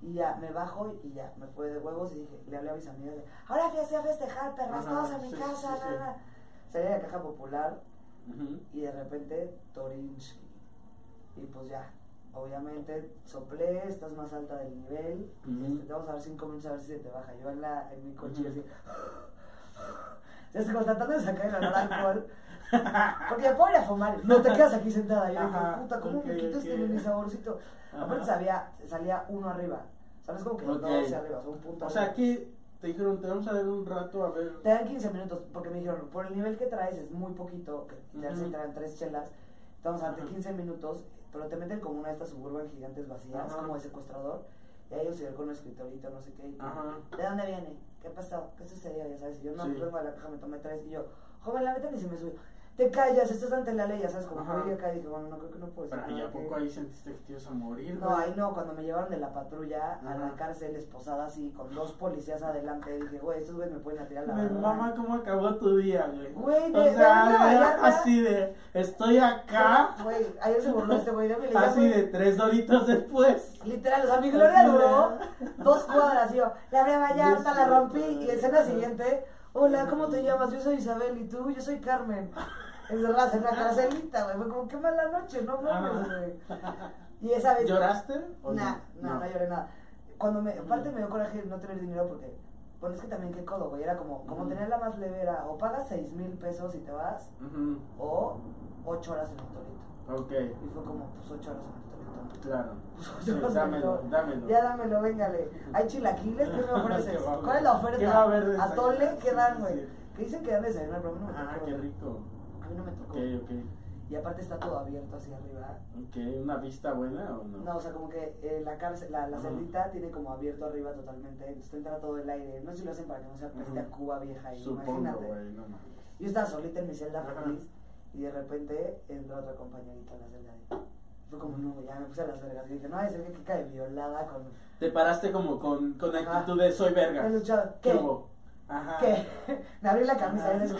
B: Y ya, me bajo y ya, me fue de huevos y dije, le hablé a mis amigas, de, ahora fíjate a festejar, perras,
C: Ajá,
B: todos a mi
C: Ah, sí,
B: casa,
C: sí, sí.
B: na, na". Salí de la caja popular
C: Ujú.
B: y de repente, Torinsky. Y pues ya, obviamente, soplé, estás más alta del nivel,
C: Ujú.
B: este, te vamos a dar cinco minutos a ver si se te baja. Yo en, la, en mi coche así... Ya estoy como tratando de sacar el olor a alcohol. Porque me puedo ir a fumar. No te quedas aquí sentada. Yo
C: Ajá,
B: dije, puta, ¿cómo
C: ok,
B: me quito este
C: ok.
B: mi saborcito?
C: Ajá.
B: Aparte salía, salía uno arriba. ¿Sabes como que
C: Ok.
B: dos hacia arriba? O sea, un punto
C: O sea,
B: arriba.
C: aquí te dijeron, te vamos a dar un rato a ver.
B: Te dan 15 minutos. Porque me dijeron, por el nivel que traes es muy poquito. Que ya
C: Ujú.
B: se traen tres chelas. Entonces, darte
C: Ajá.
B: 15 minutos. Pero te meten como una de estas suburban gigantes vacías,
C: Ajá.
B: como de secuestrador. Y ahí ellos llegan con un escritorito, no sé qué. y-
C: Ajá.
B: ¿De dónde viene? ¿Qué pasó? ¿Qué sucedió? Ya sabes, y yo no pues
C: Sí.
B: vengo a la caja, me tomé tres y yo, joven, la neta ni se me subió. Te callas, estás ante la ley, ya sabes, como
C: Ajá.
B: fui acá y dije, bueno, no creo que no puedo decir
C: Pero ahí
B: nada
C: a poco
B: que-
C: ahí sentiste que te ibas a morir.
B: No,
C: güey?
B: ahí no, cuando me llevaron de la patrulla a la
C: Ajá.
B: cárcel esposada así, con dos policías adelante, dije, güey, estos güeyes me pueden atirar la
C: Me
B: barra".
C: mama cómo acabó tu día, güey.
B: Güey,
C: o
B: de-
C: sea,
B: de- de-
C: era
B: de- de-
C: así de, estoy acá,
B: Güey, ayer se burló este güey de mí, le dije,
C: así
B: "Güey,
C: de tres doritos después.
B: Literal, o sea, mi gloria
C: Así
B: duró
C: de-
B: dos cuadras, y yo, la abrí a Vallarta,
C: Sí,
B: la
C: sí,
B: rompí,
C: güey.
B: y escena siguiente, hola, ¿cómo te llamas? Yo soy Isabel, y tú, yo soy Carmen. Encerradas en una carcelita, güey, fue como, qué mala noche, no mames,
C: Ajá.
B: güey. Y esa vez...
C: ¿Lloraste? o
B: Nah, no, no,
C: No.
B: lloré nada. Cuando me, aparte me dio coraje no tener dinero porque, bueno, es que también qué codo, güey, era como, como tener la más leve era, o pagas seis mil pesos y te vas,
C: Ujú,
B: o ocho horas en el torito.
C: Ok,
B: Y fue como, pues ocho horas en el torito.
C: claro.
B: Pues,
C: Sí,
B: yo no sé,
C: dámelo,
B: pero-
C: dámelo.
B: Ya dámelo, véngale. Hay chilaquiles, ¿qué me ofreces?
C: Qué va a haber.
B: ¿Cuál es la oferta?
C: ¿Qué va a haber de
B: Atole,
C: desayuno?
B: ¿qué
C: Sí,
B: dan,
C: sí,
B: güey?
C: sí.
B: Que dicen que dan desayuno, pero a mí no me
C: Ah,
B: tocó.
C: qué rico.
B: A mí no me tocó.
C: Ok, ok.
B: Y aparte está todo abierto hacia arriba.
C: Ok, ¿una vista buena o no?
B: No, o sea, como que eh, la cárcel, la, la
C: Ajá.
B: celdita tiene como abierto arriba totalmente. Entonces te entra todo el aire. No sé si lo hacen para que no sea peste a
C: Ujú.
B: Cuba vieja ahí,
C: Supongo,
B: imagínate.
C: güey, no mames.
B: Yo estaba solita en mi celda
C: Ajá.
B: feliz y de repente entra otra compañerita a la celda. de- Fue como, no, ya me puse a las vergas. Y dije, no, es el que cae violada con...
C: Te paraste como con, con
B: Ajá.
C: actitud de soy verga.
B: He luchado. ¿Qué?
C: hubo? Ajá.
B: que me abrí la camisa
C: Ajá.
B: y les-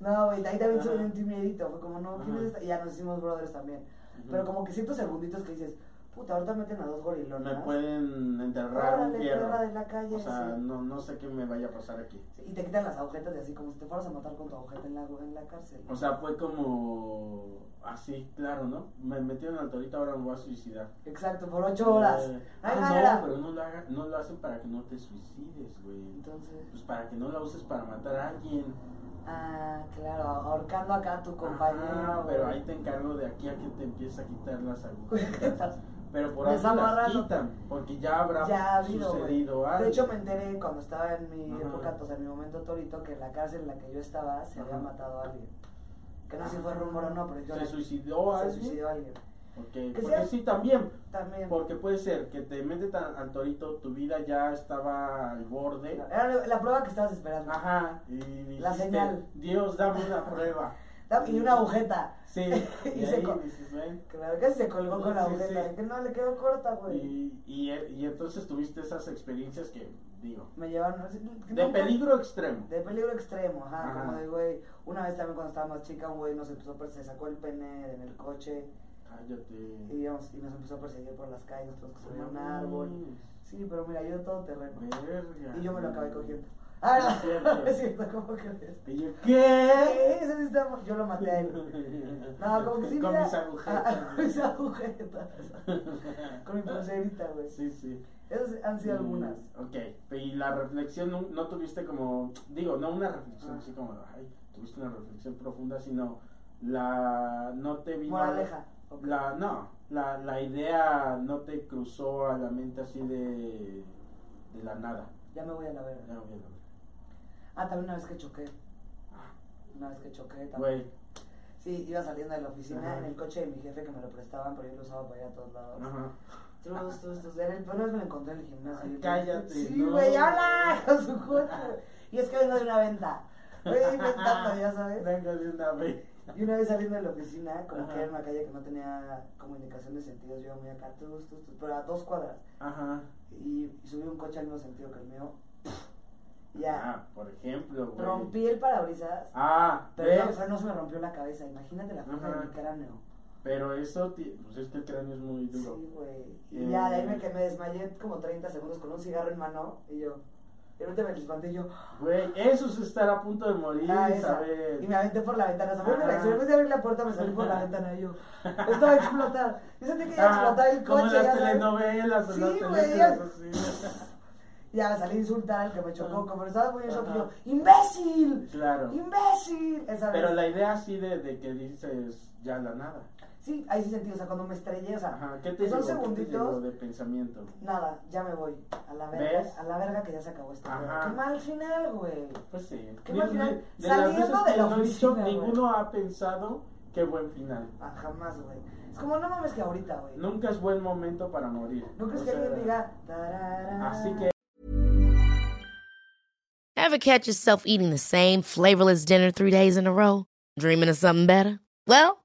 B: no güey ahí también
C: Ajá.
B: sentí miedito fue como no ¿quién
C: Ajá.
B: es esta? y ya nos hicimos brothers también pero como que ciertos segunditos que dices Puta, ahorita meten a dos
C: Me
B: gorilonas.
C: pueden enterrar
B: Órale,
C: un fierro.
B: perra de la calle,
C: O sea,
B: sí.
C: no, no sé qué me vaya a pasar aquí.
B: Y te quitan las agujetas de así como si te fueras a matar con tu agujeta en la, en la cárcel.
C: O sea, fue como así, claro, ¿no? Me metieron al torito, ahora me voy a suicidar.
B: Exacto, por ocho horas.
C: Eh,
B: Ay,
C: ah,
B: manera.
C: no, pero no lo, haga- no lo hacen para que no te suicides, güey.
B: Entonces,
C: Pues para que no la uses para matar a alguien.
B: ah, claro, ahorcando acá a tu compañero.
C: Ah, pero
B: güey.
C: ahí te encargo de aquí a que te empieza a quitar las agujetas. pero por ahí las
B: Desamarrarlo.
C: quitan, porque ya habrá
B: Ya ha habido, güey.
C: sucedido algo.
B: De hecho, me enteré cuando estaba en mi
C: Ajá.
B: época, o sea, en mi momento torito, que en la cárcel en la que yo estaba se había
C: Ajá.
B: matado a alguien. Que no sé si fue rumor o no, pero yo
C: se
B: la-
C: suicidó
B: se
C: alguien.
B: suicidó alguien.
C: Ok,
B: Que
C: porque
B: sea-
C: sí también,
B: También.
C: porque puede ser que te metes a- al torito, tu vida ya estaba al borde.
B: Era la- la prueba que estabas esperando.
C: Ajá, y dijiste,
B: La señal.
C: Dios, dame una prueba.
B: Dame- Y una agujeta.
C: Sí,
B: Y
C: y,
B: se
C: ahí
B: co-
C: dices, ven.
B: Claro que se colgó con la
C: Sí,
B: agujeta.
C: sí.
B: Que no le quedó corta, güey.
C: Y, y, y entonces tuviste esas experiencias que, digo,
B: Me llevaron. que
C: de
B: nunca-
C: peligro extremo.
B: De peligro extremo, ajá,
C: Ajá.
B: como de güey. Una vez también cuando estaba más chica, un güey nos empezó a perseguir, se sacó el pene en el coche
C: Ah, Cállate.
B: y, íbamos- y nos empezó a perseguir por las calles, nos tuvimos que subir a
C: Mm.
B: un árbol. Sí, pero mira, yo todo terreno.
C: Verga.
B: Y yo me lo acabé cogiendo. Ah,
C: No es
B: no,
C: cierto.
B: no es cierto, ¿cómo crees?
C: Y yo, ¿qué?
B: Eh, ese sí está- Yo lo maté a él. No, como que sí,
C: Con
B: mira.
C: mis agujetas.
B: Ah, con mis agujetas. Con mi pulserita, güey.
C: Sí, Mm. sí.
B: Esas han sido
C: Y-
B: algunas.
C: Ok, y la reflexión no, no tuviste como, digo, no una reflexión
B: Ah.
C: así como, ay, tuviste una reflexión profunda, sino la, no te vino,
B: Moraleja. ok.
C: la, no, la, la idea no te cruzó a la mente así de, de la nada.
B: Ya me voy a la verga.
C: Ya, güey, no.
B: Ah, también una vez que choqué.
C: Ah.
B: Una vez que choqué también.
C: Güey,
B: Sí, iba saliendo de la oficina
C: Ajá.
B: en el coche de mi jefe que me lo prestaban, pero yo lo usaba para ir a todos lados.
C: ajá.
B: Trus, trus, trus. Era el- pero una vez me lo encontré en el gimnasio.
C: Ay,
B: Y yo,
C: cállate,
B: Sí,
C: no.
B: güey, habla con su coche. Y es que vengo de una venta. Güey, ventando, ya sabes.
C: Venga de una vez.
B: Y una vez saliendo de la oficina, como
C: Ajá.
B: que era una calle que no tenía como indicación de sentidos, yo iba muy acá, trus, trus, trus, pero a dos cuadras.
C: Ajá.
B: Y, y subí un coche al mismo sentido que el mío. Ya.
C: Ah, por ejemplo, güey.
B: Rompí el parabrisas,
C: Ah,
B: pero no,
C: ¿ves?
B: pero no se me rompió la cabeza. Imagínate la forma de
C: Ajá.
B: mi cráneo.
C: Pero eso, ti- pues es que el cráneo es muy duro.
B: Sí, güey.
C: Eh,
B: Y ya de ahí me, que me desmayé como 30 segundos con un cigarro en mano y yo. Y ahorita me espanté y yo.
C: Güey, eso es estar a punto de morir,
B: "Ah, esa".
C: Isabel.
B: Y me aventé por la ventana. Salí
C: Ajá.
B: la acción. En vez de abrir la puerta, me salí por la ventana y yo. Esto va a explotar. Yo sentí que iba a explotar el
C: Ah, como
B: coche.
C: las
B: ya sabes.
C: telenovelas,
B: Sí,
C: las
B: güey,
C: telenovelas
B: Ya salí a insultar al que me chocó.
C: Ajá.
B: Como estaba muy en shock,
C: Ajá.
B: yo. ¡Imbécil!
C: así. Claro.
B: ¡Imbécil! Esa vez.
C: Pero la idea así de, de que dices ya la nada.
B: Sí, ahí sí sentí. O sea, cuando me estrellé, o sea.
C: Ajá, ¿qué te
B: son
C: llegó? ¿Qué te llegó
B: segunditos.
C: de pensamiento?
B: Nada, ya me voy. A la verga.
C: ¿Ves?
B: A la verga que ya se acabó esta.
C: Ajá.
B: verga. Qué mal final, güey.
C: Pues sí.
B: Qué
C: Ni-
B: buen final.
C: ni- las
B: Saliendo
C: veces
B: de
C: que
B: la
C: lo he dicho,
B: oficina, güey.
C: ninguno ha pensado qué buen final.
B: Ah, jamás, güey. Es como, no mames que ahorita, güey. No,
C: Nunca es buen momento para morir.
B: crees
C: O
B: que
C: sea,
B: alguien diga... "Tarara"?
C: Así que
F: Ever catch yourself eating the same flavorless dinner three days in a row? Dreaming of something better? Well,